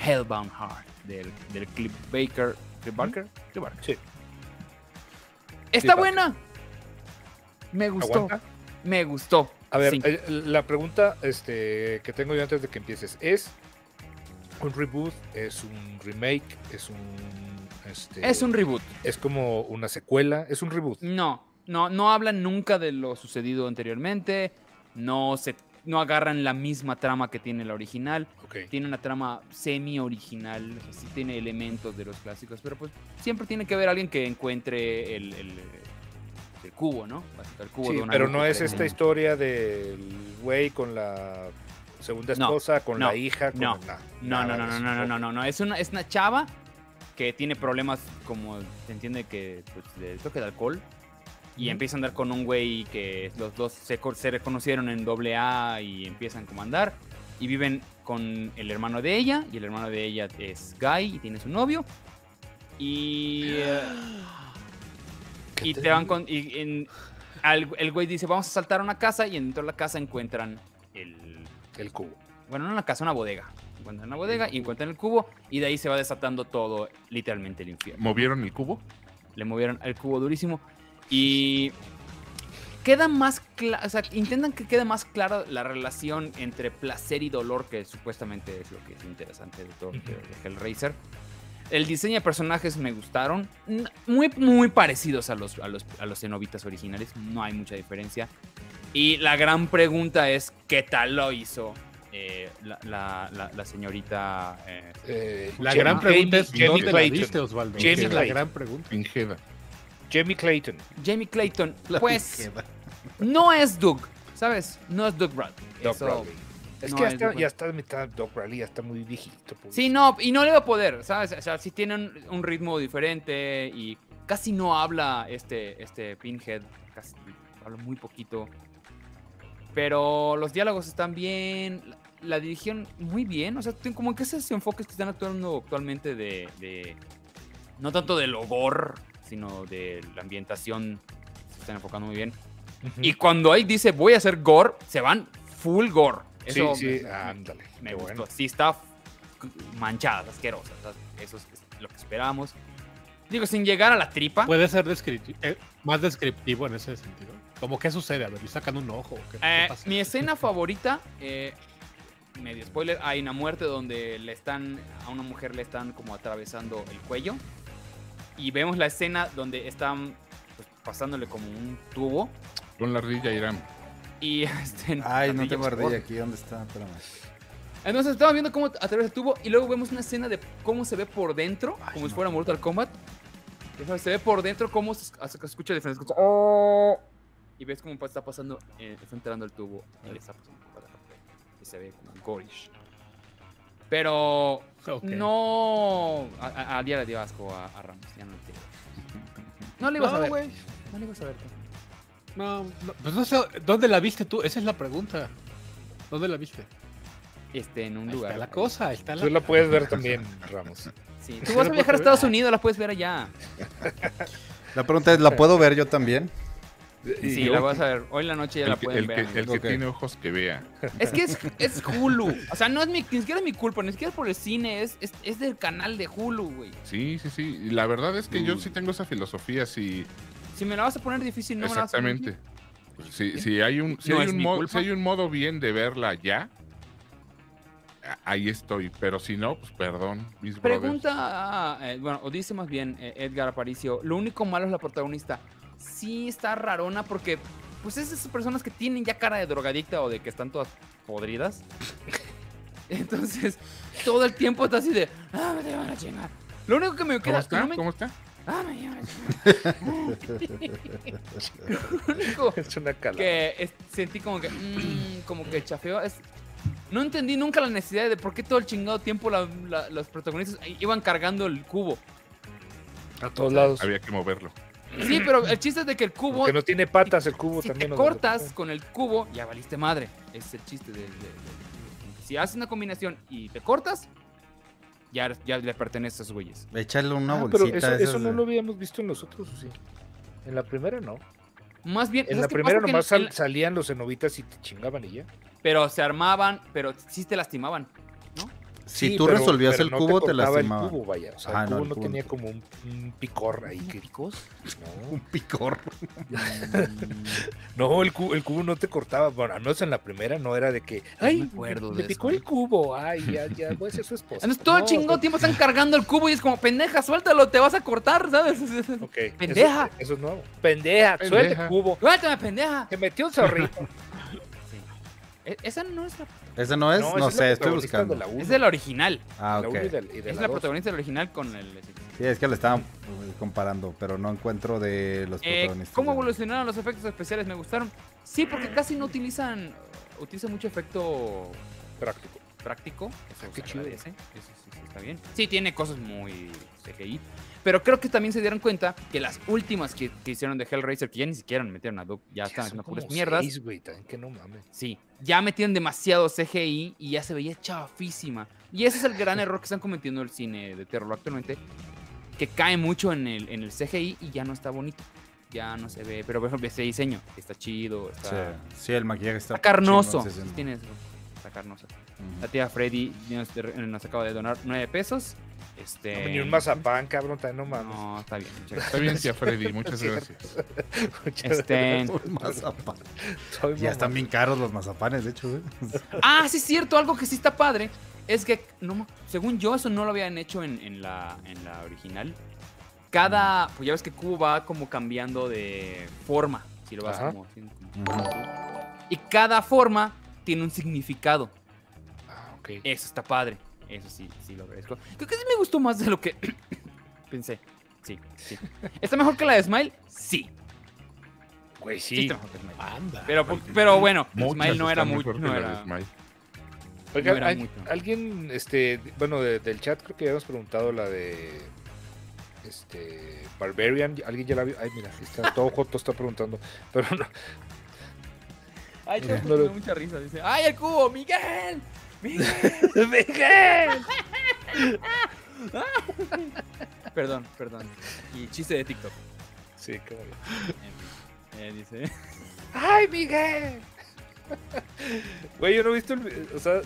[SPEAKER 2] Hellbound Heart del, del Cliff Baker. ¿Cliff Barker? Cliff Barker.
[SPEAKER 6] Sí.
[SPEAKER 2] Está
[SPEAKER 6] Cliff Barker.
[SPEAKER 2] buena. Me gustó.
[SPEAKER 6] ¿Aguanta?
[SPEAKER 2] Me gustó.
[SPEAKER 6] A ver,
[SPEAKER 2] Sí.
[SPEAKER 6] eh, la pregunta este, que tengo yo antes de que empieces es un reboot, es un remake, es un este,
[SPEAKER 2] es un reboot.
[SPEAKER 6] es como una secuela, es un reboot.
[SPEAKER 2] No, no, no hablan nunca de lo sucedido anteriormente. No se no agarran la misma trama que tiene la original.
[SPEAKER 6] Ok.
[SPEAKER 2] Tiene una trama semi-original, o sea, sí tiene elementos de los clásicos, pero pues siempre tiene que haber alguien que encuentre el, el- el cubo, ¿no? Básico, el cubo
[SPEAKER 6] Sí,
[SPEAKER 2] de una
[SPEAKER 6] pero
[SPEAKER 2] luz
[SPEAKER 6] no
[SPEAKER 2] que
[SPEAKER 6] es
[SPEAKER 2] crece.
[SPEAKER 6] esta historia del güey con la segunda
[SPEAKER 2] No,
[SPEAKER 6] esposa, con
[SPEAKER 2] no,
[SPEAKER 6] la hija, con
[SPEAKER 2] no,
[SPEAKER 6] na-
[SPEAKER 2] No, no,
[SPEAKER 6] nada
[SPEAKER 2] no,
[SPEAKER 6] de
[SPEAKER 2] no,
[SPEAKER 6] eso.
[SPEAKER 2] no, no, no, no, no. Es una, es una chava que tiene problemas como se entiende que pues, de, creo que de alcohol. Y empieza a andar con un güey que los dos se, co- se reconocieron en doble A y empiezan como a andar. Y viven con el hermano de ella. Y el hermano de ella es Guy y tiene su novio. Y. eh, y te van con. Y en- al- el güey dice: Vamos a saltar a una casa. Y dentro de la casa encuentran el
[SPEAKER 6] El cubo.
[SPEAKER 2] bueno, no una casa, una bodega. Encuentran una bodega y encuentran el cubo y de ahí se va desatando todo, literalmente el infierno.
[SPEAKER 3] ¿Movieron el cubo?
[SPEAKER 2] Le movieron el cubo durísimo y queda más cla- o sea, intentan que quede más clara la relación entre placer y dolor, que supuestamente es lo que es interesante de todo de Hellraiser. El diseño de personajes me gustaron, n- muy, muy parecidos a los, a los, a los cenobitas originales, no hay mucha diferencia. Y la gran pregunta es, ¿qué tal lo hizo eh, la, la- la- la señorita? eh,
[SPEAKER 6] Eh,
[SPEAKER 5] La
[SPEAKER 6] Jamie-
[SPEAKER 5] gran pregunta es,
[SPEAKER 6] Jamie
[SPEAKER 5] ¿dónde la
[SPEAKER 6] Clayton.
[SPEAKER 5] viste, Osvaldo?
[SPEAKER 6] Jamie
[SPEAKER 5] Esa es la
[SPEAKER 6] Clayton.
[SPEAKER 5] gran pregunta.
[SPEAKER 3] Pinjeda.
[SPEAKER 6] Jamie Clayton.
[SPEAKER 2] Jamie Clayton, pues... no es Doug, ¿sabes? No es Doug Brad.
[SPEAKER 6] Doc
[SPEAKER 2] Eso-
[SPEAKER 6] Bradley. Es
[SPEAKER 2] no,
[SPEAKER 6] que ya
[SPEAKER 2] es
[SPEAKER 6] está,
[SPEAKER 2] Doc
[SPEAKER 6] ya está a mitad Doc Bradley, ya está muy viejito. pues. pobre.
[SPEAKER 2] Sí, no, y no le va a poder, ¿sabes? O sea, sí tiene un, un ritmo diferente y casi no habla este, este Pinhead, casi, habla muy poquito. Pero los diálogos están bien, la, la dirigieron muy bien, o sea, tienen como que esos enfoques que están actuando actualmente de, de- no tanto del horror, sino de la ambientación, se están enfocando muy bien.
[SPEAKER 6] Ujú.
[SPEAKER 2] Y cuando ahí dice voy a hacer gore, se van full gore.
[SPEAKER 6] Sí,
[SPEAKER 2] Eso
[SPEAKER 6] sí,
[SPEAKER 2] me-
[SPEAKER 6] ándale.
[SPEAKER 2] me
[SPEAKER 6] qué
[SPEAKER 2] gustó.
[SPEAKER 6] bueno.
[SPEAKER 2] Sí, está manchada, asquerosa. o sea, eso es lo que esperábamos. Digo, sin llegar a la tripa.
[SPEAKER 5] Puede ser descripti- eh, más descriptivo en ese sentido. Como qué sucede, a ver, ¿le sacan un ojo. ¿Qué- qué
[SPEAKER 2] Eh,
[SPEAKER 5] pasa?
[SPEAKER 2] mi escena favorita, eh, medio spoiler, hay una muerte donde le están a una mujer le están como atravesando el cuello y vemos la escena donde están pues, pasándole como un tubo
[SPEAKER 3] Con la ardilla Irán.
[SPEAKER 2] y este,
[SPEAKER 4] Ay, no tengo
[SPEAKER 2] por favor.
[SPEAKER 4] ardilla aquí. ¿Dónde está? Espérame.
[SPEAKER 2] Entonces estaba viendo cómo a través del tubo y luego vemos una escena de cómo se ve por dentro,
[SPEAKER 4] Ay,
[SPEAKER 2] como si
[SPEAKER 4] no.
[SPEAKER 2] fuera Mortal Kombat. Ya sabes, Se ve por dentro cómo se es- se escucha diferente. escucha, "Oh", Y ves cómo pa- está pasando, eh, está entrando el tubo. y le está pasando por la parte, Y se ve como gorish. Pero
[SPEAKER 5] Ok.
[SPEAKER 2] no... A, a- a día le dio asco a, a Ramos. Ya no, le quiero. no le ibas
[SPEAKER 5] No,
[SPEAKER 2] a ver.
[SPEAKER 5] güey.
[SPEAKER 2] No le ibas a ver. tú.
[SPEAKER 5] No, no, pues no sé, ¿dónde la viste tú? Esa es la pregunta. ¿Dónde la viste?
[SPEAKER 2] Este, en un
[SPEAKER 5] Ahí
[SPEAKER 2] lugar.
[SPEAKER 5] está la cosa, ahí está la...
[SPEAKER 6] Tú la puedes ver también, Ramos.
[SPEAKER 2] Sí. Tú vas a viajar a Estados Unidos, la puedes ver allá.
[SPEAKER 4] La pregunta es, ¿la puedo ver yo también?
[SPEAKER 2] Sí, la vas a ver. Hoy en la noche ya
[SPEAKER 3] El
[SPEAKER 2] la
[SPEAKER 3] que,
[SPEAKER 2] pueden
[SPEAKER 3] el
[SPEAKER 2] ver.
[SPEAKER 3] que-
[SPEAKER 2] amigos.
[SPEAKER 3] el que
[SPEAKER 4] Ok.
[SPEAKER 3] tiene ojos que vea.
[SPEAKER 2] Es que es, es Hulu. O sea, no es mi, ni siquiera es mi culpa, ni siquiera es por el cine, es, es, es del canal de Hulu, güey.
[SPEAKER 3] Sí, sí, sí. Y La verdad es que yo
[SPEAKER 2] Uy.
[SPEAKER 3] sí tengo esa filosofía. Si,
[SPEAKER 2] Si me la vas a poner difícil, no me la vas a poner
[SPEAKER 3] exactamente.
[SPEAKER 2] difícil.
[SPEAKER 3] Si, si hay un, si
[SPEAKER 2] No
[SPEAKER 3] hay
[SPEAKER 2] es
[SPEAKER 3] un
[SPEAKER 2] mi
[SPEAKER 3] modo,
[SPEAKER 2] culpa.
[SPEAKER 3] si hay un modo bien de verla ya, a- ahí estoy. Pero si no, pues perdón, mis brothers.
[SPEAKER 2] Pregunta, eh, bueno, o dice más bien eh, Edgar Aparicio, lo único malo es la protagonista. Sí está rarona porque, pues, es de esas personas que tienen ya cara de drogadicta o de que están todas podridas. Entonces, todo el tiempo está así de, ah, me te van a chingar. Lo único que me
[SPEAKER 3] ¿Cómo
[SPEAKER 2] queda, que
[SPEAKER 3] está?
[SPEAKER 2] no me-
[SPEAKER 3] ¿Cómo está?
[SPEAKER 2] ah, me llevan a chingar. Lo único
[SPEAKER 6] Es una calada.
[SPEAKER 2] que es- sentí como que mm, como que chafeo es no entendí nunca la necesidad de por qué todo el chingado tiempo la- la- los protagonistas i- iban cargando el cubo
[SPEAKER 6] A todos lados.
[SPEAKER 3] Había que moverlo.
[SPEAKER 2] sí pero el chiste es de que el cubo
[SPEAKER 6] Porque no tiene patas el cubo
[SPEAKER 2] si te
[SPEAKER 6] también.
[SPEAKER 2] cortas con el cubo ya valiste madre es el chiste de, de- de- si haces una combinación y te cortas ya, eres- ya le pertenece a esos güeyes
[SPEAKER 4] Échale una
[SPEAKER 6] Ah, pero
[SPEAKER 4] bolsita.
[SPEAKER 6] eso,
[SPEAKER 4] esas
[SPEAKER 6] eso no
[SPEAKER 4] de-
[SPEAKER 6] lo habíamos visto en nosotros, ¿o sí? En la primera no.
[SPEAKER 2] más bien
[SPEAKER 6] En
[SPEAKER 2] ¿sabes
[SPEAKER 6] la
[SPEAKER 2] qué
[SPEAKER 6] primera
[SPEAKER 2] pasa? Que
[SPEAKER 6] nomás
[SPEAKER 2] en-
[SPEAKER 6] sal-
[SPEAKER 2] en la-
[SPEAKER 6] salían los cenobitas y te chingaban y ya.
[SPEAKER 2] pero se armaban pero sí te lastimaban
[SPEAKER 4] Si
[SPEAKER 6] Sí,
[SPEAKER 4] tú
[SPEAKER 6] pero-
[SPEAKER 4] resolvías
[SPEAKER 6] pero
[SPEAKER 4] el
[SPEAKER 6] no
[SPEAKER 4] cubo, te,
[SPEAKER 6] cortaba
[SPEAKER 4] lastimaba.
[SPEAKER 6] El cubo, vaya. O sea,
[SPEAKER 4] Ah,
[SPEAKER 6] el
[SPEAKER 4] no,
[SPEAKER 6] cubo no,
[SPEAKER 4] el cubo no.
[SPEAKER 6] tenía como un, un picor ahí. Que, no.
[SPEAKER 4] Un picor.
[SPEAKER 6] No, el cubo, el cubo no te cortaba. Bueno, al menos en la primera no era de que.
[SPEAKER 2] me
[SPEAKER 6] Ay,
[SPEAKER 2] acuerdo
[SPEAKER 6] le
[SPEAKER 2] de
[SPEAKER 6] picó
[SPEAKER 2] eso".
[SPEAKER 6] el cubo. Ay, ya, ya, pues, voy a ser su esposa.
[SPEAKER 2] Entonces todo el
[SPEAKER 6] No,
[SPEAKER 2] chingado tiempo están cargando el cubo y es como, pendeja, suéltalo, te vas a cortar, ¿sabes?
[SPEAKER 6] ok, eso-
[SPEAKER 2] Pendeja.
[SPEAKER 6] Eso, es nuevo. Pendeja, suelta
[SPEAKER 3] Pendeja.
[SPEAKER 6] el cubo.
[SPEAKER 2] Suéltame, pendeja.
[SPEAKER 6] Se metió un zorrito.
[SPEAKER 2] E- Esa no es la...
[SPEAKER 4] ¿Ese no es? No,
[SPEAKER 6] esa es la
[SPEAKER 4] sé, estoy
[SPEAKER 6] protagonista
[SPEAKER 4] buscando.
[SPEAKER 6] De la uno.
[SPEAKER 2] Es de la original.
[SPEAKER 4] Ah,
[SPEAKER 6] La
[SPEAKER 4] ok.
[SPEAKER 6] uno y de- y de
[SPEAKER 2] es
[SPEAKER 6] la
[SPEAKER 2] la
[SPEAKER 6] dos.
[SPEAKER 2] protagonista del original con el... eh,
[SPEAKER 4] Sí, es que lo estaban eh, comparando, pero no encuentro de los
[SPEAKER 2] Eh,
[SPEAKER 4] protagonistas.
[SPEAKER 2] ¿Cómo
[SPEAKER 4] de-
[SPEAKER 2] evolucionaron los efectos especiales? Me gustaron. Sí, porque casi no utilizan... Utilizan mucho efecto
[SPEAKER 6] práctico.
[SPEAKER 2] práctico. Eso
[SPEAKER 6] qué
[SPEAKER 2] se
[SPEAKER 6] chido.
[SPEAKER 2] agradece, eso sí, sí está bien. Sí, tiene cosas muy CGI. Pero creo que también se dieron cuenta que las últimas que, que hicieron de Hellraiser, que ya ni siquiera metieron a Doug, ya están
[SPEAKER 6] Son
[SPEAKER 2] haciendo
[SPEAKER 6] como
[SPEAKER 2] puras mierdas.
[SPEAKER 6] seis, güey, también, que no mames.
[SPEAKER 2] Sí, ya metieron demasiado CGI y ya se veía chafísima. Y ese es el gran error que están cometiendo el cine de terror actualmente, que cae mucho en el, en el CGI y ya no está bonito. Ya no se ve, pero por ejemplo, ese diseño está chido,
[SPEAKER 4] Sí,
[SPEAKER 2] está,
[SPEAKER 4] sí, el maquillaje está.
[SPEAKER 2] está carnoso.
[SPEAKER 4] chingón, sí, sí,
[SPEAKER 2] Sí
[SPEAKER 4] no.
[SPEAKER 2] tienes razón, está carnoso. La
[SPEAKER 4] Ujú.
[SPEAKER 2] tía Freddy nos, nos acaba de donar 9 pesos. Este,
[SPEAKER 6] No, ni un mazapán, cabrón, también no mames.
[SPEAKER 2] No, está bien. muchas gracias.
[SPEAKER 3] Está bien, tía Freddy, muchas gracias.
[SPEAKER 6] Muchas
[SPEAKER 2] Este,
[SPEAKER 4] Un mazapán.
[SPEAKER 6] gracias. Soy
[SPEAKER 4] Ya
[SPEAKER 6] mamá.
[SPEAKER 4] están bien caros los mazapanes, de hecho, ¿eh? güey.
[SPEAKER 2] ah, sí es cierto, algo que sí está padre es que, no, me- según yo, eso no lo habían hecho en, en la, en la original. Cada, pues ya ves que Q va como cambiando de forma, si lo vas
[SPEAKER 6] Ajá.
[SPEAKER 2] como, haciendo como- Y cada forma tiene un significado.
[SPEAKER 6] Ah, ok.
[SPEAKER 2] Eso está padre. Eso sí, sí lo agradezco. Creo que sí me gustó más de lo que pensé. Sí, sí. ¿Está mejor que la de Smile? Sí.
[SPEAKER 6] Güey,
[SPEAKER 2] Sí
[SPEAKER 6] sí.
[SPEAKER 2] está mejor que Smile.
[SPEAKER 5] Anda.
[SPEAKER 2] Pero, pero bueno,
[SPEAKER 3] pues, Muchas
[SPEAKER 2] Smile no era
[SPEAKER 3] están
[SPEAKER 2] muy.
[SPEAKER 3] mejor que
[SPEAKER 2] No
[SPEAKER 3] la
[SPEAKER 2] era,
[SPEAKER 3] de Smile.
[SPEAKER 6] Oiga,
[SPEAKER 2] no era
[SPEAKER 6] al-
[SPEAKER 2] mucho.
[SPEAKER 6] alguien, este, bueno, de- del chat creo que ya hemos preguntado la de este Barbarian, alguien ya la vio. Ay, mira, está, todo Joto está preguntando, pero no,
[SPEAKER 2] Ay,
[SPEAKER 6] Mira.
[SPEAKER 2] te me dio mucha risa. Dice: ¡Ay, el cubo! ¡Miguel! ¡Miguel! perdón, perdón. Y chiste de TikTok.
[SPEAKER 6] Sí, cómo no.
[SPEAKER 2] En fin. Eh, dice:
[SPEAKER 6] ¡Ay, Miguel! Güey, yo no he visto el vi- O sea,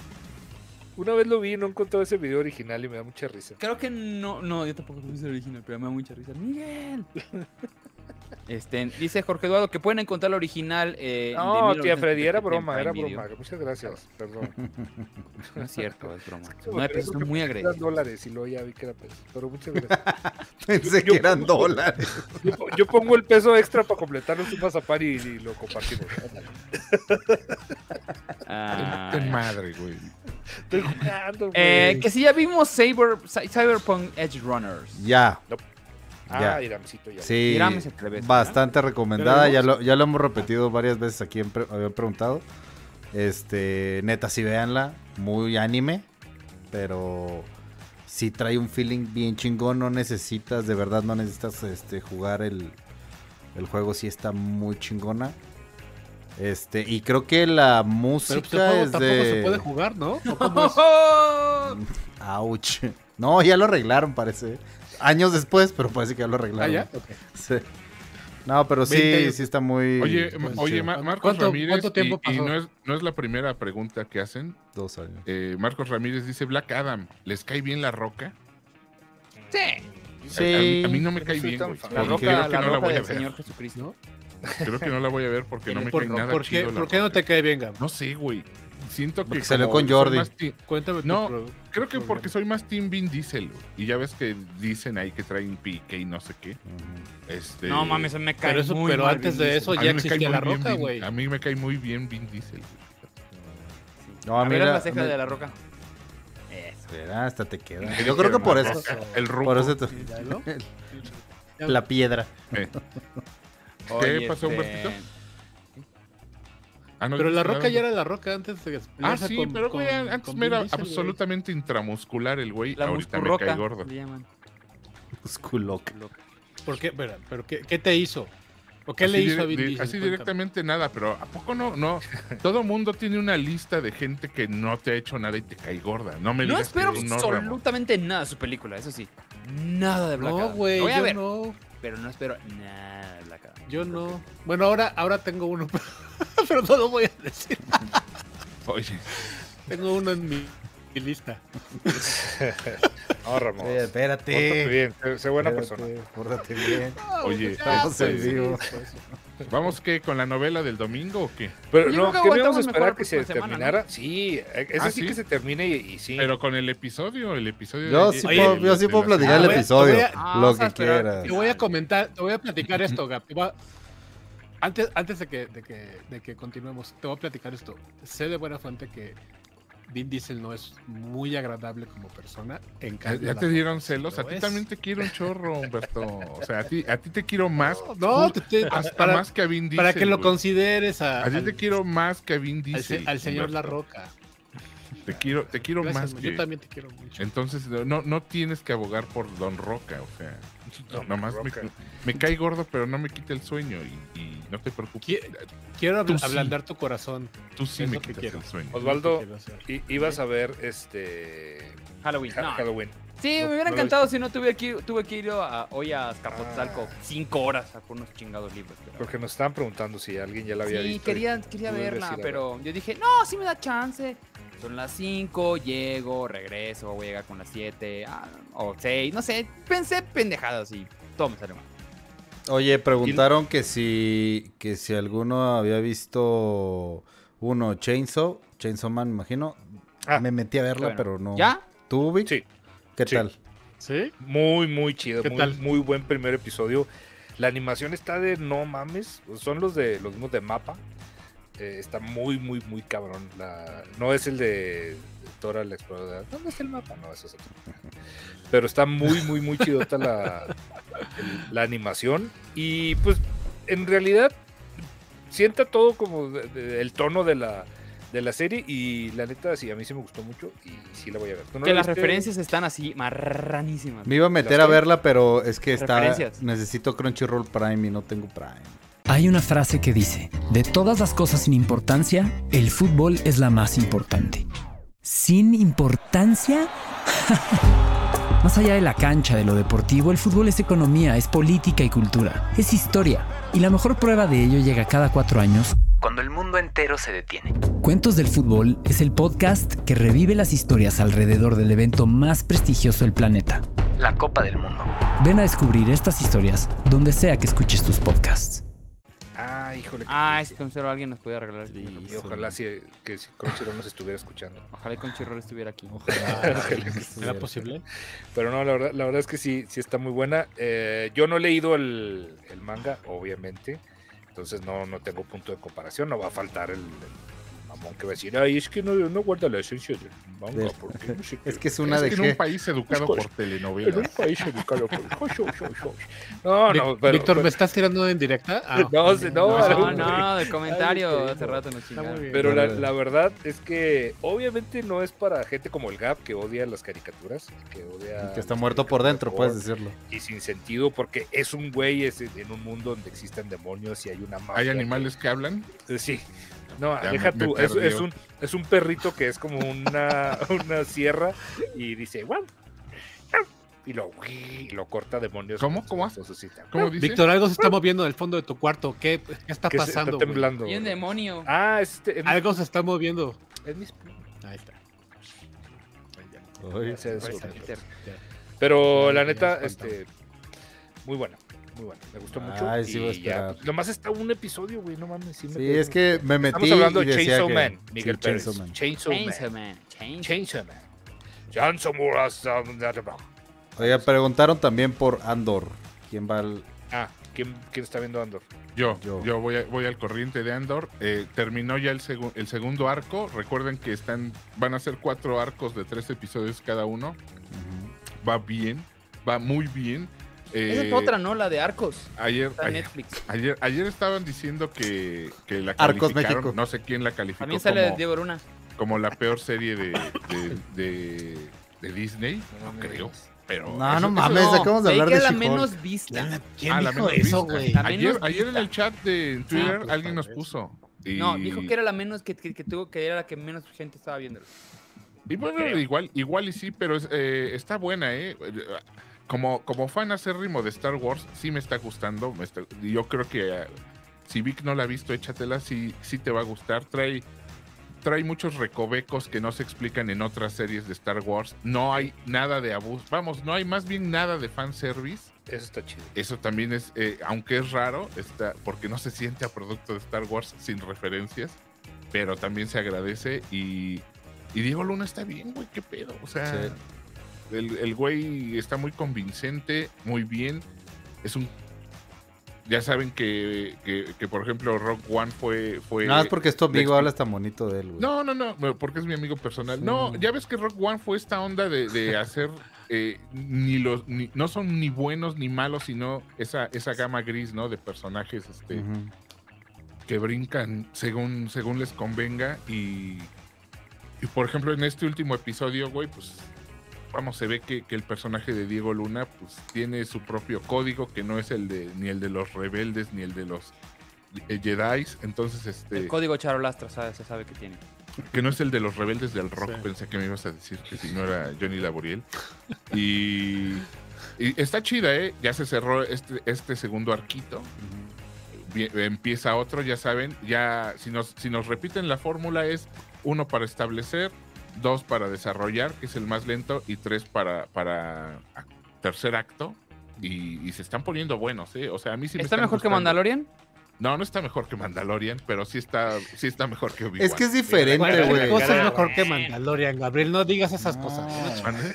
[SPEAKER 6] una vez lo vi y no encontré ese video original y me da mucha risa.
[SPEAKER 2] Creo que no, no, yo tampoco puse el original, pero me da mucha risa. ¡Miguel! Este, dice Jorge Eduardo que pueden encontrar la original. Eh, de
[SPEAKER 6] No, tía
[SPEAKER 2] 1977
[SPEAKER 6] Freddy, era
[SPEAKER 2] en
[SPEAKER 6] broma,
[SPEAKER 2] Prime
[SPEAKER 6] era
[SPEAKER 2] Video.
[SPEAKER 6] broma. Muchas gracias, perdón.
[SPEAKER 2] No es cierto, es broma.
[SPEAKER 6] que
[SPEAKER 2] No,
[SPEAKER 6] creo
[SPEAKER 2] son
[SPEAKER 6] que
[SPEAKER 2] muy
[SPEAKER 6] Eran
[SPEAKER 2] agresivos.
[SPEAKER 6] dólares y luego ya vi que era peso. Pero muchas gracias.
[SPEAKER 4] Pensé
[SPEAKER 6] Yo-
[SPEAKER 4] que eran dólares.
[SPEAKER 6] Yo, po- yo pongo el peso extra para completar un mazapán y, y lo compartimos. Ándale.
[SPEAKER 2] Ah,
[SPEAKER 3] Qué madre, güey.
[SPEAKER 6] Estoy jugando, güey.
[SPEAKER 2] eh, que si ya vimos Cyber- Cy- Cyberpunk Edge Runners.
[SPEAKER 4] Ya.
[SPEAKER 6] Nope.
[SPEAKER 4] Ya.
[SPEAKER 6] Ah, Iramcito ya.
[SPEAKER 4] Sí,
[SPEAKER 2] Irame se atreve, ¿verdad?
[SPEAKER 4] bastante recomendada. Ya
[SPEAKER 6] Pero
[SPEAKER 4] lo, ya lo hemos repetido varias veces aquí, en pre- habían preguntado. Este, neta, sí véanla. Muy anime, pero sí trae un feeling bien chingón. No necesitas, de verdad, no necesitas este, jugar el, el juego. Sí está muy chingona. Este, y creo que la
[SPEAKER 5] Pero pues, el
[SPEAKER 4] música
[SPEAKER 5] juego
[SPEAKER 4] es
[SPEAKER 5] tampoco
[SPEAKER 4] de...
[SPEAKER 5] se puede jugar, ¿no? ¿O cómo es?
[SPEAKER 2] ¡Oh!
[SPEAKER 4] Ouch. No, ya lo arreglaron, parece. Años después, pero parece que ya lo
[SPEAKER 5] Ah,
[SPEAKER 4] arreglaron.
[SPEAKER 5] ya. ok.
[SPEAKER 4] Sí. No, pero sí,
[SPEAKER 5] 20.
[SPEAKER 4] sí está muy. Pues,
[SPEAKER 3] Oye,
[SPEAKER 4] muy
[SPEAKER 3] ma-
[SPEAKER 4] chido.
[SPEAKER 3] oye Ma- Marcos
[SPEAKER 5] ¿Cuánto-
[SPEAKER 3] Ramírez,
[SPEAKER 5] cuánto tiempo
[SPEAKER 3] y, y
[SPEAKER 5] pasó?
[SPEAKER 3] no, es, no es la primera pregunta que hacen.
[SPEAKER 4] Dos años.
[SPEAKER 3] Eh, Marcos Ramírez dice: Black Adam, ¿les cae bien la roca?
[SPEAKER 2] Sí.
[SPEAKER 3] A- A, mí, a mí no
[SPEAKER 6] Yo
[SPEAKER 3] me
[SPEAKER 6] no
[SPEAKER 3] cae
[SPEAKER 6] soy
[SPEAKER 3] bien.
[SPEAKER 6] tan
[SPEAKER 3] güey.
[SPEAKER 6] fan.
[SPEAKER 2] La
[SPEAKER 3] Creo que
[SPEAKER 2] roca, la
[SPEAKER 3] no la
[SPEAKER 2] roca
[SPEAKER 3] voy a
[SPEAKER 2] del
[SPEAKER 3] ver.
[SPEAKER 2] Señor Jesucristo.
[SPEAKER 3] Creo que no la voy a ver porque no me cae
[SPEAKER 5] ¿Por,
[SPEAKER 3] nada
[SPEAKER 5] por qué,
[SPEAKER 3] chido. la
[SPEAKER 5] por qué no
[SPEAKER 3] roca.
[SPEAKER 5] te cae bien, Gab?
[SPEAKER 3] No sé, güey. Siento que.
[SPEAKER 4] Porque salió
[SPEAKER 3] como
[SPEAKER 4] con
[SPEAKER 3] soy
[SPEAKER 4] Jordi.
[SPEAKER 3] más ti-
[SPEAKER 5] Cuéntame tu
[SPEAKER 3] No,
[SPEAKER 5] pro-
[SPEAKER 3] Creo que
[SPEAKER 5] problema.
[SPEAKER 3] porque soy más Team Vin Diesel. güey. Y ya ves que dicen ahí que traen pique y no sé qué. Este,
[SPEAKER 2] No mames, se me cae
[SPEAKER 5] Pero, eso,
[SPEAKER 2] muy
[SPEAKER 5] pero
[SPEAKER 2] mal
[SPEAKER 5] antes
[SPEAKER 2] Vin
[SPEAKER 5] de
[SPEAKER 2] Diesel.
[SPEAKER 5] eso
[SPEAKER 3] a mí
[SPEAKER 5] ya
[SPEAKER 3] me cae
[SPEAKER 5] existía
[SPEAKER 3] muy
[SPEAKER 5] la
[SPEAKER 3] bien
[SPEAKER 5] roca,
[SPEAKER 3] Vin-
[SPEAKER 5] güey.
[SPEAKER 3] A mí me cae muy bien Vin Diesel. güey.
[SPEAKER 4] No, a
[SPEAKER 2] A
[SPEAKER 4] mí
[SPEAKER 2] ver
[SPEAKER 4] la-
[SPEAKER 2] la ceja
[SPEAKER 4] me-
[SPEAKER 2] de la roca.
[SPEAKER 4] Espera, hasta te queda. Yo creo que por eso.
[SPEAKER 3] El rojo.
[SPEAKER 4] Por eso te-
[SPEAKER 5] Ya, ¿no? Ya-
[SPEAKER 4] la piedra.
[SPEAKER 3] Eh, ¿Qué
[SPEAKER 2] Oye,
[SPEAKER 3] pasó,
[SPEAKER 2] este,
[SPEAKER 3] Humbertito? ah, no,
[SPEAKER 5] Pero
[SPEAKER 3] dijiste
[SPEAKER 5] la roca
[SPEAKER 3] nada.
[SPEAKER 5] ya era la roca antes de
[SPEAKER 3] Ah,
[SPEAKER 5] pelearse
[SPEAKER 3] sí,
[SPEAKER 5] con-
[SPEAKER 3] pero güey,
[SPEAKER 5] con-
[SPEAKER 3] antes
[SPEAKER 5] con
[SPEAKER 3] me
[SPEAKER 5] Vin
[SPEAKER 3] era
[SPEAKER 5] Diesel, güey.
[SPEAKER 3] absolutamente intramuscular el güey.
[SPEAKER 2] La
[SPEAKER 3] Ahorita me cae
[SPEAKER 2] muscurroca.
[SPEAKER 3] gordo.
[SPEAKER 2] le llaman.
[SPEAKER 4] Musculoca.
[SPEAKER 5] ¿Por qué? Espera, ¿Pero qué, qué te hizo? ¿O qué
[SPEAKER 3] Así
[SPEAKER 5] le hizo
[SPEAKER 3] dire-
[SPEAKER 5] a Vin
[SPEAKER 3] di-
[SPEAKER 5] Diesel?
[SPEAKER 3] Así
[SPEAKER 5] Cuéntame.
[SPEAKER 3] directamente nada, pero ¿a poco no? No. Todo mundo tiene una lista de gente que no te ha hecho nada y te cae gorda. No me
[SPEAKER 2] No
[SPEAKER 3] digas que
[SPEAKER 2] espero
[SPEAKER 3] no, Ramón.
[SPEAKER 2] absolutamente nada de su película, eso sí. Nada de Black
[SPEAKER 5] No,
[SPEAKER 2] Adam.
[SPEAKER 5] güey,
[SPEAKER 2] Lo voy a
[SPEAKER 5] yo
[SPEAKER 2] ver,
[SPEAKER 5] no.
[SPEAKER 2] pero no espero nada de Black Adam.
[SPEAKER 5] Yo no. Bueno, ahora, ahora tengo uno, pero no lo voy a decir.
[SPEAKER 3] Oye,
[SPEAKER 5] Tengo uno en mi, mi lista.
[SPEAKER 6] No, Ramón.
[SPEAKER 4] Eh,
[SPEAKER 6] Pórtate
[SPEAKER 4] espérate.
[SPEAKER 6] bien, sé- sé buena persona.
[SPEAKER 4] Espérate, Pórtate bien.
[SPEAKER 5] Ah,
[SPEAKER 3] Oye,
[SPEAKER 4] Estamos en
[SPEAKER 3] sí.
[SPEAKER 4] vivo.
[SPEAKER 3] ¿vamos qué? ¿Con la novela del domingo o qué?
[SPEAKER 6] Pero
[SPEAKER 2] Yo
[SPEAKER 6] no,
[SPEAKER 2] creo que
[SPEAKER 6] queríamos
[SPEAKER 2] aguantamos mejor
[SPEAKER 6] esperar
[SPEAKER 2] la
[SPEAKER 6] que se
[SPEAKER 2] próxima semana,
[SPEAKER 6] terminara. Sí, eh, ese
[SPEAKER 3] Ah,
[SPEAKER 6] sí,
[SPEAKER 3] ¿sí?
[SPEAKER 6] que se termine y, y sí.
[SPEAKER 3] Pero con el episodio, el episodio
[SPEAKER 4] Yo
[SPEAKER 3] de-
[SPEAKER 4] sí
[SPEAKER 3] de-
[SPEAKER 4] puedo,
[SPEAKER 3] de-
[SPEAKER 4] yo sí
[SPEAKER 3] de
[SPEAKER 4] puedo
[SPEAKER 3] la
[SPEAKER 4] platicar
[SPEAKER 5] Ah,
[SPEAKER 4] el
[SPEAKER 5] voy a-
[SPEAKER 4] episodio.
[SPEAKER 5] voy
[SPEAKER 2] a-
[SPEAKER 4] Lo
[SPEAKER 2] vamos a
[SPEAKER 4] que
[SPEAKER 2] esperar.
[SPEAKER 4] quieras.
[SPEAKER 5] Te voy a comentar, te voy a platicar esto, Gap. Te voy a- Antes, antes de, que, de, que, de que continuemos, te voy a platicar esto. Sé de buena fuente que Vin Diesel no es muy agradable como persona. En
[SPEAKER 3] Ya,
[SPEAKER 5] cambio,
[SPEAKER 3] Ah, ya
[SPEAKER 5] la
[SPEAKER 3] te dieron
[SPEAKER 5] roca sí
[SPEAKER 3] celos. A
[SPEAKER 5] lo
[SPEAKER 3] ti
[SPEAKER 5] es.
[SPEAKER 3] también te quiero un chorro, Humberto. O sea, a ti, a ti te quiero más.
[SPEAKER 5] No,
[SPEAKER 3] ju-
[SPEAKER 5] te- te-
[SPEAKER 3] hasta
[SPEAKER 5] para,
[SPEAKER 3] más que a Vin Diesel.
[SPEAKER 5] para que lo
[SPEAKER 3] güey.
[SPEAKER 5] consideres a-
[SPEAKER 3] A ti
[SPEAKER 5] al,
[SPEAKER 3] te quiero más que a Vin
[SPEAKER 5] al se-
[SPEAKER 3] Diesel.
[SPEAKER 5] al señor La
[SPEAKER 3] Humberto.
[SPEAKER 5] Roca.
[SPEAKER 3] Te quiero, te quiero
[SPEAKER 5] Gracias,
[SPEAKER 3] más
[SPEAKER 5] man,
[SPEAKER 3] que... Eh,
[SPEAKER 5] Yo también te quiero mucho.
[SPEAKER 3] Entonces, no, no tienes que abogar por Don Roca, o sea,
[SPEAKER 6] Don
[SPEAKER 3] nomás me,
[SPEAKER 6] Roca.
[SPEAKER 3] me cae gordo, pero no me quita el sueño y, y no te preocupes.
[SPEAKER 5] Qui- Quiero
[SPEAKER 3] Tú
[SPEAKER 5] abl-
[SPEAKER 3] sí.
[SPEAKER 5] ablandar tu corazón.
[SPEAKER 3] Tú sí
[SPEAKER 5] es
[SPEAKER 3] me
[SPEAKER 5] lo que
[SPEAKER 3] quitas
[SPEAKER 5] quiero.
[SPEAKER 3] el sueño.
[SPEAKER 6] Osvaldo,
[SPEAKER 5] Quiero hacer.
[SPEAKER 6] i- ibas a ver este
[SPEAKER 2] Halloween.
[SPEAKER 6] Ha-
[SPEAKER 2] No.
[SPEAKER 6] Halloween.
[SPEAKER 2] Sí,
[SPEAKER 6] No,
[SPEAKER 2] me hubiera
[SPEAKER 6] no lo
[SPEAKER 2] encantado si no tuve que, tuve que ir a- hoy a Azcapotzalco
[SPEAKER 6] Ah.
[SPEAKER 2] cinco horas a por unos chingados libros. pero-
[SPEAKER 6] Porque nos estaban preguntando si alguien ya la había
[SPEAKER 2] Sí,
[SPEAKER 6] visto. y-
[SPEAKER 2] quería, quería
[SPEAKER 6] pude
[SPEAKER 2] verla,
[SPEAKER 6] decir, a
[SPEAKER 2] pero yo dije, no, sí me da chance. Son las 5, llego, regreso, voy a llegar con las 7 o 6, no sé. Pensé pendejadas y todo me salió mal.
[SPEAKER 4] Oye, preguntaron que si, que si alguno había visto uno, Chainsaw, Chainsaw Man, me imagino.
[SPEAKER 6] Ah,
[SPEAKER 4] me metí a verla,
[SPEAKER 2] bueno.
[SPEAKER 4] pero no.
[SPEAKER 2] ¿Ya?
[SPEAKER 4] ¿Tú, Vic?
[SPEAKER 6] Sí.
[SPEAKER 4] ¿Qué
[SPEAKER 6] Sí.
[SPEAKER 4] tal?
[SPEAKER 5] ¿Sí?
[SPEAKER 6] Muy, muy chido.
[SPEAKER 5] ¿Qué
[SPEAKER 6] muy,
[SPEAKER 5] tal?
[SPEAKER 6] muy buen primer episodio. La animación está de no mames. Son los de los mismos de mapa. Eh, está muy, muy, muy cabrón. La- no es el de Dora la Exploradora. ¿Dónde está el mapa? No, eso es otro. Pero está muy, muy, muy chidota la, el- la animación. Y pues, en realidad, sienta todo como de- de- el tono de la, de la serie. Y la neta, sí, a mí sí me gustó mucho. Y sí la voy a ver. ¿Tú no
[SPEAKER 2] que
[SPEAKER 6] la
[SPEAKER 2] las
[SPEAKER 6] viste?
[SPEAKER 2] referencias están así marranísimas.
[SPEAKER 4] Me iba a meter a
[SPEAKER 6] estoy-
[SPEAKER 4] verla, pero es que está.
[SPEAKER 2] Referencias.
[SPEAKER 4] Necesito Crunchyroll Prime y no tengo Prime.
[SPEAKER 8] Hay una frase que dice, de todas las cosas sin importancia, el fútbol es la más importante. ¿Sin importancia? más allá de la cancha, de lo deportivo, el fútbol es economía, es política y cultura, es historia. Y la mejor prueba de ello llega cada cuatro años. Cuando el mundo entero se detiene. Cuentos del Fútbol es el podcast que revive las historias alrededor del evento más prestigioso del planeta, la Copa del Mundo. Ven a descubrir estas historias donde sea que escuches tus podcasts.
[SPEAKER 6] Ah, híjole. qué
[SPEAKER 2] Ah,
[SPEAKER 6] triste.
[SPEAKER 2] es que con cero alguien nos podía regalar. este libro.
[SPEAKER 6] Y ojalá si, que si Crunchyroll nos estuviera escuchando.
[SPEAKER 2] Ojalá y Crunchyroll estuviera aquí.
[SPEAKER 3] Ah,
[SPEAKER 4] Ojalá.
[SPEAKER 5] ¿Era Ah, posible?
[SPEAKER 6] Pero no, la verdad, la verdad es que sí, sí está muy buena. Eh, yo no he leído el, el manga, obviamente. Entonces no, no tengo punto de comparación. No va a faltar el, el mamón que va a decir, ay, es que no, no guarda la esencia del manga.
[SPEAKER 4] Del-
[SPEAKER 6] Porque no sé
[SPEAKER 4] Es
[SPEAKER 6] qué".
[SPEAKER 4] que es una
[SPEAKER 3] es
[SPEAKER 4] de
[SPEAKER 3] que en un
[SPEAKER 4] G.
[SPEAKER 3] país educado
[SPEAKER 6] Híjole.
[SPEAKER 3] por
[SPEAKER 6] En un
[SPEAKER 3] telenovelas.
[SPEAKER 6] país educado por... No, no,
[SPEAKER 5] Vic-
[SPEAKER 6] pero-
[SPEAKER 5] Víctor,
[SPEAKER 6] pero-
[SPEAKER 5] ¿me estás tirando en directa? Ah,
[SPEAKER 6] No, sí, no,
[SPEAKER 2] No,
[SPEAKER 6] güey.
[SPEAKER 2] no, de
[SPEAKER 6] Ay,
[SPEAKER 2] comentario
[SPEAKER 6] qué
[SPEAKER 2] hace
[SPEAKER 6] lindo.
[SPEAKER 2] rato nos
[SPEAKER 5] Está muy
[SPEAKER 2] chingaron.
[SPEAKER 5] bien.
[SPEAKER 6] Pero la,
[SPEAKER 4] Claro.
[SPEAKER 6] la verdad es que obviamente no es para gente como el Gap que odia las caricaturas, que odia
[SPEAKER 4] Que está
[SPEAKER 6] las
[SPEAKER 4] muerto por
[SPEAKER 6] caricaturas
[SPEAKER 4] dentro,
[SPEAKER 6] por-
[SPEAKER 4] puedes decirlo.
[SPEAKER 6] Y sin sentido porque es un güey es en un mundo donde existen demonios y hay una mafia.
[SPEAKER 3] Hay animales que hablan.
[SPEAKER 6] Eh, Sí. No,
[SPEAKER 3] Ya
[SPEAKER 6] deja
[SPEAKER 3] me- me
[SPEAKER 6] tú, es,
[SPEAKER 3] perdió.
[SPEAKER 6] es un, es un perrito que es como una, una sierra y dice, "Guau, guau", y lo, y lo corta demonios.
[SPEAKER 3] ¿Cómo?
[SPEAKER 6] con su-
[SPEAKER 3] ¿Cómo?
[SPEAKER 6] con su cita.
[SPEAKER 3] ¿Cómo dice?
[SPEAKER 5] Víctor, algo se está moviendo en el fondo de tu cuarto. ¿Qué, qué está
[SPEAKER 6] Que se-
[SPEAKER 5] pasando?
[SPEAKER 6] está
[SPEAKER 5] güey?
[SPEAKER 6] temblando.
[SPEAKER 2] Bien
[SPEAKER 6] güey.
[SPEAKER 2] demonio.
[SPEAKER 6] Ah, este, es,
[SPEAKER 5] Algo se está moviendo.
[SPEAKER 6] es mis primos.
[SPEAKER 5] Ahí está.
[SPEAKER 4] Ay.
[SPEAKER 6] Ese es
[SPEAKER 2] Ahí
[SPEAKER 6] su-
[SPEAKER 2] está Peter.
[SPEAKER 6] Pero
[SPEAKER 5] Ya,
[SPEAKER 6] la
[SPEAKER 5] ya
[SPEAKER 6] neta,
[SPEAKER 5] nos contamos.
[SPEAKER 6] este, muy buena, muy buena. Me gustó mucho.
[SPEAKER 4] Ay, sí voy a
[SPEAKER 6] y ya,
[SPEAKER 4] esperar.
[SPEAKER 6] pues, nomás está un episodio, güey, no mames. me
[SPEAKER 4] Sí,
[SPEAKER 6] quedé-
[SPEAKER 4] es que me metí.
[SPEAKER 6] Estamos hablando
[SPEAKER 4] y
[SPEAKER 6] de
[SPEAKER 4] decía
[SPEAKER 6] Chainsaw
[SPEAKER 4] que-
[SPEAKER 6] Man,
[SPEAKER 4] sí,
[SPEAKER 6] Miguel Pérez.
[SPEAKER 4] Chainsaw Man.
[SPEAKER 6] Chainsaw,
[SPEAKER 2] Chainsaw
[SPEAKER 6] Man.
[SPEAKER 2] Man. Chainsaw
[SPEAKER 6] Chainsaw Man. Chainsaw Man.
[SPEAKER 4] Oiga, preguntaron también por Andor. ¿Quién va al.?
[SPEAKER 6] Ah, ¿quién, ¿quién está viendo Andor?
[SPEAKER 3] Yo,
[SPEAKER 4] Yo.
[SPEAKER 3] yo, voy, a- voy al corriente de Andor. Eh, terminó ya el, segu- el segundo arco. Recuerden que están, van a ser cuatro arcos de tres episodios cada uno. Va bien, va muy bien.
[SPEAKER 2] Esa
[SPEAKER 3] Eh,
[SPEAKER 2] es otra, ¿no? La de Arcos.
[SPEAKER 3] Ayer,
[SPEAKER 2] Está en
[SPEAKER 3] ayer,
[SPEAKER 2] Netflix.
[SPEAKER 3] ayer, ayer estaban diciendo que, que la
[SPEAKER 4] Arcos
[SPEAKER 3] calificaron,
[SPEAKER 4] México.
[SPEAKER 3] no sé quién la calificó
[SPEAKER 2] También sale
[SPEAKER 3] como,
[SPEAKER 2] Diego Luna.
[SPEAKER 3] como la peor serie de, de, de- de Disney, no creo, pero...
[SPEAKER 4] No,
[SPEAKER 3] eso-
[SPEAKER 4] no
[SPEAKER 3] eso-
[SPEAKER 4] mames, acabamos de
[SPEAKER 2] leí
[SPEAKER 4] hablar
[SPEAKER 2] que
[SPEAKER 4] de
[SPEAKER 2] la
[SPEAKER 4] She-Hulk.
[SPEAKER 2] menos vista.
[SPEAKER 5] ¿Quién
[SPEAKER 3] Ah, la
[SPEAKER 5] dijo
[SPEAKER 3] menos
[SPEAKER 5] eso,
[SPEAKER 3] vista.
[SPEAKER 5] güey?
[SPEAKER 2] La
[SPEAKER 3] Ayer,
[SPEAKER 2] menos
[SPEAKER 3] ayer en
[SPEAKER 2] vista.
[SPEAKER 3] el chat de en Twitter
[SPEAKER 5] pues,
[SPEAKER 3] alguien nos
[SPEAKER 5] tal vez.
[SPEAKER 3] puso. y-
[SPEAKER 2] No, dijo que era la menos que, que, que tuvo que era la que menos gente estaba viendo.
[SPEAKER 3] Y bueno,
[SPEAKER 6] creo.
[SPEAKER 3] igual, igual y sí, pero es, eh, está buena, ¿eh? Como, como fan acérrimo de Star Wars, sí me está gustando. me está- yo creo que eh, si Vic no la ha visto, échatela, sí, sí te va a gustar. Trae, trae muchos recovecos que no se explican en otras series de Star Wars. No hay nada de abuso. Vamos, no hay más bien nada de fanservice.
[SPEAKER 6] Eso está chido.
[SPEAKER 3] Eso también es, eh, aunque es raro, está, porque no se siente a producto de Star Wars sin referencias, pero también se agradece y, y Diego Luna está bien, güey, qué pedo. O sea,
[SPEAKER 4] Sí.
[SPEAKER 3] el, el güey está muy convincente, muy bien. Es un... Ya saben que, que- que, por ejemplo, Rock One fue... fue
[SPEAKER 4] Nada más porque es tu
[SPEAKER 3] le
[SPEAKER 4] amigo,
[SPEAKER 3] expli-
[SPEAKER 4] hablas tan bonito de él, güey.
[SPEAKER 3] Pues. no, no, no, no, porque es mi amigo personal. No, ya ves que Rock One fue esta onda de, de hacer eh, ni los, ni- no son ni buenos ni malos, sino esa, esa gama gris, ¿no? De personajes este,
[SPEAKER 4] Ujú.
[SPEAKER 3] que brincan según, según les convenga y, Y por ejemplo, en este último episodio, güey, pues vamos, se ve que, que el personaje de Diego Luna, pues tiene su propio código, que no es el de ni el de los rebeldes, ni el de los eh, Jedi. Entonces,
[SPEAKER 2] El
[SPEAKER 3] este,
[SPEAKER 2] código charolastra, ¿sabes? Se sabe que tiene.
[SPEAKER 3] que no es el de los rebeldes del rock,
[SPEAKER 5] Sí.
[SPEAKER 3] pensé que me ibas a decir que si no era Johnny Laboriel. Y, y está chida, ¿eh? Ya se cerró este, este segundo arquito. Bien, Empieza otro, ya saben, ya si nos, si nos repiten la fórmula es uno para establecer, dos para desarrollar, que es el más lento, y tres para, para ac- tercer acto. Y, y se están poniendo buenos, ¿eh? O sea, a mí sí me
[SPEAKER 2] ¿Está
[SPEAKER 3] están
[SPEAKER 2] mejor que
[SPEAKER 3] gustando.
[SPEAKER 2] Mandalorian?
[SPEAKER 3] No, no está mejor que Mandalorian, pero sí está, sí está mejor que Obi-Wan.
[SPEAKER 4] Es que es diferente,
[SPEAKER 5] Cualquier
[SPEAKER 6] Bueno,
[SPEAKER 4] güey.
[SPEAKER 5] cosa es mejor que Mandalorian, Gabriel. No digas esas cosas.
[SPEAKER 4] No.
[SPEAKER 3] ¿Mande?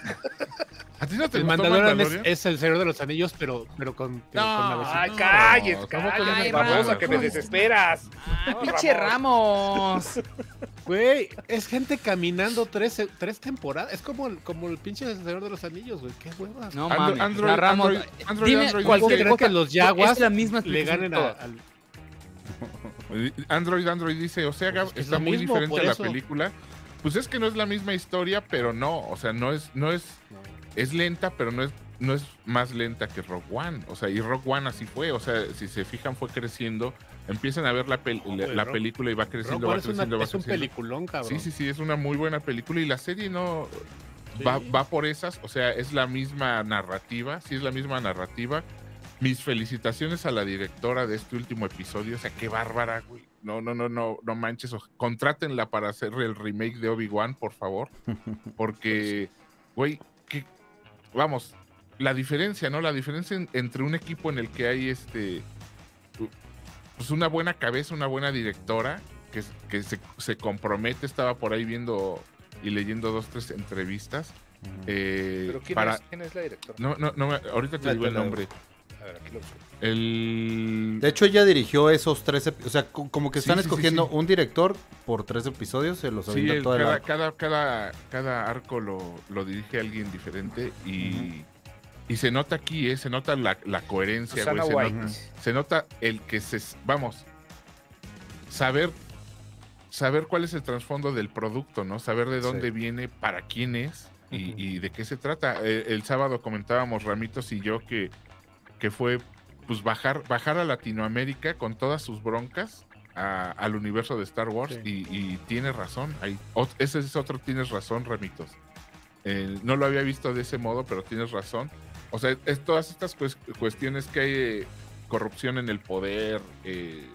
[SPEAKER 3] ¿A ti no te gustó
[SPEAKER 5] El Mandalorian,
[SPEAKER 3] Mandalorian?
[SPEAKER 5] Es, es el Señor de los Anillos, pero, pero con, eh, con la versión.
[SPEAKER 6] Ay,
[SPEAKER 3] No,
[SPEAKER 6] calles,
[SPEAKER 3] ¿cómo
[SPEAKER 6] calles,
[SPEAKER 3] que
[SPEAKER 6] ay,
[SPEAKER 2] no?
[SPEAKER 6] babosa, que me
[SPEAKER 2] Ramón.
[SPEAKER 6] desesperas. No,
[SPEAKER 2] ¡Pinche Ramos!
[SPEAKER 5] Güey, es gente caminando tres, tres temporadas. Es como el, como el pinche Señor de los Anillos, güey. Qué huevas.
[SPEAKER 2] No
[SPEAKER 3] Andro-
[SPEAKER 2] mames.
[SPEAKER 3] Android-
[SPEAKER 2] la Ramos.
[SPEAKER 3] Android- Android-
[SPEAKER 2] Dime
[SPEAKER 3] Android-
[SPEAKER 2] cualquier
[SPEAKER 5] ¿Creen
[SPEAKER 2] cosa.
[SPEAKER 5] que los Jaguas
[SPEAKER 2] es la misma
[SPEAKER 5] Le
[SPEAKER 2] explicación
[SPEAKER 5] ganen
[SPEAKER 2] en
[SPEAKER 5] a-
[SPEAKER 2] todas.
[SPEAKER 5] al.
[SPEAKER 3] Android Android dice, o sea, Gab,
[SPEAKER 5] Pues que es
[SPEAKER 3] está
[SPEAKER 5] lo
[SPEAKER 3] muy
[SPEAKER 5] mismo,
[SPEAKER 3] diferente
[SPEAKER 5] por
[SPEAKER 3] a la
[SPEAKER 5] eso.
[SPEAKER 3] película. Pues es que no es la misma historia, pero no, o sea, no es, no es, es lenta, pero no es, no es más lenta que Rock One. O sea, y Rock One así fue, o sea, si se fijan fue creciendo, empiezan a ver la, pel-
[SPEAKER 5] No,
[SPEAKER 3] la-
[SPEAKER 5] güey,
[SPEAKER 3] la
[SPEAKER 5] Rock-
[SPEAKER 3] película y va creciendo,
[SPEAKER 5] Rogue One
[SPEAKER 3] va
[SPEAKER 5] es, una-
[SPEAKER 3] creciendo, va
[SPEAKER 5] es un
[SPEAKER 3] creciendo.
[SPEAKER 5] peliculón, cabrón.
[SPEAKER 3] Sí, sí, sí, es una muy buena película y la serie no va,
[SPEAKER 5] Sí.
[SPEAKER 3] va por esas, o sea, es la misma narrativa, sí es la misma narrativa. Mis felicitaciones a la directora de este último episodio, o sea, qué bárbara, güey. No, no, no, no, no manches, o- contrátenla para hacer el remake de Obi-Wan, por favor, porque, güey, que, vamos, la diferencia, ¿no? La diferencia en- entre un equipo en el que hay este pues una buena cabeza, una buena directora que, que se, se compromete. Estaba por ahí viendo y leyendo dos, tres entrevistas. eh,
[SPEAKER 6] Pero ¿quién,
[SPEAKER 3] para,
[SPEAKER 6] es, quién es la directora?
[SPEAKER 3] No, no, no, me- ahorita te
[SPEAKER 4] La
[SPEAKER 3] digo el
[SPEAKER 4] directora.
[SPEAKER 3] nombre.
[SPEAKER 6] A ver, aquí lo busco.
[SPEAKER 3] El.
[SPEAKER 4] De hecho, ella dirigió esos tres episodios. O sea, co- como que
[SPEAKER 3] Sí,
[SPEAKER 4] están
[SPEAKER 3] sí, sí,
[SPEAKER 4] escogiendo
[SPEAKER 3] sí.
[SPEAKER 4] un director por tres episodios, se los
[SPEAKER 3] Sí,
[SPEAKER 4] avienta
[SPEAKER 3] el-
[SPEAKER 4] toda
[SPEAKER 3] cada,
[SPEAKER 4] la.
[SPEAKER 3] cada, cada, cada arco lo, lo dirige alguien diferente y, y se nota aquí, ¿eh? se nota la, la coherencia, güey,
[SPEAKER 6] Susana
[SPEAKER 3] se
[SPEAKER 6] White.
[SPEAKER 4] nota.
[SPEAKER 3] se nota el que se vamos saber saber cuál es el trasfondo del producto no saber de dónde viene para quién es y, y de qué se trata Eh, el, sábado comentábamos ramitos y yo que que fue pues bajar bajar a Latinoamérica con todas sus broncas a- al universo de Star Wars y, y tiene razón ahí Ot- ese es otro tienes razón ramitos Eh, no lo había visto de ese modo pero tienes razón o sea es todas estas cues- cuestiones que hay eh, corrupción en el poder, eh,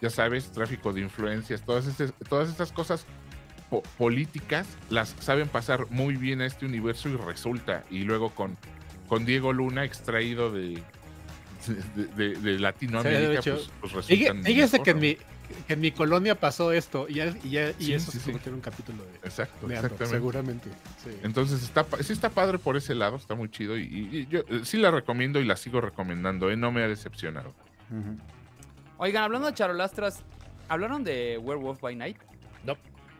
[SPEAKER 3] ya sabes, tráfico de influencias, todas, estas todas estas cosas po- políticas las saben pasar muy bien a este universo y resulta. Y luego con, con Diego Luna extraído de, de, de- de Latinoamérica,
[SPEAKER 5] Sí, de hecho.
[SPEAKER 3] pues, pues
[SPEAKER 5] Fíjate-
[SPEAKER 3] resultan
[SPEAKER 5] Fíjate
[SPEAKER 3] mejor,
[SPEAKER 5] que en,
[SPEAKER 3] ¿no?
[SPEAKER 5] mi, que en mi colonia pasó esto y, ya, y, ya- y
[SPEAKER 3] Sí,
[SPEAKER 5] eso
[SPEAKER 3] sí, sí.
[SPEAKER 5] se convirtió en un capítulo de,
[SPEAKER 3] Exacto,
[SPEAKER 5] de Andor,
[SPEAKER 3] exactamente.
[SPEAKER 5] seguramente. Sí.
[SPEAKER 3] Entonces está, pa- sí está padre por ese lado, está muy chido y, y- y yo eh, sí la recomiendo y la sigo recomendando, ¿eh? no me ha decepcionado.
[SPEAKER 4] Ujú.
[SPEAKER 2] Oigan, hablando de charolastras, ¿hablaron de Werewolf by Night?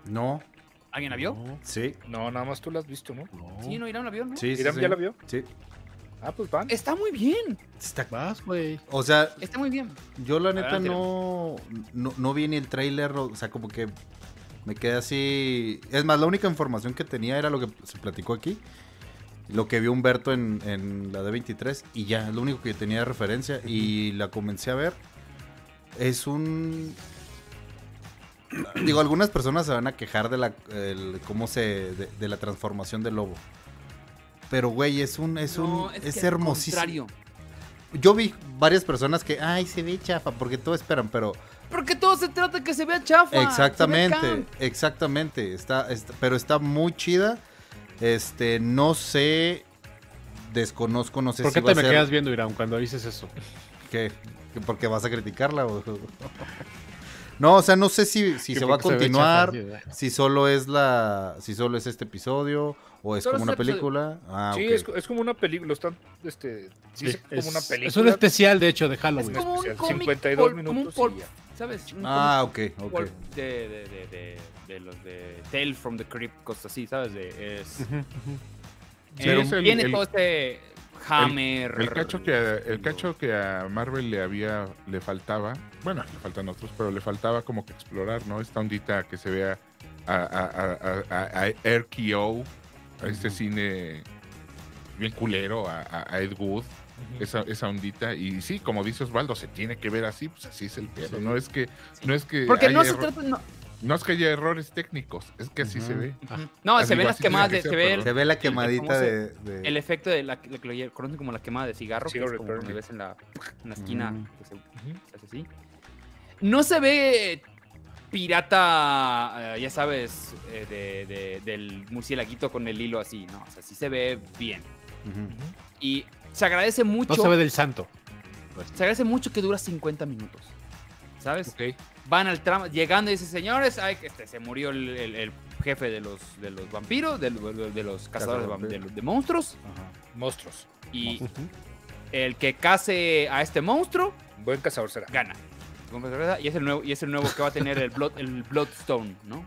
[SPEAKER 4] No.
[SPEAKER 2] ¿Alguien la vio?
[SPEAKER 4] Sí.
[SPEAKER 6] No, nada más tú la has visto, ¿no?
[SPEAKER 2] Sí, no, Irán la vio, ¿no?
[SPEAKER 4] Sí, sí,
[SPEAKER 6] ¿Irán
[SPEAKER 4] sí.
[SPEAKER 6] ya la vio?
[SPEAKER 4] Sí.
[SPEAKER 6] Ah, pues van.
[SPEAKER 2] Está muy bien,
[SPEAKER 4] Está-
[SPEAKER 5] Vas, güey.
[SPEAKER 4] O sea,
[SPEAKER 2] está muy bien.
[SPEAKER 4] yo la neta
[SPEAKER 2] Adelante,
[SPEAKER 4] no, no no vi ni el tráiler, o sea, como que me quedé así. Es más, la única información que tenía era lo que se platicó aquí. Lo que vio Humberto en, en la D23 y ya, es lo único que tenía de referencia y la comencé a ver. Es un... Digo, algunas personas se van a quejar de la, el- cómo se, de, de la transformación del lobo. Pero, güey, es un... Es,
[SPEAKER 2] No,
[SPEAKER 4] un,
[SPEAKER 2] que
[SPEAKER 4] es
[SPEAKER 2] al
[SPEAKER 4] hermosísimo.
[SPEAKER 2] contrario.
[SPEAKER 4] Yo vi varias personas que, ay, se ve chafa, porque todo esperan, pero...
[SPEAKER 2] Porque todo se trata de que se vea chafa. Ah, se vea
[SPEAKER 4] exactamente,
[SPEAKER 2] camp.
[SPEAKER 4] exactamente. Está, está- pero está muy chida. Este, no sé, desconozco, no sé
[SPEAKER 5] ¿Por
[SPEAKER 4] si
[SPEAKER 5] qué
[SPEAKER 4] va
[SPEAKER 5] te
[SPEAKER 4] a
[SPEAKER 5] me
[SPEAKER 4] ser...
[SPEAKER 5] quedas viendo, Irán, cuando dices eso?
[SPEAKER 4] ¿Qué? ¿Que ¿Porque vas a criticarla? o- no, o sea, no sé si, si
[SPEAKER 5] Que
[SPEAKER 4] se va a
[SPEAKER 5] porque ve
[SPEAKER 4] continuar,
[SPEAKER 5] chafa,
[SPEAKER 4] si
[SPEAKER 5] sí,
[SPEAKER 4] solo es la... Si solo es este episodio, o es
[SPEAKER 2] Solo
[SPEAKER 4] como
[SPEAKER 2] es
[SPEAKER 4] una
[SPEAKER 2] este
[SPEAKER 4] película. Ah,
[SPEAKER 6] sí,
[SPEAKER 4] ok.
[SPEAKER 6] es, es como una película. lo Están, este, sí, es, como una película.
[SPEAKER 5] es un especial, de hecho, de Halloween.
[SPEAKER 2] Es como un
[SPEAKER 6] especial,
[SPEAKER 2] cómic.
[SPEAKER 6] 52
[SPEAKER 2] pol-
[SPEAKER 6] minutos
[SPEAKER 2] Como un pol-
[SPEAKER 6] y ya.
[SPEAKER 2] ¿Sabes? Un
[SPEAKER 4] Ah, ok, ok.
[SPEAKER 2] cómic pol- de, de, de, de, de los de Tale from the Crypt, cosas así, ¿sabes? De, es,
[SPEAKER 5] Ujú, ujú.
[SPEAKER 3] Sí,
[SPEAKER 2] eh,
[SPEAKER 3] es el-
[SPEAKER 2] tiene
[SPEAKER 3] el-
[SPEAKER 2] todo este hammer.
[SPEAKER 3] El cacho que a, el cacho que a Marvel le había le faltaba, bueno, le faltan otros, pero le faltaba como que explorar, ¿no? Esta ondita que se vea a, a, a, a, a RKO, a este cine bien culero, a, a- a Ed Wood, esa, esa ondita. Y sí, como dice Osvaldo, se tiene que ver así, pues así es el pedo. No es que, no es que
[SPEAKER 2] Porque no
[SPEAKER 3] haya
[SPEAKER 2] se
[SPEAKER 3] erro-
[SPEAKER 2] trata. No,
[SPEAKER 3] no es que haya errores técnicos, es que así se ve.
[SPEAKER 2] no,
[SPEAKER 3] Ah,
[SPEAKER 2] se ven
[SPEAKER 3] digo,
[SPEAKER 2] las
[SPEAKER 3] así tiene
[SPEAKER 2] quemadas,
[SPEAKER 3] que
[SPEAKER 2] de-
[SPEAKER 3] ser,
[SPEAKER 2] se ve
[SPEAKER 3] pero-
[SPEAKER 2] el,
[SPEAKER 4] Se ve la
[SPEAKER 2] el
[SPEAKER 4] quemadita
[SPEAKER 2] famoso-
[SPEAKER 4] de. de-
[SPEAKER 2] el efecto de la la que lo lle- conocen como la quemada de cigarro, que es
[SPEAKER 6] Cigarro
[SPEAKER 2] como cuando
[SPEAKER 6] burning.
[SPEAKER 2] ves en la, en la esquina
[SPEAKER 4] Mm.
[SPEAKER 2] que se, se hace así. No se ve pirata, eh, ya sabes, eh, de- de- del murcielaguito con el hilo así, ¿no? O sea, sí se ve bien.
[SPEAKER 4] Ujú.
[SPEAKER 2] Y se agradece mucho,
[SPEAKER 5] No se ve del santo.
[SPEAKER 2] se agradece mucho que dura 50 minutos, ¿sabes?
[SPEAKER 6] Ok.
[SPEAKER 2] van al tramo, llegando y dicen, señores, ay, que este, se murió el, el- el jefe de los, de los vampiros, del- de, de los cazadores de, vam- de los- de monstruos,
[SPEAKER 6] Monstruos.
[SPEAKER 2] y el que case a este monstruo,
[SPEAKER 6] Un buen cazador será.
[SPEAKER 2] gana. Y es el nuevo, y es el nuevo que va a tener el, blood, el Bloodstone, ¿no?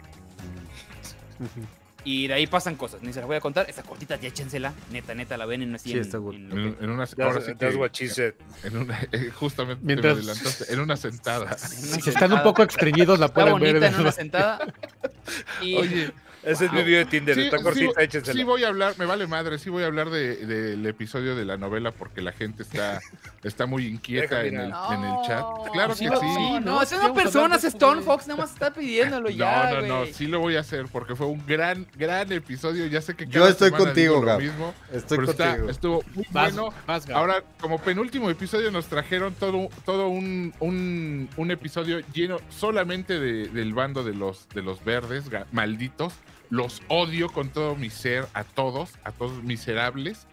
[SPEAKER 2] Y de ahí pasan cosas, ni se las voy a contar, esta cortita ya échensela, neta, neta, la ven en, así
[SPEAKER 4] Sí,
[SPEAKER 2] en-
[SPEAKER 4] está gut-
[SPEAKER 2] en lo
[SPEAKER 3] En,
[SPEAKER 2] que-
[SPEAKER 3] en unas
[SPEAKER 6] That's,
[SPEAKER 3] ahora sí
[SPEAKER 6] that's
[SPEAKER 3] que-
[SPEAKER 6] what she said.
[SPEAKER 3] en una- eh, justamente me
[SPEAKER 5] Mientras-
[SPEAKER 3] adelantaste, en una sentada.
[SPEAKER 2] Una
[SPEAKER 5] Si están un
[SPEAKER 2] sentada.
[SPEAKER 5] poco extrañidos, la
[SPEAKER 2] Está
[SPEAKER 5] pueden ver.
[SPEAKER 2] bonita
[SPEAKER 5] en
[SPEAKER 2] en una sentada.
[SPEAKER 4] Mm.
[SPEAKER 2] Y
[SPEAKER 3] Oye,
[SPEAKER 6] Ese es mi
[SPEAKER 2] Wow.
[SPEAKER 6] video de Tinder.
[SPEAKER 3] Sí,
[SPEAKER 6] está
[SPEAKER 3] sí,
[SPEAKER 6] cortita, échensela.
[SPEAKER 3] Sí voy a hablar, me vale madre, sí voy a hablar de- del episodio de la novela porque la gente está, está muy inquieta
[SPEAKER 6] Déjame
[SPEAKER 3] en el,
[SPEAKER 6] ir
[SPEAKER 3] en el chat. Claro que
[SPEAKER 2] no,
[SPEAKER 3] sí.
[SPEAKER 2] No, es una
[SPEAKER 5] Estamos
[SPEAKER 2] persona,
[SPEAKER 5] hablando
[SPEAKER 2] es
[SPEAKER 5] de-
[SPEAKER 2] Stone Fox, nada más está pidiéndolo ya.
[SPEAKER 3] no, no, no,
[SPEAKER 2] güey.
[SPEAKER 3] sí lo voy a hacer porque fue un gran, gran episodio. Ya sé que
[SPEAKER 4] Yo
[SPEAKER 3] cada
[SPEAKER 4] estoy
[SPEAKER 3] semana
[SPEAKER 4] contigo,
[SPEAKER 3] digo lo
[SPEAKER 4] Gab.
[SPEAKER 3] mismo,
[SPEAKER 4] Estoy
[SPEAKER 3] pero está-
[SPEAKER 4] contigo.
[SPEAKER 3] estuvo muy
[SPEAKER 5] Vas,
[SPEAKER 3] bueno.
[SPEAKER 5] vas, Gabo.
[SPEAKER 3] Ahora, como penúltimo episodio, nos trajeron todo, todo un, un, un episodio lleno solamente de- del bando de los, de los verdes, ga- malditos. Los odio con todo mi ser, a todos, a todos miserables.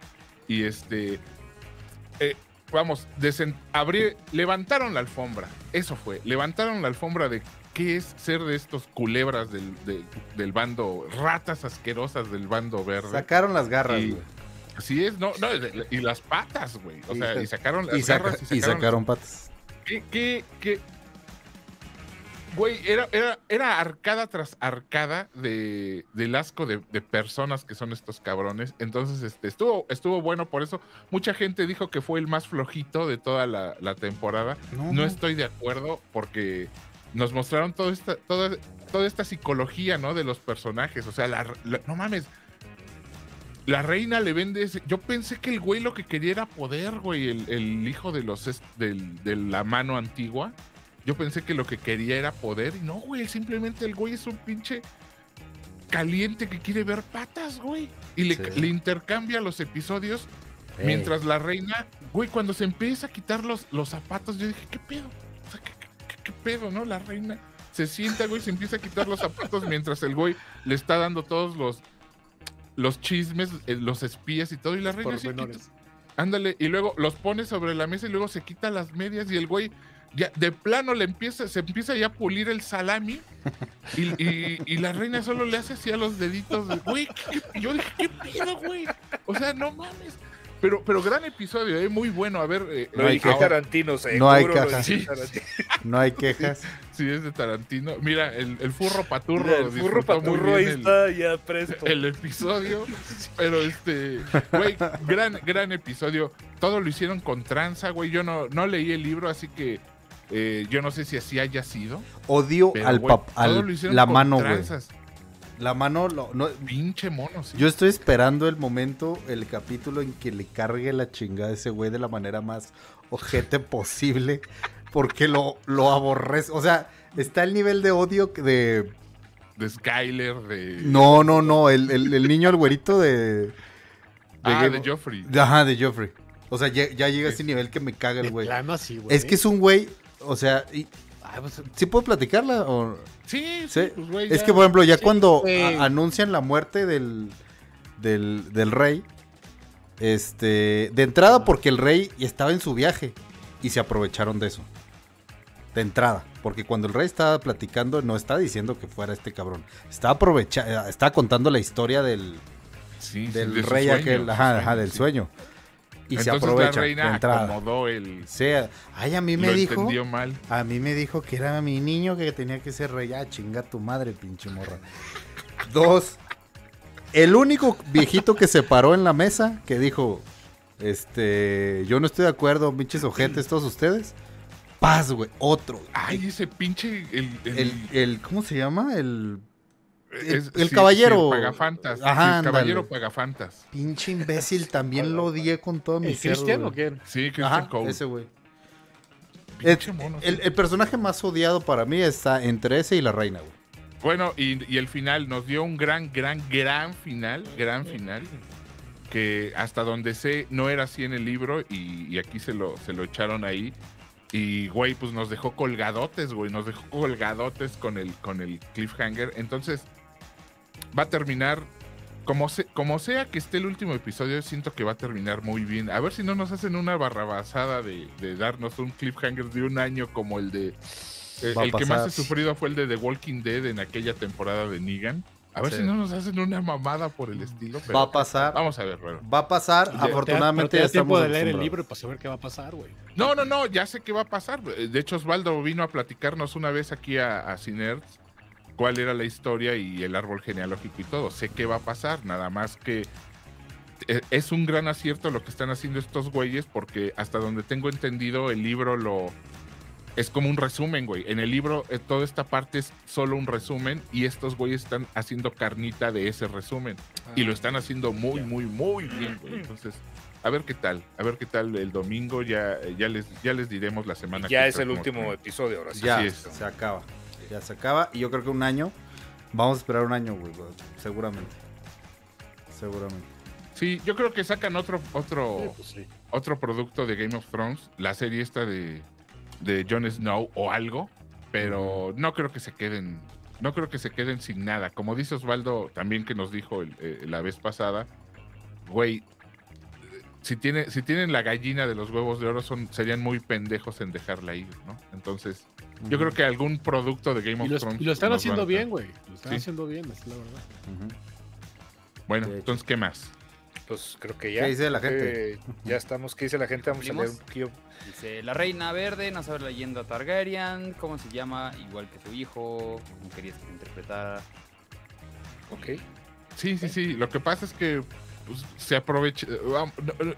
[SPEAKER 3] Y este. eh, vamos, desen- abrí- levantaron la alfombra. Eso fue. Levantaron la alfombra de qué es ser de estos culebras del, de- del bando, ratas asquerosas del bando verde.
[SPEAKER 4] Sacaron las garras,
[SPEAKER 3] Y-
[SPEAKER 4] güey.
[SPEAKER 3] Así Pues es, no, no, y las patas, güey. O sea, y sacaron las
[SPEAKER 4] Y, saca-
[SPEAKER 3] garras
[SPEAKER 4] y sacaron patas.
[SPEAKER 3] ¿Qué, qué, qué? Güey, era, era, era arcada tras arcada de, del asco de, de personas que son estos cabrones. Entonces, este, estuvo, estuvo bueno por eso. Mucha gente dijo que fue el más flojito de toda la, la temporada. No, estoy de acuerdo porque nos mostraron toda esta, toda, toda esta psicología, ¿no? De los personajes. O sea, la- la- no mames. La reina le vende ese. Yo pensé que el güey lo que quería era poder, güey. El, el hijo de los est- del- de la mano antigua. Yo pensé que lo que quería era poder. Y no, güey. Simplemente el güey es un pinche caliente que quiere ver patas, güey. Y le,
[SPEAKER 4] Sí.
[SPEAKER 3] le intercambia los episodios
[SPEAKER 4] Ey.
[SPEAKER 3] Mientras la reina, güey, cuando se empieza a quitar los, los zapatos, yo dije, ¿qué pedo? O sea, ¿qué, qué- qué- qué pedo, no? La reina se sienta, güey, se empieza a quitar los zapatos mientras el güey le está dando todos los, los chismes, eh, los espías y todo. Y la reina se quita,
[SPEAKER 5] Pormenores.
[SPEAKER 3] ándale, y luego los pone sobre la mesa y luego se quita las medias y el güey ya de plano le empieza, se empieza ya a pulir el salami y, y- y la reina solo le hace así a los deditos. de, Güey, ¿qué- qué-?" yo dije, ¿qué pedo, güey? O sea, no mames. Pero, pero gran episodio, eh, muy bueno. A ver, eh,
[SPEAKER 6] Lo
[SPEAKER 4] No hay
[SPEAKER 6] dije
[SPEAKER 4] queja.
[SPEAKER 6] Tarantino, seguro.
[SPEAKER 4] No hay
[SPEAKER 6] lo
[SPEAKER 4] queja.
[SPEAKER 6] dije
[SPEAKER 3] Sí.
[SPEAKER 6] Tarantino.
[SPEAKER 4] No hay quejas.
[SPEAKER 3] si es de Tarantino. Mira, el, el furro paturro.
[SPEAKER 6] Mira, El burro
[SPEAKER 3] disfrutó muy
[SPEAKER 6] paturro ahí
[SPEAKER 3] bien el-
[SPEAKER 6] está ya presto.
[SPEAKER 3] el episodio. Pero este, güey, gran, gran episodio. Todo lo hicieron con tranza, güey. Yo no, no leí el libro, así que eh, yo no sé si así haya sido.
[SPEAKER 4] Odio
[SPEAKER 3] Pero,
[SPEAKER 4] al
[SPEAKER 3] güey,
[SPEAKER 4] pap-
[SPEAKER 3] todo
[SPEAKER 4] al-
[SPEAKER 3] lo hicieron
[SPEAKER 4] la
[SPEAKER 3] con
[SPEAKER 4] mano, güey.
[SPEAKER 3] tranzas.
[SPEAKER 4] La mano, lo- no,
[SPEAKER 3] Pinche mono, sí.
[SPEAKER 4] yo estoy esperando el momento, el capítulo en que le cargue la chingada a ese güey de la manera más ojete posible, porque lo, lo aborrece. O sea, está el nivel de odio que de.
[SPEAKER 3] De Skyler, de.
[SPEAKER 4] No, no, no, el, el- el niño, el güerito de. de
[SPEAKER 3] Ah,
[SPEAKER 4] Game
[SPEAKER 3] de
[SPEAKER 4] of-
[SPEAKER 3] Joffrey.
[SPEAKER 4] Ajá, de Joffrey. O sea, ya, ya llega a
[SPEAKER 3] Sí.
[SPEAKER 4] ese nivel que me caga el
[SPEAKER 5] De
[SPEAKER 4] güey.
[SPEAKER 5] plano así, güey.
[SPEAKER 4] Es que es un güey, o sea, y-
[SPEAKER 5] Ay, pues,
[SPEAKER 4] ¿sí puedo platicarla? O...
[SPEAKER 3] Sí,
[SPEAKER 4] Sí,
[SPEAKER 3] sí, pues, güey.
[SPEAKER 4] Es
[SPEAKER 3] ya.
[SPEAKER 4] que, por ejemplo, ya cuando
[SPEAKER 5] sí.
[SPEAKER 4] a- anuncian la muerte del, del, del rey, este, de entrada porque el rey estaba en su viaje y se aprovecharon de eso. De entrada, porque cuando el rey estaba platicando, no está diciendo que fuera este cabrón. Está aprovechando, está contando la historia del,
[SPEAKER 3] Sí, sí,
[SPEAKER 4] del
[SPEAKER 3] de su
[SPEAKER 4] rey
[SPEAKER 3] sueño,
[SPEAKER 4] aquel,
[SPEAKER 3] su
[SPEAKER 4] ajá, ajá, del
[SPEAKER 3] sí.
[SPEAKER 4] sueño. Y se
[SPEAKER 3] Entonces
[SPEAKER 4] aprovecha
[SPEAKER 3] la
[SPEAKER 4] de
[SPEAKER 3] reina
[SPEAKER 4] entrada.
[SPEAKER 3] acomodó el.
[SPEAKER 4] O sea, ay, a mí me
[SPEAKER 3] lo
[SPEAKER 4] dijo.
[SPEAKER 3] entendió mal.
[SPEAKER 4] A mí me dijo que era mi niño que tenía que ser rey. Ah, chinga tu madre, pinche morra. Dos. El único viejito que se paró en la mesa que dijo, este, yo no estoy de acuerdo, pinches ojetes todos ustedes. Paz, güey, otro.
[SPEAKER 3] Ay, ese pinche. El, el-
[SPEAKER 4] El, el- ¿cómo se llama? El, El- el caballero.
[SPEAKER 3] Pagafantas. sí,
[SPEAKER 4] Ajá,
[SPEAKER 3] el
[SPEAKER 4] ándale.
[SPEAKER 3] caballero Pagafantas.
[SPEAKER 4] Pinche imbécil, también lo odié con todo mi
[SPEAKER 5] ¿El
[SPEAKER 4] ser.
[SPEAKER 5] Cristian
[SPEAKER 4] güey.
[SPEAKER 5] o quién?
[SPEAKER 3] Sí, Christian
[SPEAKER 4] Ajá,
[SPEAKER 3] Cole.
[SPEAKER 4] ese güey.
[SPEAKER 3] Pinche
[SPEAKER 4] Es-
[SPEAKER 3] mono,
[SPEAKER 4] el,
[SPEAKER 3] sí.
[SPEAKER 4] el personaje más odiado para mí está entre ese y la reina, güey.
[SPEAKER 3] Bueno, y, y el final nos dio un gran, gran, gran final, gran final, que hasta donde sé no era así en el libro y, y aquí se lo, se lo echaron ahí. Y, güey, pues nos dejó colgadotes, güey, nos dejó colgadotes con el, con el cliffhanger. Entonces, va a terminar, como, se- como sea que esté el último episodio, siento que va a terminar muy bien. A ver si no nos hacen una barrabasada de, de darnos un cliffhanger de un año como el de... eh,
[SPEAKER 4] Va a
[SPEAKER 3] el que más
[SPEAKER 4] pasar.
[SPEAKER 3] he sufrido fue el de The Walking Dead en aquella temporada de Negan. A ver
[SPEAKER 4] Sí.
[SPEAKER 3] si no nos hacen una mamada por el estilo. Pero
[SPEAKER 4] Va a pasar,
[SPEAKER 3] Vamos a ver, bueno.
[SPEAKER 4] va a pasar.
[SPEAKER 5] Te- te da- pero
[SPEAKER 4] Afortunadamente
[SPEAKER 5] te da
[SPEAKER 4] ya
[SPEAKER 5] tiempo
[SPEAKER 4] estamos
[SPEAKER 5] de leer el
[SPEAKER 4] acostumbrados.
[SPEAKER 5] libro para saber qué va a pasar, güey.
[SPEAKER 3] No, no, no, ya sé qué va a pasar. De hecho, Osvaldo vino a platicarnos una vez aquí a, a Cinerds cuál era la historia y el árbol genealógico y todo. Sé qué va a pasar, nada más que eh, es un gran acierto lo que están haciendo estos güeyes porque hasta donde tengo entendido el libro lo... Es como un resumen, güey. En el libro eh, toda esta parte es solo un resumen y estos güeyes están haciendo carnita de ese resumen. Y lo están haciendo muy, muy, muy bien, güey. Entonces, a ver qué tal, a ver qué tal el domingo, ya, eh, ya les, ya les diremos la semana
[SPEAKER 6] Ya
[SPEAKER 3] que
[SPEAKER 6] es
[SPEAKER 3] entra
[SPEAKER 6] el
[SPEAKER 3] cómo
[SPEAKER 6] último
[SPEAKER 3] está.
[SPEAKER 6] episodio, ahora sí.
[SPEAKER 4] Ya,
[SPEAKER 3] pues, Así es.
[SPEAKER 4] se acaba. Ya se acaba. Y yo creo que un año. Vamos a esperar un año, güey. güey, Seguramente. Seguramente.
[SPEAKER 3] Sí, yo creo que sacan otro,
[SPEAKER 6] Sí,
[SPEAKER 3] otro,
[SPEAKER 6] pues sí.
[SPEAKER 3] otro producto de Game of Thrones, la serie esta de, de Jon Snow o algo, pero no creo que se queden, no creo que se queden sin nada. Como dice Osvaldo también que nos dijo el- eh, la vez pasada, güey, eh, si, tiene, si tienen la gallina de los huevos de oro, son, serían muy pendejos en dejarla ir, ¿no? Entonces, yo creo que algún producto de Game
[SPEAKER 5] Y
[SPEAKER 3] of
[SPEAKER 5] lo,
[SPEAKER 3] Thrones.
[SPEAKER 5] y lo
[SPEAKER 3] nos
[SPEAKER 5] están
[SPEAKER 3] van a
[SPEAKER 5] haciendo
[SPEAKER 3] traer.
[SPEAKER 5] bien, güey. Lo están
[SPEAKER 3] Sí.
[SPEAKER 5] haciendo bien, es la verdad.
[SPEAKER 4] Ujú.
[SPEAKER 3] Bueno,
[SPEAKER 4] De hecho.
[SPEAKER 3] entonces, ¿qué más?
[SPEAKER 6] Pues creo que ya.
[SPEAKER 4] ¿Qué dice la
[SPEAKER 6] creo
[SPEAKER 4] gente?
[SPEAKER 6] que Ya estamos. ¿Qué dice la gente? Vamos a leer un
[SPEAKER 2] ¿Cumplimos?
[SPEAKER 6] poquillo.
[SPEAKER 2] Dice, la reina verde, no sabe la leyenda Targaryen, cómo se llama, igual que su hijo, cómo querías que interpretara.
[SPEAKER 6] Ok.
[SPEAKER 3] Sí, sí, sí. Lo que pasa es que pues, se aprovecha. vam- no, no.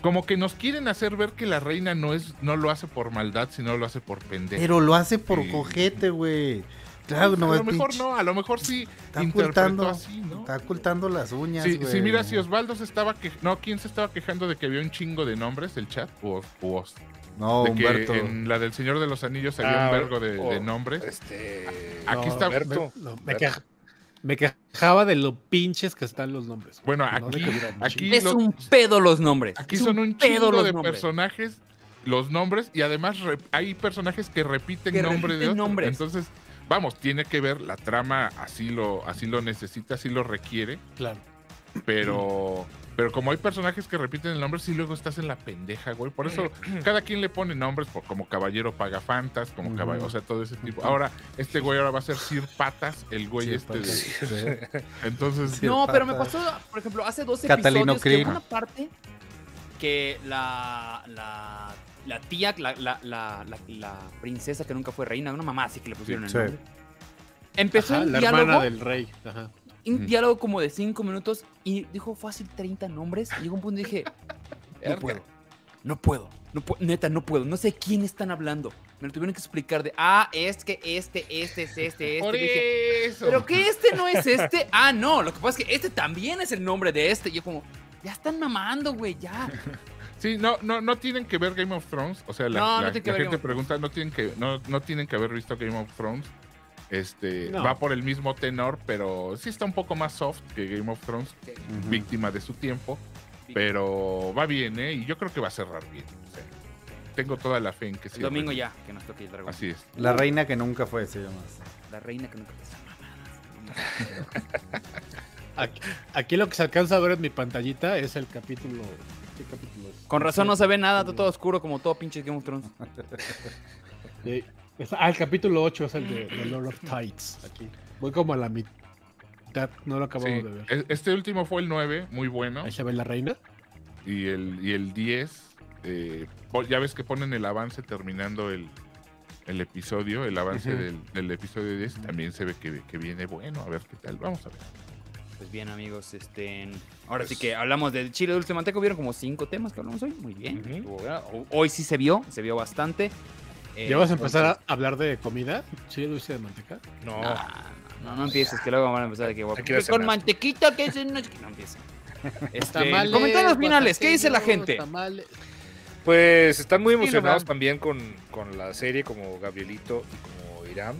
[SPEAKER 3] Como que nos quieren hacer ver que la reina no es, no lo hace por maldad, sino lo hace por pendejo.
[SPEAKER 4] Pero lo hace por
[SPEAKER 3] Sí. Pues,
[SPEAKER 4] cojete, güey. Claro, no
[SPEAKER 3] a
[SPEAKER 4] es
[SPEAKER 3] lo mejor
[SPEAKER 4] pinche-
[SPEAKER 3] no, a lo mejor sí
[SPEAKER 4] Está
[SPEAKER 3] interpretó
[SPEAKER 4] ocultando.
[SPEAKER 3] así, ¿no?
[SPEAKER 4] Está ocultando las uñas,
[SPEAKER 3] Sí,
[SPEAKER 4] güey.
[SPEAKER 3] sí, mira, si Osvaldo se estaba quejando. No, ¿quién se estaba quejando de que había un chingo de nombres? El chat. O, o-
[SPEAKER 4] No,
[SPEAKER 3] de que
[SPEAKER 4] Oh, Humberto.
[SPEAKER 3] en la del Señor de los Anillos había
[SPEAKER 6] Ah,
[SPEAKER 3] un vergo de,
[SPEAKER 6] o-
[SPEAKER 3] de nombres.
[SPEAKER 6] Este.
[SPEAKER 3] Aquí
[SPEAKER 5] No,
[SPEAKER 3] está-
[SPEAKER 6] Humberto.
[SPEAKER 5] Me, no, me quej- me quejaba de lo pinches que están los nombres.
[SPEAKER 3] Bueno,
[SPEAKER 5] No, de
[SPEAKER 3] aquí,
[SPEAKER 5] que duran un
[SPEAKER 3] aquí
[SPEAKER 5] chingo.
[SPEAKER 2] Es
[SPEAKER 3] lo-
[SPEAKER 2] un pedo los nombres.
[SPEAKER 3] Aquí
[SPEAKER 2] es
[SPEAKER 3] son un
[SPEAKER 2] pedo
[SPEAKER 3] chingo
[SPEAKER 2] los
[SPEAKER 3] de
[SPEAKER 2] nombres.
[SPEAKER 3] personajes, los nombres, y además re- hay personajes que repiten
[SPEAKER 2] Que
[SPEAKER 3] nombre de
[SPEAKER 2] repiten
[SPEAKER 3] otros.
[SPEAKER 2] nombres.
[SPEAKER 3] Entonces, vamos, tiene que ver, la trama así lo, así lo necesita, así lo requiere,
[SPEAKER 5] Claro.
[SPEAKER 3] pero, pero como hay personajes que repiten el nombre, sí luego estás en la pendeja, güey. Por eso cada quien le pone nombres, por, como caballero pagafantas, como
[SPEAKER 4] Ujú.
[SPEAKER 3] caballero, o sea, todo ese tipo. Ahora, este güey ahora va a ser Sir Patas, el güey
[SPEAKER 4] Sí,
[SPEAKER 3] este. de-
[SPEAKER 4] sí, sí.
[SPEAKER 3] entonces,
[SPEAKER 4] Sí.
[SPEAKER 2] No, pero me
[SPEAKER 4] Patas.
[SPEAKER 2] pasó, por ejemplo, hace dos
[SPEAKER 4] Catalino
[SPEAKER 2] episodios que hubo
[SPEAKER 4] Krill.
[SPEAKER 2] una parte que la, la, la tía, la, la, la, la- la princesa que nunca fue reina, una mamá así que le pusieron el
[SPEAKER 4] Sí.
[SPEAKER 2] nombre. Empezó
[SPEAKER 5] Ajá,
[SPEAKER 2] un
[SPEAKER 5] la
[SPEAKER 2] diálogo,
[SPEAKER 5] hermana del rey. Ajá.
[SPEAKER 2] un diálogo como de cinco minutos y dijo fácil 30 nombres. Y llegó un punto y dije, no puedo, no puedo, no pu- neta, no puedo, no sé quién están hablando. Me lo tuvieron que explicar de, ah, es que este, este, es este, este.
[SPEAKER 3] por
[SPEAKER 2] Yo dije,
[SPEAKER 3] eso.
[SPEAKER 2] pero que este no es este. Ah, no, lo que pasa es que este también es el nombre de este. Y yo como, ya están mamando, güey, ya.
[SPEAKER 3] Sí, no, no, no tienen que ver Game of Thrones. O sea, la,
[SPEAKER 2] No, no
[SPEAKER 3] la-
[SPEAKER 2] tiene que
[SPEAKER 3] la
[SPEAKER 2] ver Game
[SPEAKER 3] gente
[SPEAKER 2] of
[SPEAKER 3] pregunta, no tienen que, no, no tienen que haber visto Game of Thrones. Este
[SPEAKER 5] No.
[SPEAKER 3] va por el mismo tenor, pero sí está un poco más soft que Game of Thrones,
[SPEAKER 4] Ujú.
[SPEAKER 3] víctima de su tiempo. Pero va bien, ¿eh? Y yo creo que va a cerrar bien. o sea, tengo toda la fe en que sí.
[SPEAKER 2] El domingo ya, que nos toque el dragón.
[SPEAKER 3] Así es.
[SPEAKER 4] La reina que nunca fue, se llama.
[SPEAKER 2] La reina que nunca te mamadas. no mames.
[SPEAKER 5] Aquí, aquí lo que se alcanza a ver en mi pantallita es el capítulo. ¿Qué capítulo es?
[SPEAKER 2] Con razón no se ve nada, está todo oscuro como todo pinche Game of Thrones.
[SPEAKER 5] Sí. Es- ah, el capítulo 8 es el de The Lord of Tides. Aquí. Voy como a la mitad. No lo
[SPEAKER 3] Sí,
[SPEAKER 5] acabamos
[SPEAKER 3] ¿Eh?
[SPEAKER 5] de ver.
[SPEAKER 3] e- Este último fue el 9, muy bueno.
[SPEAKER 5] Ahí se ve la reina.
[SPEAKER 3] Y el, y el 10, eh, po- ya ves que ponen el avance terminando el, el episodio, el avance
[SPEAKER 5] Ujú.
[SPEAKER 3] del, del episodio 10, también se ve que, que viene bueno, a ver qué tal, vamos a ver.
[SPEAKER 2] Pues bien, amigos, este. Ahora sí
[SPEAKER 3] Pues-
[SPEAKER 2] que hablamos del chile dulce manteco. Vieron como cinco temas que hablamos hoy. Muy bien.
[SPEAKER 6] Ujú.
[SPEAKER 2] estuvo gra- ho- Hoy sí se vio, se vio bastante. Eh,
[SPEAKER 5] ¿Ya vas a empezar a hablar de comida? ¿Chile dulce de manteca?
[SPEAKER 6] No.
[SPEAKER 2] entonces- Ah, No, no empieces, que luego van a empezar aquí. guapo.
[SPEAKER 6] Aquí lo hacen
[SPEAKER 2] Con
[SPEAKER 6] asco.
[SPEAKER 2] mantequita, que es no, no empieces. Este,
[SPEAKER 5] Tamales,
[SPEAKER 2] comentarios finales, ¿qué dice la
[SPEAKER 5] guacateños,
[SPEAKER 2] gente?
[SPEAKER 5] tamales.
[SPEAKER 6] Pues están muy
[SPEAKER 2] Sí, no
[SPEAKER 6] emocionados
[SPEAKER 2] mames.
[SPEAKER 6] también con, con la serie, como Gabrielito y como Irán.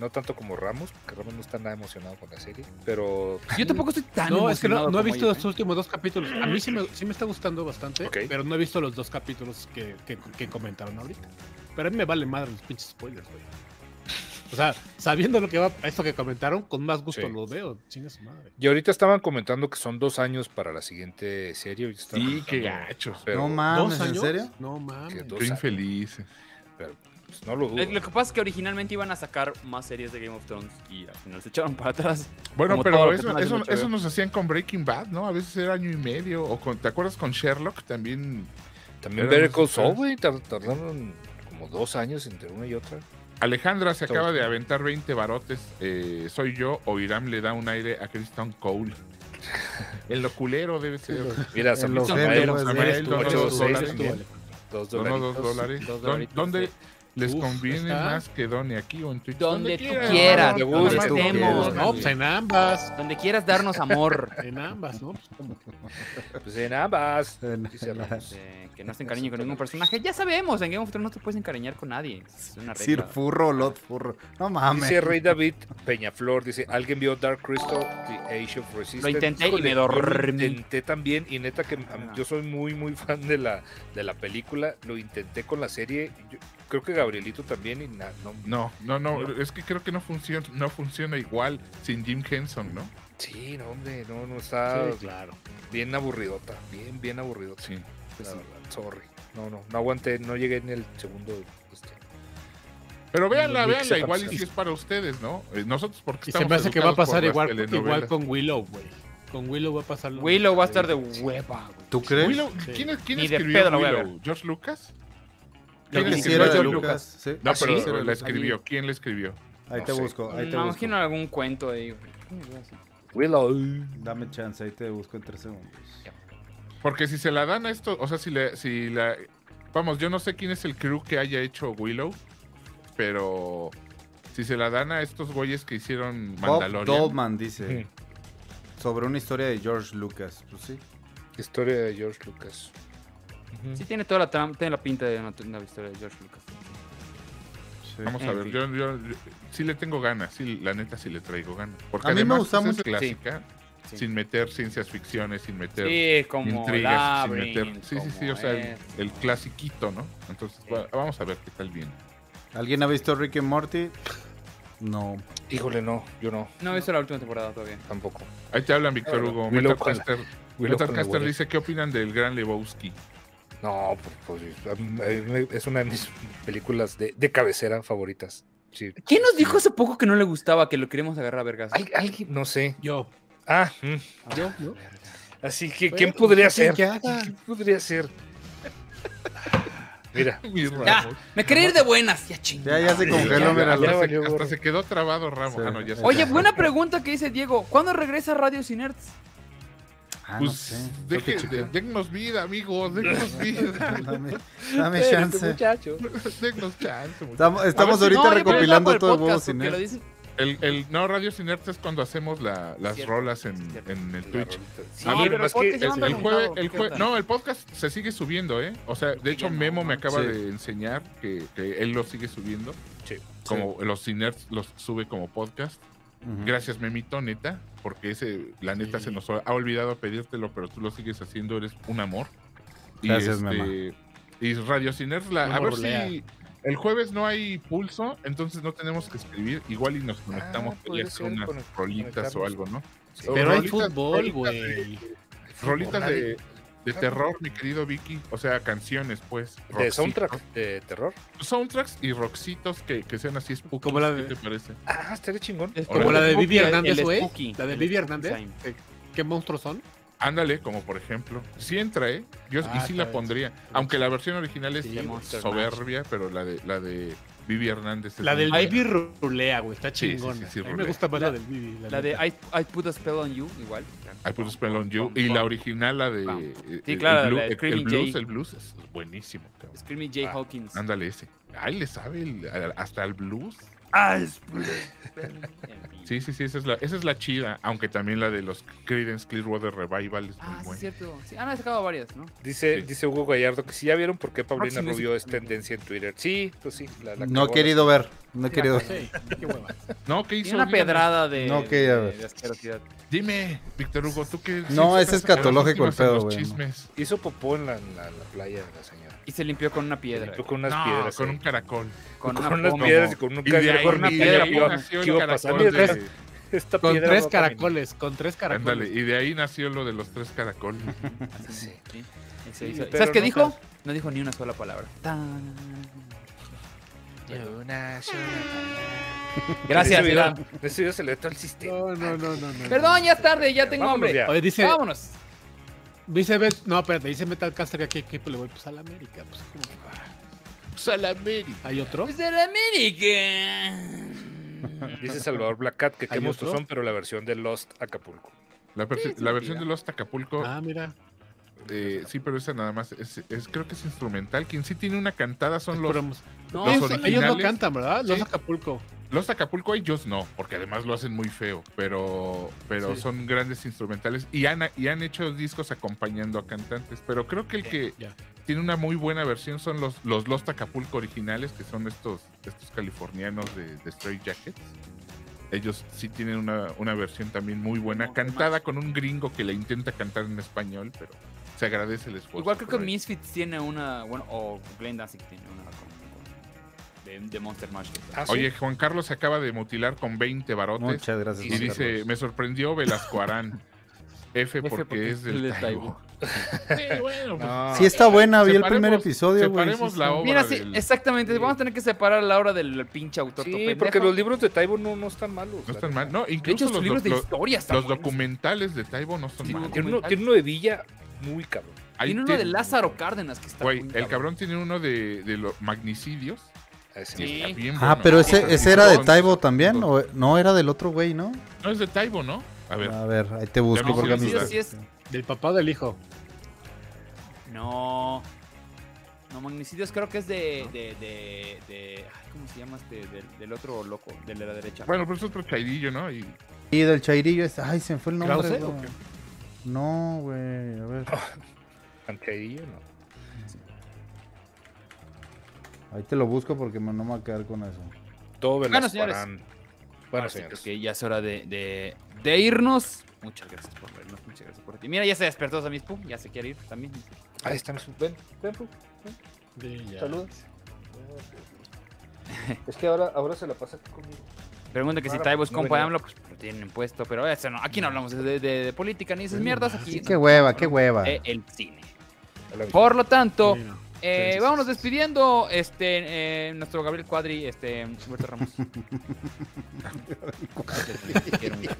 [SPEAKER 6] No tanto como Ramos, porque Ramos no está nada emocionado con la serie, pero
[SPEAKER 2] Yo tampoco estoy tan
[SPEAKER 5] No, es que no,
[SPEAKER 2] emocionado
[SPEAKER 5] no he
[SPEAKER 2] como ¿eh?
[SPEAKER 5] visto
[SPEAKER 2] ellos,
[SPEAKER 5] los últimos dos capítulos. A mí sí me, sí me está gustando bastante,
[SPEAKER 6] Ok.
[SPEAKER 5] pero no he visto los dos capítulos que, que- que comentaron ahorita. Pero a mí me vale madre los pinches spoilers, güey. O sea, sabiendo lo que va, esto que comentaron, con más gusto
[SPEAKER 6] Sí.
[SPEAKER 5] lo veo. Chinga su madre.
[SPEAKER 6] Y ahorita estaban comentando que son dos años para la siguiente serie. ahorita estaban
[SPEAKER 3] Sí, qué
[SPEAKER 6] comentando,
[SPEAKER 3] gachos.
[SPEAKER 6] Pero,
[SPEAKER 4] no
[SPEAKER 5] ¿Dos
[SPEAKER 2] Ah,
[SPEAKER 4] mames, ¿en
[SPEAKER 5] años?
[SPEAKER 4] serio?
[SPEAKER 5] No
[SPEAKER 6] Que
[SPEAKER 5] mames.
[SPEAKER 6] dos
[SPEAKER 3] Qué
[SPEAKER 6] años.
[SPEAKER 3] infelices.
[SPEAKER 6] pues, no lo
[SPEAKER 3] Uh.
[SPEAKER 6] dudo.
[SPEAKER 9] Eh, Lo que pasa es que originalmente iban a sacar más series de Game of Thrones y al final se echaron para atrás.
[SPEAKER 3] Bueno,
[SPEAKER 9] Como todo
[SPEAKER 3] pero
[SPEAKER 9] lo que
[SPEAKER 3] eso,
[SPEAKER 9] están haciendo
[SPEAKER 3] eso,
[SPEAKER 9] en HBO.
[SPEAKER 3] eso nos hacían con Breaking Bad, ¿no? A veces era año y medio. O con, ¿Te acuerdas con Sherlock? También
[SPEAKER 6] También
[SPEAKER 3] Pero
[SPEAKER 6] Better
[SPEAKER 3] no
[SPEAKER 6] Call
[SPEAKER 3] sé.
[SPEAKER 6] Saul, güey, tar- tardaron como dos años entre una y otra.
[SPEAKER 3] Alejandra se
[SPEAKER 6] Todo.
[SPEAKER 3] acaba de aventar 20 barotes. eh, soy yo o Irán le da un aire a Kristen Cole. El loculero debe ser.
[SPEAKER 6] Mira,
[SPEAKER 4] En los
[SPEAKER 6] Samuel,
[SPEAKER 4] Emmys,
[SPEAKER 6] Samuel,
[SPEAKER 4] güey, eres tú,
[SPEAKER 6] ocho,
[SPEAKER 4] eres tú,
[SPEAKER 6] seis,
[SPEAKER 4] eres tú.
[SPEAKER 6] también. dos
[SPEAKER 3] Donó
[SPEAKER 6] dólares.
[SPEAKER 3] dos dólares.
[SPEAKER 2] dos
[SPEAKER 3] Don-
[SPEAKER 2] dolaritos,
[SPEAKER 3] ¿Dónde
[SPEAKER 2] sí.
[SPEAKER 3] les
[SPEAKER 5] Uf,
[SPEAKER 3] conviene
[SPEAKER 5] está.
[SPEAKER 3] más que Done aquí o en Twitch?
[SPEAKER 2] Donde tú
[SPEAKER 3] quieran,
[SPEAKER 2] quieras,
[SPEAKER 3] ¿no?
[SPEAKER 6] donde
[SPEAKER 3] Nada más
[SPEAKER 6] estemos,
[SPEAKER 3] quieras,
[SPEAKER 5] No, pues
[SPEAKER 3] güey.
[SPEAKER 5] en ambas.
[SPEAKER 2] Donde quieras darnos amor.
[SPEAKER 5] En ambas, ¿no? Pues, como que-
[SPEAKER 6] Pues en ambas.
[SPEAKER 4] En-
[SPEAKER 6] dice Ramos.
[SPEAKER 2] Eh, que no se encariñe con ningún personaje. Ya sabemos, en Game of Thrones no te puedes encariñar con nadie. Es una
[SPEAKER 4] Sir
[SPEAKER 2] regla.
[SPEAKER 4] Furro, Lot Furro. No mames.
[SPEAKER 6] Dice Rey David Peñaflor, dice, ¿alguien vio Dark Crystal, The Age of Resistance?
[SPEAKER 2] Lo intenté y
[SPEAKER 6] Híjole,
[SPEAKER 2] me
[SPEAKER 6] yo lo
[SPEAKER 2] dormí.
[SPEAKER 6] intenté también, y neta que a- yo soy muy, muy fan de la, de la película, lo intenté con la serie, yo creo que Gabrielito también, y na- no,
[SPEAKER 3] No, no, no. Es que creo que no funciona, no funciona igual sin Jim Henson, ¿no?
[SPEAKER 6] sí, no, hombre, no, no, está
[SPEAKER 3] Ah,
[SPEAKER 5] Sí, claro.
[SPEAKER 6] bien aburridota, bien, bien aburridota,
[SPEAKER 3] Sí.
[SPEAKER 6] la verdad, sorry, no, no, no aguanté, no llegué en el segundo, este,
[SPEAKER 3] Pero véanla,
[SPEAKER 6] Los
[SPEAKER 3] véanla.
[SPEAKER 6] Mixups.
[SPEAKER 3] Igual y si es para ustedes, ¿no? Eh, Nosotros porque
[SPEAKER 5] Y se
[SPEAKER 3] estamos
[SPEAKER 5] me hace que va a
[SPEAKER 3] educados por
[SPEAKER 5] pasar
[SPEAKER 3] las
[SPEAKER 5] igual, igual
[SPEAKER 3] telenovelas.
[SPEAKER 5] con Willow, güey. Con Willow va a pasar lo
[SPEAKER 2] Willow va a
[SPEAKER 5] mismo.
[SPEAKER 2] estar de hueva, güey.
[SPEAKER 4] ¿Tú crees?
[SPEAKER 3] Willow, ¿Quién, es- quién
[SPEAKER 2] Ni de
[SPEAKER 3] escribió
[SPEAKER 2] pedo la voy a ver.
[SPEAKER 3] Willow? ¿George Lucas?
[SPEAKER 4] Yo
[SPEAKER 3] ¿Quién
[SPEAKER 2] que
[SPEAKER 3] escribió
[SPEAKER 4] quisiera
[SPEAKER 2] escribió
[SPEAKER 4] de
[SPEAKER 3] George
[SPEAKER 4] Lucas. ¿sí?
[SPEAKER 3] No,
[SPEAKER 6] ¿Ah, sí?
[SPEAKER 3] pero
[SPEAKER 6] Pero
[SPEAKER 3] la
[SPEAKER 6] los-
[SPEAKER 3] escribió. ¿Quién la escribió?
[SPEAKER 4] Ahí
[SPEAKER 6] No
[SPEAKER 4] te
[SPEAKER 6] sé.
[SPEAKER 4] busco, ahí te
[SPEAKER 2] Me
[SPEAKER 4] busco.
[SPEAKER 2] imagino algún cuento ahí. güey.
[SPEAKER 6] Willow,
[SPEAKER 4] Dame chance, ahí te busco en tres segundos.
[SPEAKER 3] Porque si se la dan a esto, o sea, si la, si la... Vamos, yo no sé quién es el crew que haya hecho Willow, pero si se la dan a estos güeyes que hicieron
[SPEAKER 4] Bob
[SPEAKER 3] Mandalorian,
[SPEAKER 4] Dolman dice sobre una historia de George Lucas. Pues sí.
[SPEAKER 6] historia de George Lucas,
[SPEAKER 2] Sí, tiene toda la, tram- tiene la pinta de una, una historia de George Lucas.
[SPEAKER 4] sí.
[SPEAKER 3] vamos a
[SPEAKER 2] en
[SPEAKER 3] ver,
[SPEAKER 2] fin.
[SPEAKER 3] yo, yo- yo- sí le tengo ganas, sí, la neta sí le traigo ganas. Porque
[SPEAKER 4] A mí me
[SPEAKER 3] además
[SPEAKER 4] gusta
[SPEAKER 3] esa es
[SPEAKER 4] mucho-
[SPEAKER 3] clásica,
[SPEAKER 2] sí.
[SPEAKER 3] sin meter ciencias ficciones, sin meter
[SPEAKER 2] Sí, como
[SPEAKER 3] intrigas, sin
[SPEAKER 2] Labyrinth,
[SPEAKER 3] meter... Sí, sí, sí,
[SPEAKER 2] como
[SPEAKER 3] o sea, el,
[SPEAKER 2] esto.
[SPEAKER 3] el clasiquito, ¿no? Entonces, va- vamos a ver qué tal viene.
[SPEAKER 4] ¿Alguien ha visto Rick and Morty? No.
[SPEAKER 6] híjole, no, yo no,
[SPEAKER 2] No, eso es la última temporada todavía.
[SPEAKER 6] tampoco.
[SPEAKER 3] Ahí te hablan, Víctor
[SPEAKER 6] Claro,
[SPEAKER 3] Hugo.
[SPEAKER 6] Willow
[SPEAKER 3] Metal
[SPEAKER 6] con la-
[SPEAKER 3] Caster,
[SPEAKER 6] Willow
[SPEAKER 3] Metal
[SPEAKER 6] con la
[SPEAKER 3] Caster
[SPEAKER 6] güera.
[SPEAKER 3] dice, ¿qué opinan del gran Lebowski?
[SPEAKER 6] No, pues, pues, a mí- a mí me- es una de mis películas de, de cabecera favoritas. Sí.
[SPEAKER 2] ¿Quién nos dijo hace poco que no le gustaba, que lo queríamos agarrar a vergas?
[SPEAKER 6] Al- alguien, no sé.
[SPEAKER 5] Yo.
[SPEAKER 6] Ah, mm.
[SPEAKER 5] Yo, ¿no?
[SPEAKER 6] así que,
[SPEAKER 5] Bueno,
[SPEAKER 6] ¿quién podría
[SPEAKER 5] pues, ¿quién
[SPEAKER 6] ser?
[SPEAKER 5] que haga?
[SPEAKER 6] ¿Quién podría ser? Mira,
[SPEAKER 3] Mi
[SPEAKER 2] Ya,
[SPEAKER 3] Ramos.
[SPEAKER 2] me quería ir de buenas, ya
[SPEAKER 4] Ya,
[SPEAKER 2] chingada.
[SPEAKER 4] ya se congeló, mira.
[SPEAKER 6] Ya
[SPEAKER 3] Hasta, se,
[SPEAKER 6] valió
[SPEAKER 3] hasta
[SPEAKER 6] gorro.
[SPEAKER 3] se quedó trabado Ramos.
[SPEAKER 4] Sí.
[SPEAKER 3] Ah, no, ya se-
[SPEAKER 2] Oye, buena pregunta que dice Diego. ¿Cuándo regresa Radio Sin Nerds?
[SPEAKER 4] Ah, no
[SPEAKER 3] Pues,
[SPEAKER 4] sé. Creo que
[SPEAKER 3] deje-
[SPEAKER 4] checar.
[SPEAKER 3] de- dennos vida, amigos. Dennos vida.
[SPEAKER 4] Dame, dame chance.
[SPEAKER 3] dennos chance. muchachos.
[SPEAKER 4] Estamos, estamos
[SPEAKER 2] A ver si-
[SPEAKER 4] ahorita
[SPEAKER 2] No, yo creo que
[SPEAKER 4] recopilando
[SPEAKER 2] está por
[SPEAKER 4] todo el huevo
[SPEAKER 2] podcast,
[SPEAKER 4] sin
[SPEAKER 2] porque lo
[SPEAKER 4] él.
[SPEAKER 2] dicen-
[SPEAKER 3] El, el- no, Radio Sin Inercia es cuando hacemos la- las
[SPEAKER 2] Cierto,
[SPEAKER 3] rolas en,
[SPEAKER 2] cierto.
[SPEAKER 3] en
[SPEAKER 6] la
[SPEAKER 3] el Twitch. Ah,
[SPEAKER 6] rolita.
[SPEAKER 2] Sí,
[SPEAKER 6] mí
[SPEAKER 2] Ah, pero
[SPEAKER 6] nomás
[SPEAKER 2] porque
[SPEAKER 6] que
[SPEAKER 2] ya
[SPEAKER 6] el-
[SPEAKER 2] andan
[SPEAKER 3] El
[SPEAKER 2] No,
[SPEAKER 3] jueves,
[SPEAKER 2] no,
[SPEAKER 3] el
[SPEAKER 2] ¿qué
[SPEAKER 3] jue-
[SPEAKER 2] onda? Ah,
[SPEAKER 3] no, el podcast se sigue subiendo, ¿eh? O sea, de hecho,
[SPEAKER 2] ya no,
[SPEAKER 3] Memo me
[SPEAKER 2] ¿no?
[SPEAKER 3] acaba
[SPEAKER 4] Sí.
[SPEAKER 3] de enseñar que, que él lo sigue subiendo.
[SPEAKER 6] Sí.
[SPEAKER 3] Como los Sinerts los sube como podcast.
[SPEAKER 4] Ujú.
[SPEAKER 3] Gracias, Memito, neta, porque ese, la neta se nos ha olvidado pedírtelo, pero tú lo sigues haciendo, eres un amor.
[SPEAKER 4] Gracias,
[SPEAKER 3] y, este,
[SPEAKER 4] Mema.
[SPEAKER 3] Y Radio Ciner, la-
[SPEAKER 5] Un
[SPEAKER 3] a ver
[SPEAKER 5] borulea.
[SPEAKER 3] si el jueves no hay pulso, entonces no tenemos que escribir. Igual y nos conectamos
[SPEAKER 6] Ah,
[SPEAKER 3] y
[SPEAKER 6] podría
[SPEAKER 3] hacer
[SPEAKER 6] ser
[SPEAKER 3] unas
[SPEAKER 6] conect-
[SPEAKER 3] rolitas o
[SPEAKER 6] conectarnos.
[SPEAKER 3] algo, ¿no?
[SPEAKER 6] Sí.
[SPEAKER 3] Pero
[SPEAKER 5] Pero hay
[SPEAKER 3] rolitas-
[SPEAKER 5] fútbol,
[SPEAKER 3] rolitas
[SPEAKER 5] güey.
[SPEAKER 3] Rolitas
[SPEAKER 6] Nadie-
[SPEAKER 3] de, de terror, mi querido Vicky. O sea, canciones, pues.
[SPEAKER 6] de
[SPEAKER 3] rockcitos.
[SPEAKER 6] soundtrack de terror.
[SPEAKER 3] Soundtracks y rockcitos que, que sean así spooky.
[SPEAKER 5] Como la de-
[SPEAKER 3] ¿Qué te parece?
[SPEAKER 6] Ah, estaría chingón.
[SPEAKER 2] Es
[SPEAKER 3] Como la
[SPEAKER 5] de
[SPEAKER 2] el
[SPEAKER 5] Vivi
[SPEAKER 2] spooky,
[SPEAKER 5] Hernández,
[SPEAKER 2] el
[SPEAKER 5] güey.
[SPEAKER 2] spooky,
[SPEAKER 5] La de
[SPEAKER 2] el
[SPEAKER 5] Vivi
[SPEAKER 2] spooky
[SPEAKER 5] Hernández.
[SPEAKER 2] time.
[SPEAKER 5] ¿Qué, qué monstruos son?
[SPEAKER 3] Ándale, como por ejemplo. Si entra, ¿eh? Yo
[SPEAKER 5] Ah,
[SPEAKER 3] y sí
[SPEAKER 5] está
[SPEAKER 3] la
[SPEAKER 5] bien.
[SPEAKER 3] pondría. Aunque la versión original es
[SPEAKER 2] Sí,
[SPEAKER 3] como
[SPEAKER 2] Monster
[SPEAKER 3] soberbia, pero la de, la de Vivi Hernández. es
[SPEAKER 5] La del
[SPEAKER 3] muy
[SPEAKER 5] Vivi
[SPEAKER 3] buena.
[SPEAKER 5] rulea, güey. Está
[SPEAKER 3] Sí, sí, sí,
[SPEAKER 5] chingona.
[SPEAKER 3] sí,
[SPEAKER 5] A mí me
[SPEAKER 3] rulea.
[SPEAKER 5] gusta más la del Vivi.
[SPEAKER 2] La de
[SPEAKER 5] neta.
[SPEAKER 2] I, I Put a Spell on You, igual.
[SPEAKER 3] I put a spell on you. Y la original, la de.
[SPEAKER 2] Vamos.
[SPEAKER 3] eh,
[SPEAKER 2] Sí,
[SPEAKER 3] el
[SPEAKER 2] claro, la
[SPEAKER 3] blu-
[SPEAKER 2] de
[SPEAKER 3] el, el
[SPEAKER 2] Screaming Jay.
[SPEAKER 3] blues, el blues es buenísimo. cabrón.
[SPEAKER 2] Screamy Jay
[SPEAKER 3] Ah,
[SPEAKER 2] Hawkins.
[SPEAKER 3] Ándale ese. Ay, le sabe el- al- hasta el blues.
[SPEAKER 2] En fin.
[SPEAKER 3] Sí, sí, sí, esa es la, esa es la chida, aunque también la de los Creedence Clearwater Revival es muy
[SPEAKER 2] Ah, sí, es
[SPEAKER 3] buena.
[SPEAKER 2] cierto. Sí, han sacado varias, ¿no?
[SPEAKER 6] Dice,
[SPEAKER 3] Sí.
[SPEAKER 6] dice Hugo Gallardo que si ya vieron por qué Paulina
[SPEAKER 2] Próximo, sí.
[SPEAKER 6] Rubio es tendencia en Twitter. Sí, pues sí. La, la
[SPEAKER 4] No he
[SPEAKER 6] cagó.
[SPEAKER 4] querido ver, no he querido ver.
[SPEAKER 5] Sí, qué hueva.
[SPEAKER 3] No, ¿qué hizo?
[SPEAKER 2] Tiene una
[SPEAKER 3] Dígame.
[SPEAKER 2] pedrada de,
[SPEAKER 4] No, ok, a
[SPEAKER 2] de-
[SPEAKER 4] ver.
[SPEAKER 2] de asquerosidad.
[SPEAKER 3] Dime, Víctor Hugo, ¿tú qué?
[SPEAKER 4] No,
[SPEAKER 3] sí,
[SPEAKER 4] ese es
[SPEAKER 3] estás a las
[SPEAKER 4] escatológico el
[SPEAKER 3] últimas en
[SPEAKER 4] pedo,
[SPEAKER 3] los
[SPEAKER 4] güey, no.
[SPEAKER 3] chismes.
[SPEAKER 6] Hizo popó en la, en la- en la playa de la señora.
[SPEAKER 2] Y se limpió con una piedra.
[SPEAKER 6] Limpió con unas
[SPEAKER 3] no,
[SPEAKER 6] piedras.
[SPEAKER 3] con
[SPEAKER 6] sí.
[SPEAKER 3] un caracol.
[SPEAKER 2] Con,
[SPEAKER 6] Con
[SPEAKER 2] una
[SPEAKER 6] unas
[SPEAKER 2] poma.
[SPEAKER 6] piedras y con un
[SPEAKER 3] Y de
[SPEAKER 6] cangrejo,
[SPEAKER 3] ahí,
[SPEAKER 6] con una
[SPEAKER 3] y de
[SPEAKER 6] piedra.
[SPEAKER 3] ahí
[SPEAKER 6] ¿qué iba-
[SPEAKER 3] nació
[SPEAKER 6] qué
[SPEAKER 3] el
[SPEAKER 6] iba a pasar?
[SPEAKER 3] caracol.
[SPEAKER 6] Mira,
[SPEAKER 3] de-
[SPEAKER 6] Esta
[SPEAKER 5] Con
[SPEAKER 6] piedra
[SPEAKER 5] tres
[SPEAKER 6] no camina.
[SPEAKER 5] caracoles, con tres caracoles.
[SPEAKER 3] Ándale, y de ahí nació lo de los tres caracoles.
[SPEAKER 6] Sí.
[SPEAKER 2] Sí, eso hizo.
[SPEAKER 6] pero
[SPEAKER 2] ¿Sabes qué
[SPEAKER 6] no
[SPEAKER 2] dijo? No dijo ni una sola palabra. Tan. Gracias,
[SPEAKER 6] En ese video-
[SPEAKER 2] Irán.
[SPEAKER 6] en ese video se le ve todo el sistema.
[SPEAKER 5] No, no, no, no, no.
[SPEAKER 2] Perdón, ya es tarde, ya tengo
[SPEAKER 6] Vámonos
[SPEAKER 2] hambre.
[SPEAKER 6] ya.
[SPEAKER 5] Oye, dice,
[SPEAKER 2] Vámonos.
[SPEAKER 5] dice, Bet- no, espérate, dice Metalcaster que aquí equipo le voy pues a la América, pues como que, ah,
[SPEAKER 3] Salamérica.
[SPEAKER 5] hay otro.
[SPEAKER 2] Pues de la América.
[SPEAKER 6] Dice Salvador Blacat que qué
[SPEAKER 5] ¿Hay
[SPEAKER 6] monstruos
[SPEAKER 5] otro?
[SPEAKER 6] son, pero la versión de Lost Acapulco.
[SPEAKER 3] La, perse- la versión de Los Acapulco,
[SPEAKER 5] Ah, mira.
[SPEAKER 3] eh, sí, pero esa nada más, es, es- creo que es instrumental. Quien sí tiene una cantada son los...
[SPEAKER 5] Esperemos.
[SPEAKER 3] los
[SPEAKER 5] No, ellos, ellos no
[SPEAKER 3] originales.
[SPEAKER 5] cantan, ¿verdad? Los
[SPEAKER 3] Sí.
[SPEAKER 5] Acapulco.
[SPEAKER 3] Los Acapulco ellos no, porque además lo hacen muy feo, pero, pero
[SPEAKER 5] Sí.
[SPEAKER 3] son grandes instrumentales y han, y han hecho discos acompañando a cantantes. Pero creo que el que
[SPEAKER 5] ya.
[SPEAKER 3] tiene una muy buena versión son los, los Los Acapulco originales, que son estos, estos californianos de, de Straight Jackets. Ellos sí tienen una, una versión también muy buena,
[SPEAKER 2] No,
[SPEAKER 3] cantada con un gringo que la intenta cantar en español, pero se agradece el esfuerzo.
[SPEAKER 2] Igual creo que
[SPEAKER 3] por ahí.
[SPEAKER 2] Misfits tiene una. Bueno, o Glenn Danzig tiene una. con- De, de Monster Mash.
[SPEAKER 6] Ah, sí.
[SPEAKER 3] Oye, Juan Carlos se acaba de mutilar con 20 barotes.
[SPEAKER 4] Muchas gracias.
[SPEAKER 3] Y
[SPEAKER 4] Juan
[SPEAKER 3] dice,
[SPEAKER 4] Carlos.
[SPEAKER 3] me sorprendió Velasco Arán. F porque,
[SPEAKER 2] porque
[SPEAKER 3] es del
[SPEAKER 2] es del
[SPEAKER 3] Taibo. Sí, bueno, pues,
[SPEAKER 6] No.
[SPEAKER 4] Sí está buena, vi el
[SPEAKER 3] Separemos-
[SPEAKER 4] primer episodio, güey.
[SPEAKER 3] separemos
[SPEAKER 4] sí
[SPEAKER 3] la
[SPEAKER 4] está-
[SPEAKER 3] obra.
[SPEAKER 2] Mira, sí,
[SPEAKER 3] del-
[SPEAKER 2] exactamente.
[SPEAKER 6] Sí.
[SPEAKER 2] Vamos a tener que separar la obra del pinche autor.
[SPEAKER 6] Sí,
[SPEAKER 2] todo
[SPEAKER 6] porque
[SPEAKER 2] pendejo.
[SPEAKER 6] los libros de Taibo no, no están malos.
[SPEAKER 3] No
[SPEAKER 6] la
[SPEAKER 3] están
[SPEAKER 6] neta.
[SPEAKER 3] mal. No,
[SPEAKER 2] De hecho,
[SPEAKER 3] incluso
[SPEAKER 2] los
[SPEAKER 3] los,
[SPEAKER 2] libros de
[SPEAKER 3] doc- los-
[SPEAKER 2] historia están
[SPEAKER 3] los
[SPEAKER 2] buenos.
[SPEAKER 3] documentales de Taibo no son
[SPEAKER 2] Sí,
[SPEAKER 3] malos.
[SPEAKER 6] Tiene uno, tiene uno de Villa muy cabrón.
[SPEAKER 3] Ahí
[SPEAKER 2] Tiene uno de
[SPEAKER 3] tiene-
[SPEAKER 2] Lázaro Cárdenas que está.
[SPEAKER 3] Güey,
[SPEAKER 2] muy
[SPEAKER 3] el cabrón tiene uno de, de los magnicidios.
[SPEAKER 6] A ese
[SPEAKER 2] Sí.
[SPEAKER 6] nivel.
[SPEAKER 3] Está bien
[SPEAKER 4] Ah,
[SPEAKER 3] bueno.
[SPEAKER 4] pero ese, ese era de
[SPEAKER 3] Son-
[SPEAKER 4] Taibo también,
[SPEAKER 3] son-
[SPEAKER 4] o no era del otro güey, ¿no?
[SPEAKER 3] No es de Taibo, ¿no? A ver,
[SPEAKER 4] A ver, ahí te
[SPEAKER 3] Ya me
[SPEAKER 4] busco porque a
[SPEAKER 3] hicieron
[SPEAKER 4] mí-
[SPEAKER 3] dudar.
[SPEAKER 2] Sí, es-
[SPEAKER 5] Del papá o del hijo.
[SPEAKER 2] No. No, Magnicidios creo que es de. de, de, de- ay, ¿Cómo se llama este? Del, del otro loco, del de la derecha.
[SPEAKER 3] bueno, pero es otro chaidillo, ¿no? Y
[SPEAKER 4] Sí, del Chairillo, este- ay, se me fue el nombre.
[SPEAKER 5] ¿Krause
[SPEAKER 4] güey.
[SPEAKER 5] o qué?
[SPEAKER 4] No, güey, a ver.
[SPEAKER 6] Anchadillo, no.
[SPEAKER 4] Ahí te lo busco porque me- no me voy a quedar con eso.
[SPEAKER 6] Todo
[SPEAKER 2] Bueno,
[SPEAKER 6] Velasco
[SPEAKER 2] señores.
[SPEAKER 6] Arán.
[SPEAKER 2] Ahora
[SPEAKER 6] Bueno,
[SPEAKER 2] sí, creo
[SPEAKER 6] señores.
[SPEAKER 2] que ya es hora de, de, de irnos. Muchas gracias por vernos, muchas gracias por ti. Mira, ya se despertó Sammy Pum, ya se quiere ir también.
[SPEAKER 6] Ahí están sus. Ven, ven, Ru,
[SPEAKER 5] Sí, ya.
[SPEAKER 6] saludas. Es que ahora, ahora se la pasa aquí conmigo.
[SPEAKER 2] Pregunta que si
[SPEAKER 6] Ahora,
[SPEAKER 2] Taibo es
[SPEAKER 6] no
[SPEAKER 2] compa de AMLO,
[SPEAKER 6] venía.
[SPEAKER 2] pues lo tienen puesto, pero eso no, aquí no hablamos de, de- de política ni esas mierdas, aquí
[SPEAKER 4] Sí, qué hueva, qué hueva.
[SPEAKER 2] eh, el cine.
[SPEAKER 6] A la vista.
[SPEAKER 2] Por lo tanto,
[SPEAKER 5] Sí, no.
[SPEAKER 2] eh,
[SPEAKER 5] sí, sí,
[SPEAKER 2] vámonos despidiendo, este, eh, nuestro Gabriel Cuadri, este, Humberto Ramos. Te quiero mucho.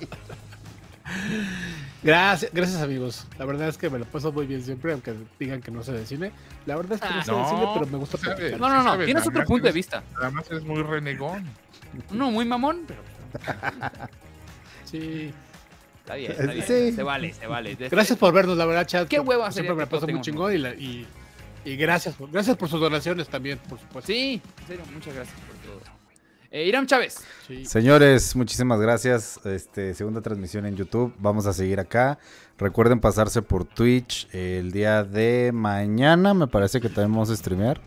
[SPEAKER 5] Gracias, gracias amigos. La verdad es que me lo paso muy bien siempre, aunque digan que no sé de cine. La verdad es que no sé de
[SPEAKER 3] Ah. No,
[SPEAKER 5] cine, pero me gusta
[SPEAKER 3] sabe.
[SPEAKER 5] platicar.
[SPEAKER 2] No, no, no,
[SPEAKER 3] Sí,
[SPEAKER 2] tienes
[SPEAKER 3] sabe,
[SPEAKER 2] otro
[SPEAKER 3] nada
[SPEAKER 2] punto de
[SPEAKER 3] más
[SPEAKER 2] vista.
[SPEAKER 3] además es muy renegón.
[SPEAKER 2] Uno muy mamón, pero
[SPEAKER 5] Sí.
[SPEAKER 2] está bien, está bien.
[SPEAKER 4] Sí.
[SPEAKER 2] Se vale, se vale.
[SPEAKER 3] Este,
[SPEAKER 2] De-
[SPEAKER 5] Gracias por vernos, la verdad, chat.
[SPEAKER 2] Qué hueva sería
[SPEAKER 5] Siempre me
[SPEAKER 2] que
[SPEAKER 5] la paso
[SPEAKER 2] todos
[SPEAKER 5] muy
[SPEAKER 2] tengamos
[SPEAKER 5] chingón y, la- y, y gracias, por, gracias por sus donaciones también, por supuesto.
[SPEAKER 2] Sí, en serio, muchas gracias por todo. Eh, Irán Chávez,
[SPEAKER 5] Sí.
[SPEAKER 4] Señores, muchísimas gracias. Este, segunda transmisión en YouTube. Vamos a seguir acá. Recuerden pasarse por Twitch el día de mañana. Me parece que también vamos a streamear.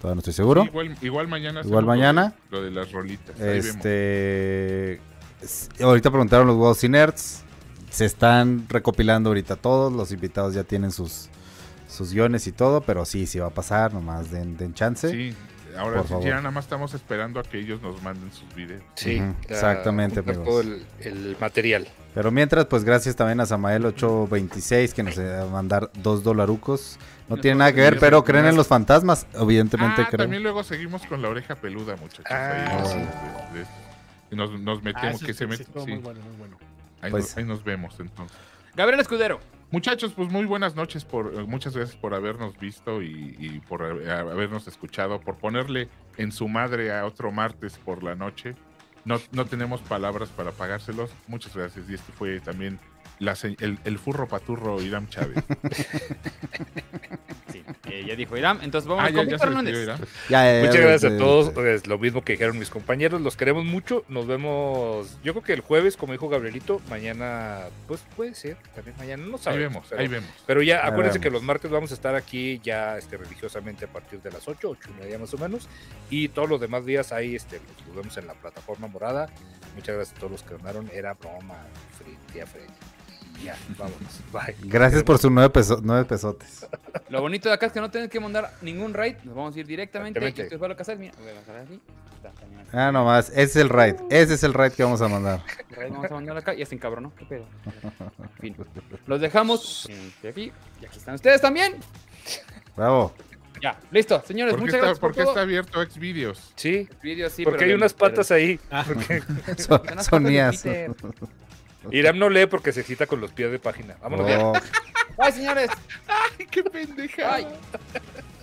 [SPEAKER 4] Todavía no estoy seguro.
[SPEAKER 3] Igual, igual mañana.
[SPEAKER 4] Igual
[SPEAKER 3] hacemos lo de-
[SPEAKER 4] mañana.
[SPEAKER 3] Lo de las rolitas. Ahí vemos.
[SPEAKER 4] Este. s- Ahorita preguntaron los huevos inerts. Se están recopilando ahorita todos. Los invitados ya tienen sus, sus guiones y todo. Pero sí, sí va a pasar. Nomás den, den chance.
[SPEAKER 3] Sí, ahora
[SPEAKER 4] Por
[SPEAKER 3] sí,
[SPEAKER 4] favor.
[SPEAKER 3] ya nada más estamos esperando a que ellos nos manden sus videos.
[SPEAKER 6] Sí,
[SPEAKER 4] Ujú,
[SPEAKER 6] la-
[SPEAKER 4] exactamente,
[SPEAKER 6] juntar
[SPEAKER 4] amigos.
[SPEAKER 6] Todo el, el material.
[SPEAKER 4] Pero mientras, pues gracias también a Samael826 que nos va a mandar dos dolarucos. No tiene nada que ver, pero creen en los fantasmas, evidentemente
[SPEAKER 3] Ah,
[SPEAKER 4] creen.
[SPEAKER 3] también luego seguimos con la oreja peluda, muchachos.
[SPEAKER 6] Ah,
[SPEAKER 3] ahí, este,
[SPEAKER 6] sí.
[SPEAKER 3] de- de- y nos, nos
[SPEAKER 5] Ah,
[SPEAKER 3] metemos,
[SPEAKER 5] eso
[SPEAKER 3] que se
[SPEAKER 5] sí,
[SPEAKER 3] mete.
[SPEAKER 5] estuvo
[SPEAKER 3] sí.
[SPEAKER 5] Muy bueno, muy bueno.
[SPEAKER 3] ahí,
[SPEAKER 4] Pues-
[SPEAKER 3] nos, ahí nos vemos entonces.
[SPEAKER 2] Gabriel Escudero,
[SPEAKER 3] Muchachos, pues muy buenas noches, por, eh, muchas gracias por habernos visto y, y por eh, habernos escuchado, por ponerle en su madre a otro martes por la noche. No, no tenemos palabras para pagárselos. Muchas gracias. Y este fue también la se- el, el furro paturro Irán Chávez.
[SPEAKER 2] Sí, eh, ya dijo Irán. Entonces vamos
[SPEAKER 3] Ah,
[SPEAKER 2] con
[SPEAKER 3] ya, ya se
[SPEAKER 2] Víctor
[SPEAKER 3] despidió
[SPEAKER 2] Hernández.
[SPEAKER 3] Irán.
[SPEAKER 4] Ya, ya, ya,
[SPEAKER 6] Muchas
[SPEAKER 4] ya,
[SPEAKER 6] gracias
[SPEAKER 4] ya,
[SPEAKER 6] a
[SPEAKER 4] ya,
[SPEAKER 6] todos.
[SPEAKER 4] ya.
[SPEAKER 6] Es lo mismo que dijeron mis compañeros. Los queremos mucho. Nos vemos, yo creo que el jueves, como dijo Gabrielito. Mañana, pues puede ser. También mañana, no
[SPEAKER 3] Ahí
[SPEAKER 6] sabemos.
[SPEAKER 3] vemos,
[SPEAKER 6] pero,
[SPEAKER 3] ahí vemos.
[SPEAKER 6] pero ya,
[SPEAKER 4] Ahí
[SPEAKER 6] acuérdense que
[SPEAKER 4] vemos.
[SPEAKER 6] los martes vamos a estar aquí ya este, religiosamente a partir de las 8, 8 y media más o menos. Y todos los demás días ahí este, los vemos en la plataforma morada. Muchas gracias a todos los que donaron. Era broma, Freddy, tía Freddy. Y Ya, vámonos. Bye.
[SPEAKER 4] Gracias por sus nueve, peso- nueve pesotes.
[SPEAKER 2] Lo bonito de acá es que no tienen que mandar ningún raid. Nos vamos a ir directamente.
[SPEAKER 6] Exactamente.
[SPEAKER 2] Yo estoy Pablo Casas. Mira, voy a lanzar aquí. Está, está bien.
[SPEAKER 4] Ah, nomás. Ese es el raid. Ese es el raid que vamos a mandar.
[SPEAKER 2] Raid vamos a mandar acá. Y hacen cabrón, ¿no? ¿Qué pedo? En fin. Los dejamos. Este, aquí. Y aquí están ustedes también.
[SPEAKER 4] Bravo.
[SPEAKER 2] Ya, listo. Señores,
[SPEAKER 3] ¿Por qué
[SPEAKER 2] muchas
[SPEAKER 3] está,
[SPEAKER 2] gracias por
[SPEAKER 3] por qué
[SPEAKER 2] todo.
[SPEAKER 3] está abierto Xvideos?
[SPEAKER 2] El
[SPEAKER 6] Sí,
[SPEAKER 2] video sí,
[SPEAKER 6] porque
[SPEAKER 2] pero
[SPEAKER 6] hay
[SPEAKER 2] le-
[SPEAKER 6] unas patas ahí.
[SPEAKER 5] Ah.
[SPEAKER 6] Porque
[SPEAKER 4] Son,
[SPEAKER 2] pero- unas
[SPEAKER 4] son
[SPEAKER 2] patas de
[SPEAKER 4] mías.
[SPEAKER 2] Peter.
[SPEAKER 6] Iram no lee porque se excita con los pies de página. Vámonos. ya.
[SPEAKER 4] Oh.
[SPEAKER 2] Bye, señores.
[SPEAKER 3] ¡Qué pendeja!
[SPEAKER 2] Bye.